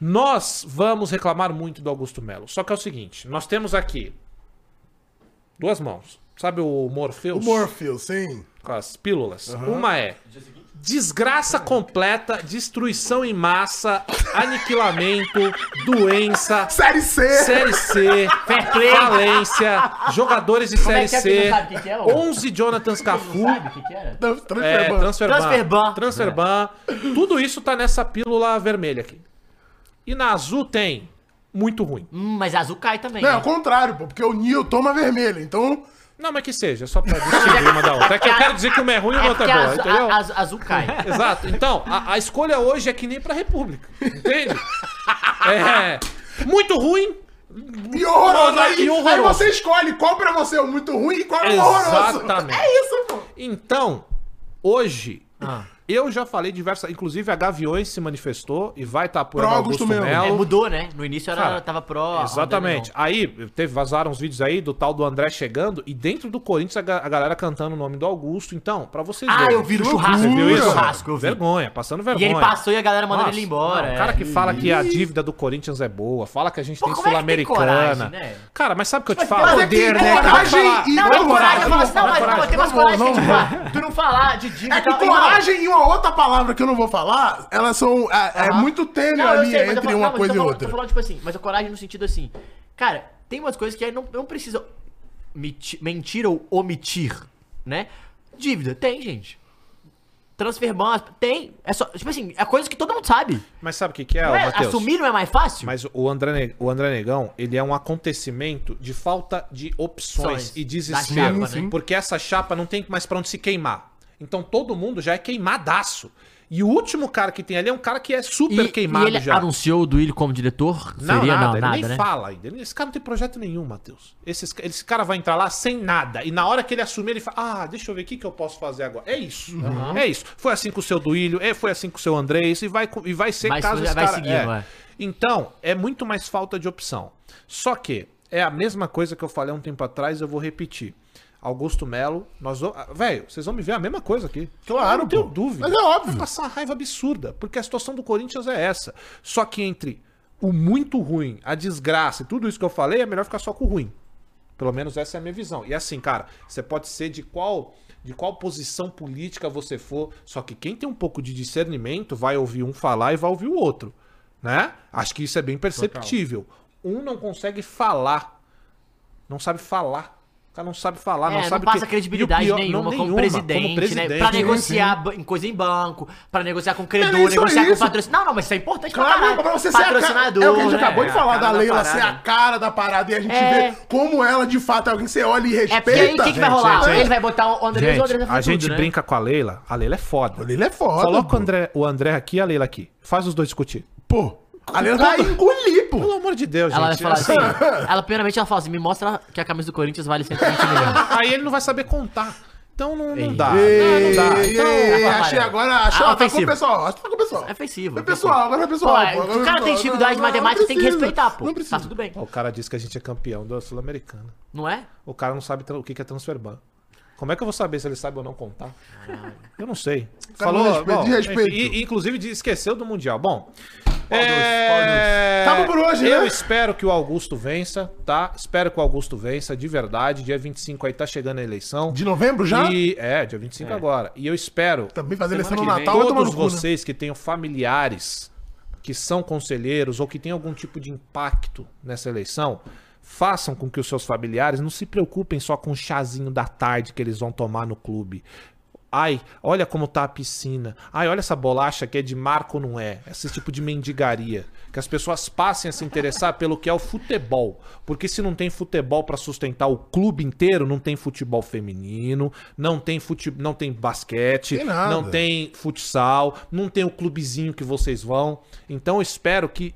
Nós vamos reclamar muito do Augusto Melo. Só que é o seguinte, nós temos aqui duas mãos. Sabe o Morpheus?
O Morpheus, sim.
com as pílulas. Uma é desgraça completa, destruição em massa, aniquilamento, doença,
Série C.
Série C, falência, jogadores de
Como é
Série
que é que ele
C,
não sabe o que que é, ô?
11 Jonathans Cafu,
o que que era?
Não, transfer
é,
ban.
Transferban.
Transferban.
Transferban.
É.
Tudo isso tá nessa pílula vermelha aqui. E na azul tem muito ruim.
Hum, mas azul cai também.
Não, é
né?
o contrário, pô, porque o Nil toma vermelho, então...
Não, mas que seja, só pra distinguir uma da outra. É que eu quero dizer que uma é ruim e
É
a outra
porque
é boa,
azu-
entendeu?
a- azu- azul cai.
Exato. Então, a, a escolha hoje é que nem pra República. Entende? É. Muito ruim.
E horroroso,
Mano,
aí,
e horroroso.
aí você escolhe qual pra você é o muito ruim e qual é o horroroso.
Exatamente.
É isso, pô.
Então, hoje.
Ah.
Eu já falei diversas. Inclusive, a Gaviões se manifestou e vai estar apoiando
Pro
Augusto,
Augusto Melo. Ah,
Melo.
É, mudou, né? No início era,
Cara,
tava pró.
Exatamente. Aí teve, vazaram uns vídeos aí do tal do André chegando e dentro do Corinthians a, ga- a galera cantando o nome do Augusto. Então, pra vocês
Ah,
verem.
eu vi no churrasco,
Você
eu vi
viu
no
isso?
churrasco, eu vi.
Vergonha, passando
E
vergonha.
ele passou e a galera mandando
Nossa,
ele embora.
não,
é.
o cara que fala que a dívida do Corinthians é boa, fala que a gente
Pô,
tem
como é que tem
Sul-Americana.
coragem, né?
Cara, mas sabe o que eu te
Mas
falo?
é que
né, cara?
coragem
Falar-
e
Não, mas coragem, eu falo assim, não,
Não,
mas pô,
coragem.
tem umas
Não,
coragem que
não,
tem que falar. Tu não falar de dívida
É
e
que
tal.
coragem e uma outra palavra que eu não vou falar, elas são. É, é
então- Aham.
muito tênue
Não, eu
ali
sei, mas eu
entre
falo-
uma
não, mas
coisa
eu
e
falo-
outra.
Eu tô falando, tipo assim, mas a coragem no sentido assim. Cara, tem umas coisas que aí não, não precisa miti- mentir ou omitir, né? Dívida, tem, gente. Transfer ban, tem. É só, tipo assim, é coisa que todo mundo sabe.
Mas sabe o que, que é,
Não é?
Matheus?
Assumir não é mais fácil?
Mas o André, Ne- o André Negão, ele é um acontecimento de falta de opções
Opções.
e
Da
desespero.
chapa, Sim, né?
Porque essa chapa não tem mais pra onde se queimar. Então todo mundo já é queimadaço. E o último cara que tem ali é um cara que é super queimado
ele
já.
anunciou o Duílio como diretor?
Não,
Seria?
nada,
não,
ele
nada,
nem
né?
fala ainda. Ele- Esse cara não tem projeto nenhum, Matheus. Esse, esse cara vai entrar lá sem nada. E na hora que ele assumir, ele fala: Ah, deixa eu ver o que, que eu posso fazer agora. É isso.
Uhum.
É isso. Foi assim com o seu Duílio, é, foi assim com o seu Andrés, e vai, co- e vai ser
Vai-
caso esse
vai
cara-
seguindo,
é.
vai.
Então, é muito mais falta de opção. Só que é a mesma coisa que eu falei há um tempo atrás, eu vou repetir. Augusto Melo, nós vamos. ah, Velho, vocês vão me ver a mesma coisa aqui.
Claro,
Eu não tenho
pô.
dúvida.
Mas é óbvio.
Vai passar uma raiva absurda, porque a situação do Corinthians é essa. Só que entre o muito ruim, a desgraça e tudo isso que eu falei, é melhor ficar só com o ruim. Pelo menos essa é a minha visão. E assim, cara, você pode ser de qual de qual posição política você for, só que quem tem um pouco de discernimento vai ouvir um falar e vai ouvir o outro, né? Acho que isso é bem perceptível. Um não consegue falar, não sabe falar. O cara não sabe
Ah,
falar, não
é, não
sabe
passa
que-
credibilidade
e o pior-
nenhuma,
não,
como, presidente,
como
né?
presidente,
Pra
sim,
negociar ba- em coisa em banco, pra negociar com
Mas
credor,
isso é
negociar com
isso.
patrocinador. Não, não, mas isso é importante pra
Claro,
caralho.
pra você ser a cara.
patrocinador,
É o que a gente
né?
acabou de
É,
falar
a
da
cara
Leila assim, ser a
parada.
cara da parada e a gente
É.
vê como ela de fato é alguém que você olha e
É
respeita. é
porque aí o que, que vai rolar?
gente, gente.
Ele vai botar o Andrés
Gente,
e o Andrés vai
a
fazer
gente
tudo, né?
brinca com a Leila, a Leila é foda.
Ele é foda.
Coloca
pô.
o André, o André aqui e a Leila aqui. Faz os dois discutir.
Pô, a Leila vai engolir, pô.
Pelo amor de Deus,
Ela vai
gente.
falar assim, ela primeiramente ela fala assim, me mostra que a camisa do Corinthians vale 120 milhões.
Aí ele não vai saber contar. Então não, não
Ah,
dá.
Ei,
Não, não dá. Então,
ei,
tá
achei
valendo.
agora, achei,
Ah,
ó, tá com o
ofensivo.
pessoal, acho que tá com o pessoal.
É ofensivo,
É pessoal, agora é pessoal.
Pô,
agora
o
é
cara
pessoal.
tem dificuldade de
Não, não, não
matemática, tem que
precisa.
respeitar, pô.
Não
Tá
precisa.
tudo bem,
o cara disse que a gente é campeão da Sul-Americana.
não é?
O cara não sabe tra- o que que é transferban. Como é que eu vou saber se ele sabe ou não contar? Eu não sei.
Cara, não respeita, de um respeito.
enfim, e- inclusive de- esqueceu do Mundial. Bom. é,
dos? Acabou por hoje,
Eu
né?
espero que o Augusto vença, tá? Espero que o Augusto vença, de verdade. Dia 25 aí tá chegando a eleição.
De novembro já?
E, é, dia 25 agora. E eu espero
Também fazer eleição no
Semana que
Natal vai tomar
todos
no cu, né?
vocês que tenham familiares que são conselheiros ou que têm algum tipo de impacto nessa eleição, façam com que os seus familiares não se preocupem só com o chazinho da tarde que eles vão tomar no clube. Ai, olha como tá a piscina. Ai, olha essa bolacha que é de marco não é. Esse tipo de mendigaria. Que as pessoas passem a se interessar pelo que é o futebol. Porque se não tem futebol pra sustentar o clube inteiro, não tem futebol feminino, não tem, fute... não tem basquete,
Tem nada.
não tem tem futsal, não tem o clubezinho que vocês vão. Então eu espero que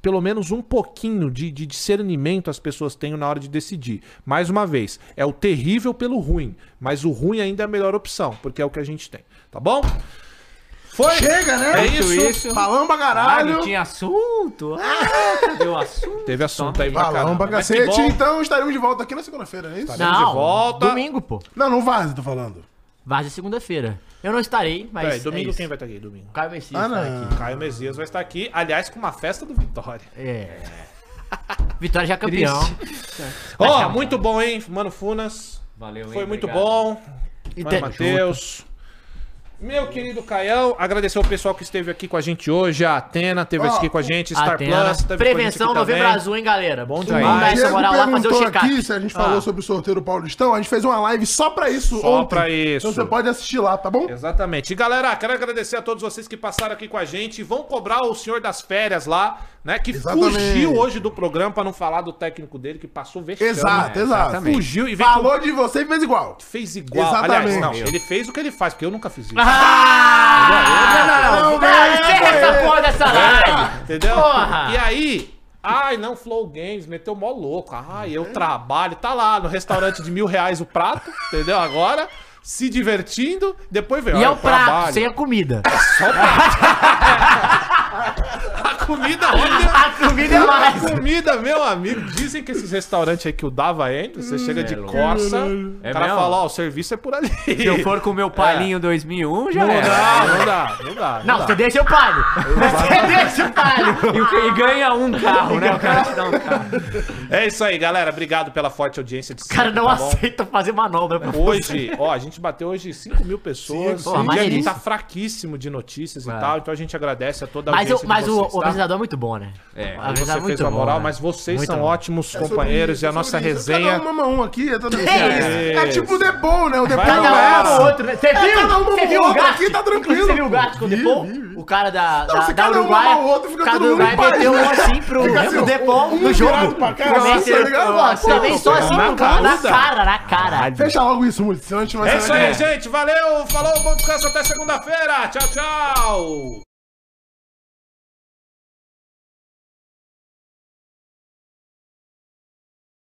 pelo menos um pouquinho de, de discernimento as pessoas tenham na hora de decidir. Mais uma vez, é o terrível pelo ruim, mas o ruim ainda é a melhor opção, porque é o que a gente tem, tá bom? Foi!
Chega, né?
É isso!
isso.
Falamos pra
Caralho,
caralho.
tinha assunto. Ah, deu assunto.
Teve assunto aí pra Tá
Falamos
caramba,
pra
mas que
cacete.
bom.
Então estaremos de volta aqui na segunda-feira, não é isso?
Estaremos de volta.
domingo, pô.
Não, não vaze, tô falando.
Vaza segunda-feira. Eu não estarei, mas
Peraí, domingo
é isso.
quem vai estar aqui? Domingo.
Caio Messias
Ah,
tá
não.
aqui.
Caio Mesias vai estar aqui, aliás, com uma festa do Vitória.
É. Vitória já campeão.
Ó, muito bom, hein, Mano Funas.
Valeu, hein,
Foi muito
obrigado.
bom.
E
Mano
tamo
Matheus. Meu querido Caião, agradecer o pessoal que esteve aqui com a gente hoje. A Atena teve
Ó,
aqui com a gente, Star
Atena.
Plus. Teve
Prevenção
com a gente aqui
Novembro
também.
Azul, hein, galera? Bom
demais.
Dá essa
Diego
moral lá, fazer o
perguntou
check-up.
aqui se a gente falou
Ah.
sobre o sorteio do Paulistão. A gente fez uma live só pra isso
Só pra isso.
Então você pode assistir lá, tá bom?
Exatamente. E galera, quero agradecer a todos vocês que passaram aqui com a gente. Vão cobrar o senhor das férias lá, né? Que
Exatamente.
fugiu hoje do programa pra não falar do técnico dele, que passou vexame. É,
Exato, exato.
Exatamente. Fugiu e veio
Falou de você e fez igual.
com- Fez igual.
Exatamente.
Aliás, não, ele fez o que ele faz, porque eu nunca fiz isso.
Ah,
Não,
ah,
velho,
encerra
foi
essa
ele.
porra dessa live.
Entendeu?
Porra!
E aí, ai, não, Flow Games, meteu mó louco. Ai,
É.
eu trabalho, tá lá no restaurante de mil reais o prato, entendeu? Agora, se divertindo, depois vem.
E é o prato, sem a comida.
A comida, olha.
A comida é
A
mais.
comida, meu amigo, dizem que esses restaurantes aí que o Dava entra,
Hum,
você chega de Corsa, o
É
cara
mesmo?
fala, ó, o serviço é por ali.
Se eu for com o meu palhinho 2001, já
Não
era.
dá, não dá, não dá.
Não,
dá.
você deixa o palho. Você deixa o
Tá
palho.
E, o que- e ganha um carro, né? O cara te dá um carro.
É isso aí, galera. Obrigado pela forte audiência de
O cara não
tá bom?
aceita fazer manobra. pô.
Hoje, ó, a gente bateu hoje 5 mil pessoas.
Sim, sim.
e a gente
Maneiríssimo.
tá fraquíssimo de notícias e tal, então a gente agradece a toda a
Mas, eu,
audiência
mas
de
o,
vocês,
o
tá?
organizador é muito bom, né?
É,
O
Aí
organizador
Você
é
fez
muito
a moral,
né?
mas vocês
Muito
são
bom.
ótimos
É sobre
companheiros
isso,
e a
é
nossa
sobre isso.
resenha.
Cada um mama um aqui, é tudo isso.
É
isso.
É tipo o The Bowl, né? O The Bowl
Cada um
Vai,
ama o outro, né? Você viu?
cada um ama
Você
o
viu o
outro
gato?
aqui, tá tranquilo,
Você viu o
pô.
gato com o
Vi,
Depol?
vi, vi.
O cara da,
Não,
da,
se
da
cada um
Uruguai.
ama o outro, fica
o cara
todo
do
mundo em
Uruguai
paz,
meteu
né?
um assim pro
Fica assim,
pro
ó,
Depol
um
no
virado
jogo.
pra cá,
Você
tá ligado?
Você vem só assim
Na
na cara,
caruda.
na cara.
Fecha logo isso, muito. Senão a gente vai
É
sair
isso aí, gente. Valeu, falou, bom descanso até segunda-feira. Tchau, tchau.